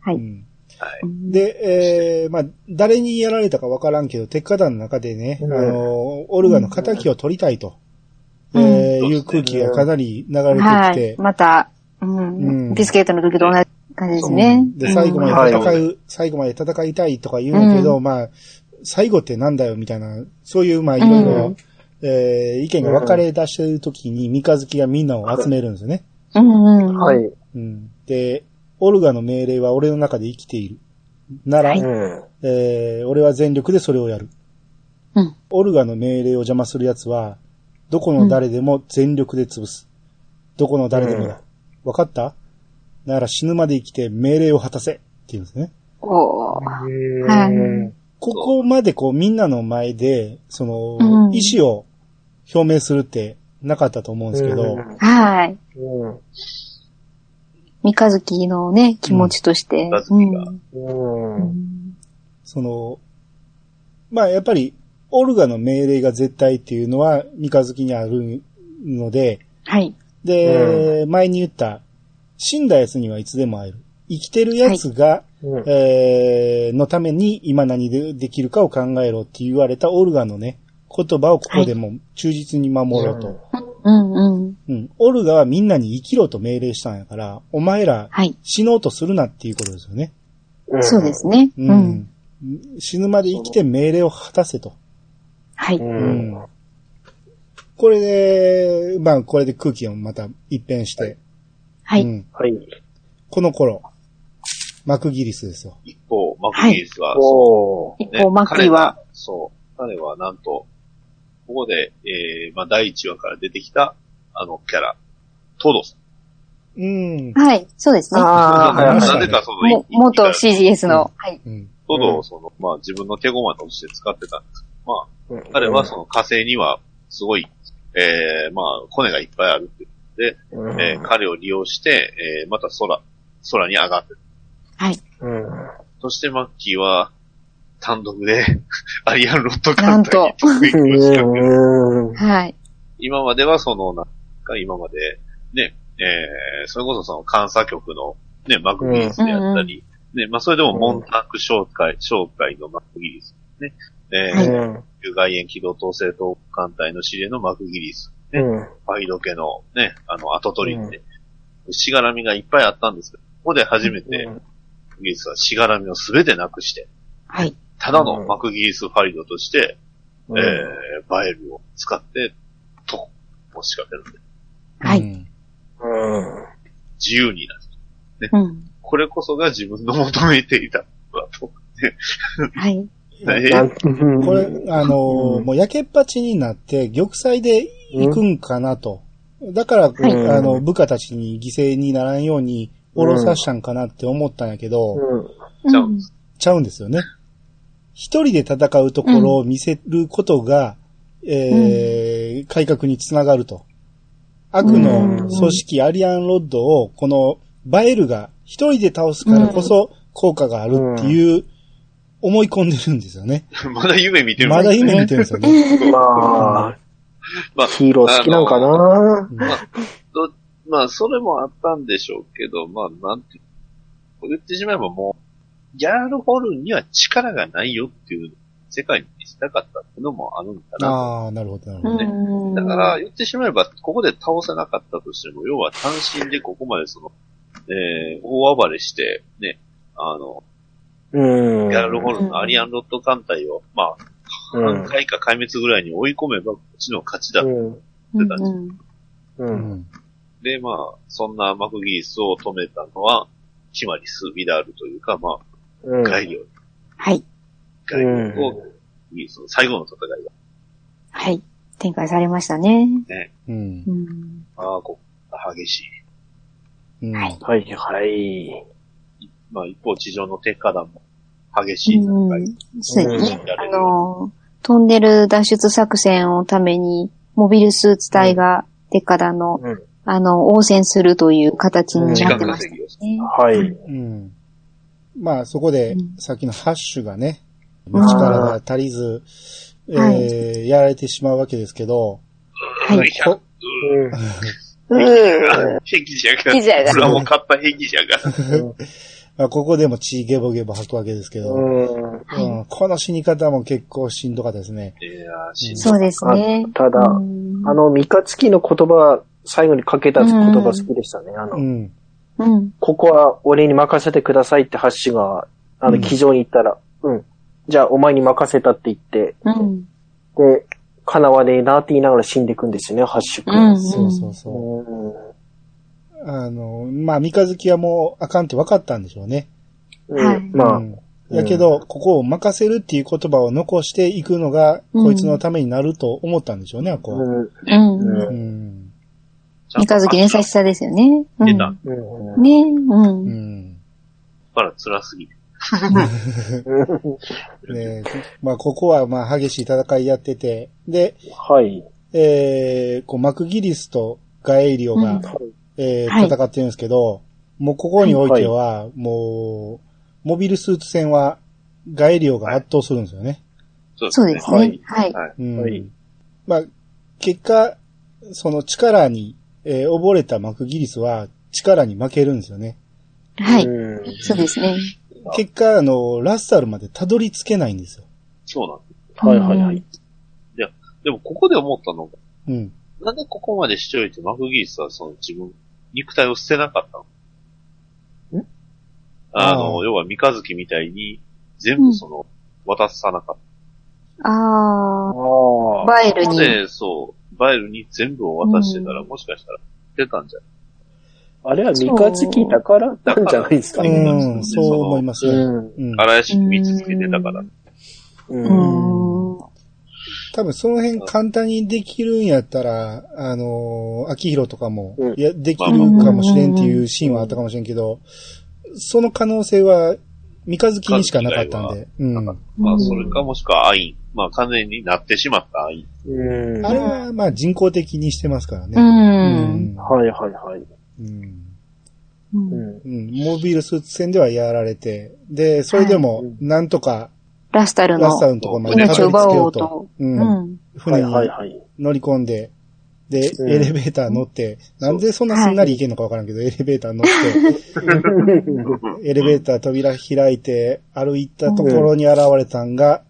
Speaker 2: はい
Speaker 3: うんで、えー、まあ、誰にやられたかわからんけど、鉄火団の中でね、
Speaker 4: うん
Speaker 3: あの、オルガの仇を取りたいと、
Speaker 2: うん
Speaker 3: えー
Speaker 1: うん
Speaker 3: いう空気がかなり流れて
Speaker 2: は
Speaker 3: きて
Speaker 2: い。、また、う
Speaker 3: うん
Speaker 2: ん。ビスケットの時と同じ感じですね。
Speaker 3: で、最後
Speaker 2: うん
Speaker 3: まで戦う、最後まで戦いたいとか言うんだけど、まあ、最後ってなんだよみたいな、そういう、まあ、いろいろ、えー意見が分かれ出してる時に、三日月がみんなを集めるんですよね。
Speaker 2: うんうん。
Speaker 4: はい。
Speaker 3: うん。で、オルガの命令は俺の中で生きている。なら、
Speaker 4: うん。
Speaker 3: えー俺は全力でそれをやる。
Speaker 2: うん
Speaker 3: オルガの命令を邪魔する奴は、どこの誰でも全力で潰す。どこの誰でもだ。わかったなら死ぬまで生きて命令を果たせって言うんですね。
Speaker 2: おー
Speaker 4: うん
Speaker 3: ここまでこうみんなの前で、その、
Speaker 2: うん
Speaker 3: 意思を表明するってなかったと思うんですけど、
Speaker 2: はい。
Speaker 4: うん
Speaker 2: 三日月のね、気持ちとして。
Speaker 1: 三日月が
Speaker 2: うん
Speaker 4: うん。
Speaker 3: その、まあやっぱり、オルガの命令が絶対っていうのは三日月にあるので、
Speaker 2: はい。
Speaker 3: で、前に言った、死んだ奴にはいつでも会える。生きてる奴が、
Speaker 4: うん
Speaker 3: えーのために今何でできるかを考えろって言われたオルガのね、言葉をここでも忠実に守ろうと。
Speaker 2: うんうん。
Speaker 3: うん。オルガはみんなに生きろと命令したんやから、お前ら
Speaker 2: はい。
Speaker 3: 死のうとするなっていうことですよね。
Speaker 4: ん。。
Speaker 2: そうです。ね。
Speaker 3: う
Speaker 2: うん。
Speaker 3: ん。死ぬまで生きて命令を果たせと。
Speaker 2: はいう
Speaker 3: うんん。これで、まあこれで空気をまた一変して、
Speaker 2: は
Speaker 3: う
Speaker 2: い。
Speaker 3: ん。
Speaker 4: はい。
Speaker 3: この頃、マクギリスですよ。
Speaker 1: 一方、マクギリスは、
Speaker 4: おー
Speaker 2: 一
Speaker 1: ね
Speaker 2: 方、マッキーは。。
Speaker 1: 彼そう。彼はなんと、ここで、えー、まあ、第1話から出てきた、あの、キャラ、トドさん。
Speaker 3: うん。
Speaker 2: はい。そうですね。
Speaker 4: あーはい
Speaker 3: はい
Speaker 1: なぜかその、
Speaker 2: も
Speaker 1: い
Speaker 2: 元
Speaker 1: い
Speaker 2: CGS の。はい。
Speaker 3: うん。
Speaker 1: トドをその、まあ、自分の手駒として使ってたんです。ま
Speaker 4: うん
Speaker 1: あ、彼はその火星には、すごい、えー、まあ、コネがいっぱいあるって
Speaker 4: うん
Speaker 1: えー彼を利用して、えーまた空、空に上がってる。
Speaker 2: はい。
Speaker 4: うん
Speaker 1: そしてマッキーは、単独で、 [LAUGHS] アリアンロッド艦隊
Speaker 2: なん
Speaker 1: に得意を仕掛ける。
Speaker 4: うん
Speaker 2: はい。
Speaker 1: 今まではその、なんか今まで、ね、えー、それこそその監査局の、ね、マクギリスであったり、ね、まあそれでもモンターク商会、商会のマクギリス、ね、えー、
Speaker 4: うん
Speaker 1: 外縁機動統制統艦隊の司令のマクギリス、
Speaker 4: うん
Speaker 1: パイロケのね、あの、後取りって、しがらみがいっぱいあったんですけど、ここで初めて、マクギリスはしがらみをすべてなくして、
Speaker 2: はい。
Speaker 1: ただのマクギリスパイロとして、えー、バエルを使って、と、を仕掛けるんで、
Speaker 2: はい
Speaker 3: うん。
Speaker 4: うん
Speaker 1: 自由になる。
Speaker 2: うん。
Speaker 1: これこそが自分の求めていたことだと。
Speaker 2: はい。
Speaker 1: え
Speaker 4: なん
Speaker 3: これ、あのー
Speaker 4: うん
Speaker 3: もう焼けっぱちになって、玉砕で行くんかなと。だから、
Speaker 4: い
Speaker 3: あの、部下たちに犠牲にならんように、おろさしたんかなって思ったんやけど、
Speaker 4: うん
Speaker 1: ちゃうん
Speaker 2: ん
Speaker 1: です。
Speaker 3: ちゃうんですよね。一人で戦うところを見せることが、えー改革につながると。悪の組織アリアンロッドを、このバエルが一人で倒すからこそ効果があるっていう思い込んでるんですよね。
Speaker 1: まだ夢見てるもん
Speaker 3: ま
Speaker 1: ね。
Speaker 3: だ夢見てるんですよね。
Speaker 4: ま
Speaker 1: ま
Speaker 4: あ、
Speaker 1: あ
Speaker 4: ヒーロー好きなんかな
Speaker 1: まあ、それもあったんでしょうけど、まあ、なんて、言ってしまえばもう、ギャールホルンには力がないよっていう世界に見せたかったっていうのもあるんだな。
Speaker 3: [LAUGHS] ああ、なるほど、なるほ
Speaker 2: う
Speaker 3: ど。
Speaker 2: ん。
Speaker 1: だから、、言ってしまえば、ここで倒せなかったとしても、要は単身でここまでその、えー、大暴れして、ね、あの、
Speaker 4: うん。
Speaker 1: ギャールホルンのアリアンロッド艦隊を、まあ、
Speaker 4: うん
Speaker 1: 半回か壊滅ぐらいに追い込めば、こっちの勝ちだ。
Speaker 4: うん。
Speaker 2: うんうん
Speaker 4: う。
Speaker 3: うんん。
Speaker 1: で、まあ、そんなマクギースを止めたのは、キマリス・ビダールというか、ま
Speaker 4: う
Speaker 1: あ、
Speaker 4: ん。
Speaker 1: ガイリオ
Speaker 2: はい。
Speaker 1: ガイルと、その最後の戦いが
Speaker 2: はい。展開されましたね。
Speaker 3: うん。
Speaker 2: うん。、
Speaker 1: ああ、こう、激しい。
Speaker 3: うん。
Speaker 2: はい
Speaker 4: はい、はい。
Speaker 1: まあ、一方、地上の鉄火弾も激しい戦い。
Speaker 2: そう
Speaker 4: う
Speaker 2: で
Speaker 4: ん
Speaker 2: す
Speaker 1: 死
Speaker 2: ね
Speaker 1: ん。だ
Speaker 2: あ
Speaker 1: れる。
Speaker 2: の、トンネル脱出作戦をために、モビルスーツ隊が、デカダの、
Speaker 4: うん
Speaker 2: あの、応戦するという形に
Speaker 1: 時
Speaker 2: なっ
Speaker 1: 間
Speaker 2: てまし
Speaker 1: 稼
Speaker 2: た
Speaker 1: ぎをする。
Speaker 2: ね。
Speaker 4: はい。
Speaker 3: うん。まあ、そこで
Speaker 2: うん、
Speaker 3: さっきのハッシュがね、
Speaker 2: うん
Speaker 3: 力が足りず、えー
Speaker 2: は
Speaker 3: やられてしまうわけですけど、
Speaker 1: [LAUGHS]
Speaker 2: はい。
Speaker 3: こ
Speaker 1: あ兵器じゃが。
Speaker 2: 兵器じゃが
Speaker 1: それはもう買った兵器じゃが。
Speaker 3: まあ、ここでも血ゲボゲボ吐くわけですけど、
Speaker 4: うん。
Speaker 3: うんこの死に方も結構しんどかったですね。
Speaker 1: いやー、しんどい
Speaker 2: そうですね。
Speaker 4: ただ
Speaker 2: うん
Speaker 4: あの、三日月の言葉、最後にかけた言葉好きでしたね。あ
Speaker 3: う
Speaker 4: の、
Speaker 3: ん。
Speaker 2: うん。
Speaker 4: ここは俺に任せてくださいってハッシュが、あ
Speaker 3: う
Speaker 4: の、
Speaker 3: ん
Speaker 4: 気丈に言ったら、うん。じゃあ、お前に任せたって言って、
Speaker 2: うん。
Speaker 4: で、叶わねえなって言いながら死んでいくんですよね、ハッシュ君。
Speaker 2: うん
Speaker 3: そうそうそう。
Speaker 4: う
Speaker 3: あの、まあ、三日月はもうあかんって分かったんでしょうね。
Speaker 4: ん。
Speaker 2: はい
Speaker 4: まあ、
Speaker 3: うんだけど、ここを任せるっていう言葉を残していくのが、
Speaker 2: うん
Speaker 3: こいつのためになると思ったんでしょうね、こ
Speaker 4: うん。
Speaker 2: うん。
Speaker 3: う。うん。
Speaker 2: 三日月の優しさですよね。うん
Speaker 1: 出た
Speaker 4: うん
Speaker 2: ねうん
Speaker 3: う。ん。
Speaker 1: から辛すぎて。
Speaker 3: ねまあ、ここは、まあ、激しい戦いやってて、で、
Speaker 4: はい。
Speaker 3: えー、こう、マクギリスとガエリオが、
Speaker 2: うん
Speaker 3: えー
Speaker 2: はい
Speaker 3: 戦ってるんですけど、もうここにおいては、もう、モビルスーツ戦は、ガエリオが圧倒するんですよね。
Speaker 1: そうです
Speaker 2: そう
Speaker 1: ね。
Speaker 2: です
Speaker 4: は
Speaker 2: ね
Speaker 4: い。
Speaker 2: はい。
Speaker 1: はい。
Speaker 3: うん。
Speaker 4: はい
Speaker 3: まあ、結果、その力に、えー溺れたマクギリスは、力に負けるんですよね。
Speaker 2: はい。
Speaker 4: うん
Speaker 2: そうですね。
Speaker 3: 結果、あの、ラッサルまでたどり着けないんですよ。
Speaker 1: そうなんです。
Speaker 4: はいはいはい。
Speaker 1: でも、ここで思ったのが、
Speaker 3: うん。
Speaker 1: なんでここまでしておいてマクギースはその自分、肉体を捨てなかったの
Speaker 4: ん
Speaker 1: あ
Speaker 3: あ
Speaker 1: の、
Speaker 3: ー
Speaker 1: 要は三日月みたいに、全部その、渡さなかっ
Speaker 2: あ
Speaker 4: あ
Speaker 2: あ、
Speaker 4: あ。
Speaker 2: バエ
Speaker 1: た。
Speaker 2: ルに。
Speaker 1: で、そう、バイルに全部を渡してたら、
Speaker 2: う
Speaker 1: もしかしたら、出たんじゃない
Speaker 4: あれは三日月だからなんじゃないですか
Speaker 1: は。い
Speaker 3: うん、そう思いますね。
Speaker 4: ん。
Speaker 3: うん。
Speaker 1: 荒屋敷見つけてたから。
Speaker 2: う
Speaker 4: うん。
Speaker 2: ん。
Speaker 3: 多分その辺簡単にできるんやったら、あのー、秋広とかも、
Speaker 4: うん
Speaker 3: いや、できるかもしれんっていうシーンはあったかもしれんけど、その可能性は、三日月にしかなかったんで、う
Speaker 1: なん
Speaker 3: ん
Speaker 1: か。まあ、それかもしくはアイン。まあ、完全になってしまったアイン。
Speaker 4: うん。
Speaker 3: あ
Speaker 4: は
Speaker 3: れ
Speaker 4: い
Speaker 3: は、まあ人工的にしてますから
Speaker 2: う
Speaker 3: ね。
Speaker 2: ん。
Speaker 4: はいはい。
Speaker 3: うん。
Speaker 2: うん
Speaker 4: うん。
Speaker 3: うん。モビルスーツ戦ではやられて、で、それでも
Speaker 4: はいう、ん
Speaker 3: なんとか、
Speaker 2: ラスタルの
Speaker 3: ラスタルのところまでた
Speaker 2: 命
Speaker 3: ど
Speaker 2: を
Speaker 3: り着
Speaker 2: 奪
Speaker 3: けよ
Speaker 2: お
Speaker 3: う
Speaker 2: う
Speaker 3: と
Speaker 2: と。。
Speaker 3: う。
Speaker 2: うんん。
Speaker 4: は
Speaker 3: 船
Speaker 4: い
Speaker 3: に
Speaker 4: はいはい。
Speaker 3: 乗り込んで、で、
Speaker 4: うん
Speaker 3: エレベーター乗って、なんでそんなすんなり行けんのかわからんけど、エレベーター乗って、
Speaker 4: [LAUGHS]
Speaker 3: エレベーター扉開いて歩いたところに現れたんが、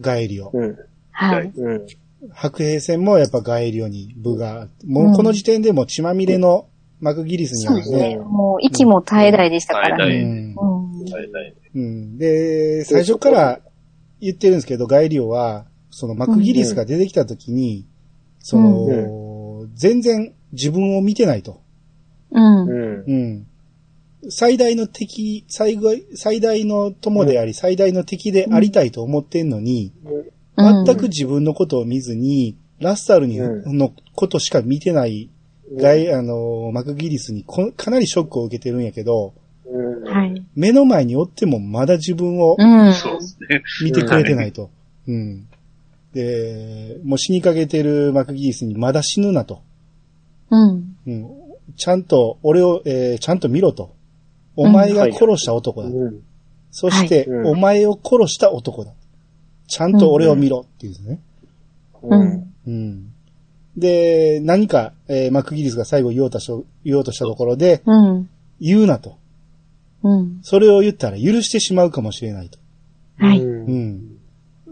Speaker 3: ガエリオ。
Speaker 4: うん。
Speaker 2: はい。
Speaker 4: うん。
Speaker 3: 白兵戦もやっぱガエリオに部が、もうこの時点でもう血まみれのマクギリスに
Speaker 2: そう
Speaker 3: は
Speaker 2: ですね。
Speaker 3: ね、
Speaker 2: もう息も絶え絶えでしたから
Speaker 1: う
Speaker 2: ね。
Speaker 1: ん
Speaker 3: うん
Speaker 2: うん。
Speaker 1: はいはい
Speaker 3: うん。で、最初から言ってるんですけど、ガイリオは、そのマクギリスが出てきた時に、その、全然自分を見てないと。
Speaker 2: うん。
Speaker 4: うん。
Speaker 3: うん。最大の敵、最後最大の友であり、最大の敵でありたいと思ってんのに、
Speaker 2: うん
Speaker 3: 全く自分のことを見ずに、ラッサルに
Speaker 4: う
Speaker 3: のことしか見てない、ガイ、あの、マクギリスにこかなりショックを受けてるんやけど、
Speaker 4: うん。
Speaker 2: はい。
Speaker 3: 目の前におってもまだ自分を
Speaker 2: うん。
Speaker 1: そうですね。
Speaker 3: 見てくれてないと。うん。で、もう死にかけてるマクギースにまだ死ぬなと。
Speaker 2: うん。
Speaker 3: うん。ちゃんと、俺を、えーちゃんと見ろと。お前が殺した男だ。
Speaker 4: うん。
Speaker 3: そして、
Speaker 4: はいうん
Speaker 3: お前を殺した男だ。ちゃんと俺を見ろっていうんですね。
Speaker 2: う
Speaker 4: うん。。。
Speaker 2: ん。
Speaker 3: うん。で、何か、えーマクギリスが最後言おうとした、言おうとしたところで、
Speaker 2: うん。
Speaker 3: 言うなと。
Speaker 2: うん。
Speaker 3: それを言ったら許してしまうかもしれないと。
Speaker 2: はいう
Speaker 3: うんん。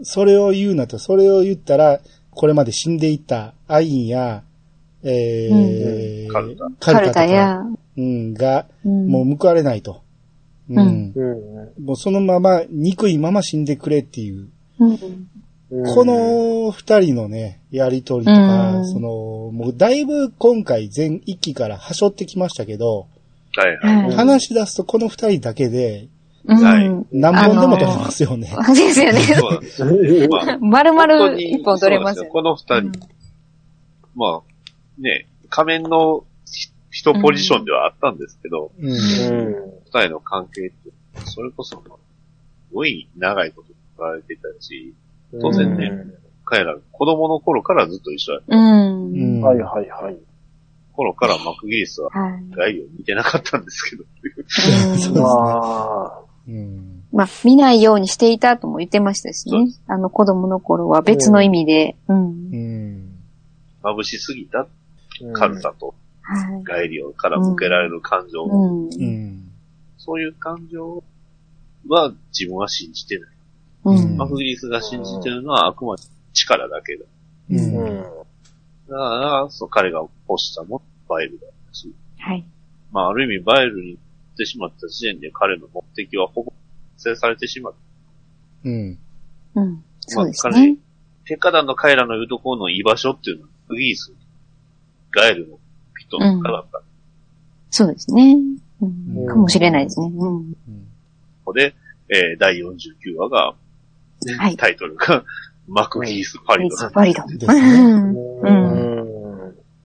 Speaker 3: それを言うなと、それを言ったら、これまで死んでいたアインや、えー
Speaker 1: うんカルタ
Speaker 2: カル
Speaker 3: とか
Speaker 2: タや、
Speaker 3: うん、が、
Speaker 2: うん
Speaker 3: もう報われないと。う。
Speaker 2: うん
Speaker 4: うん。
Speaker 3: もうそのまま、憎いまま死んでくれっていう。
Speaker 2: うん。
Speaker 4: うん
Speaker 3: こ、の二人のね、やりとりとか、
Speaker 2: うん
Speaker 3: その、もうだいぶ今回全一期から端折ってきましたけど、
Speaker 1: はいはい。
Speaker 2: はい
Speaker 3: 話し出すとこの二人だけで
Speaker 1: は
Speaker 2: う
Speaker 1: い
Speaker 2: ん。
Speaker 3: 何本でも取れますよね。
Speaker 2: ですよね。
Speaker 1: そうなんですよね。まあ、
Speaker 2: [LAUGHS] 丸
Speaker 1: 本当
Speaker 2: 々
Speaker 1: に
Speaker 2: 一本取れますよね。
Speaker 1: そうなんですよこの二人、まあ、ね、仮面の人ポジションではあったんですけど、
Speaker 3: うん
Speaker 4: うん。
Speaker 1: 二人の関係って、それこそ、すごい長いこと取られてたし、当然ね彼ら子供の頃からずっと一緒だった
Speaker 2: うん。
Speaker 3: う
Speaker 2: うん
Speaker 3: ん
Speaker 4: うん。はいはいはい。
Speaker 1: 頃からマクギリスは
Speaker 2: はい。
Speaker 1: 外を見てなかったんですけど、
Speaker 2: うん
Speaker 3: そうですね
Speaker 4: まあ、
Speaker 3: うん
Speaker 2: まあ、見ないようにしていたとも言ってましたし
Speaker 1: そう
Speaker 2: ね。あの子供の頃は別の意味で。うん
Speaker 3: う。ん
Speaker 1: 眩しすぎたカルタと
Speaker 2: はい。
Speaker 1: 外をから向けられる感情、
Speaker 2: うん。
Speaker 3: うん
Speaker 1: そういう感情は自分は信じてない。
Speaker 2: うん。
Speaker 1: マクギリスが信じてるのはあくまで力だけだ。
Speaker 3: う
Speaker 4: うんん。
Speaker 1: だから、そう彼が起こしたもバイルだったし、
Speaker 2: はい。
Speaker 1: まあある意味バイルに行ってしまった時点で彼の目的はほぼ達成されてしまった。
Speaker 3: うん
Speaker 2: うん。そうです
Speaker 1: まあ彼
Speaker 2: ね。
Speaker 1: 鉄火団の彼らの言うところの居場所っていうのは、フリース、ガエルの人の中だった。
Speaker 2: そうですね。うん
Speaker 3: うん
Speaker 2: かもしれないですね。うん。
Speaker 1: ここで、えー第49話が、
Speaker 2: はい
Speaker 1: タイトルが、マクギース・パリ
Speaker 2: ミ
Speaker 1: の
Speaker 2: [LAUGHS]
Speaker 3: 嗯
Speaker 2: スバリだ。
Speaker 3: ですね
Speaker 2: うん。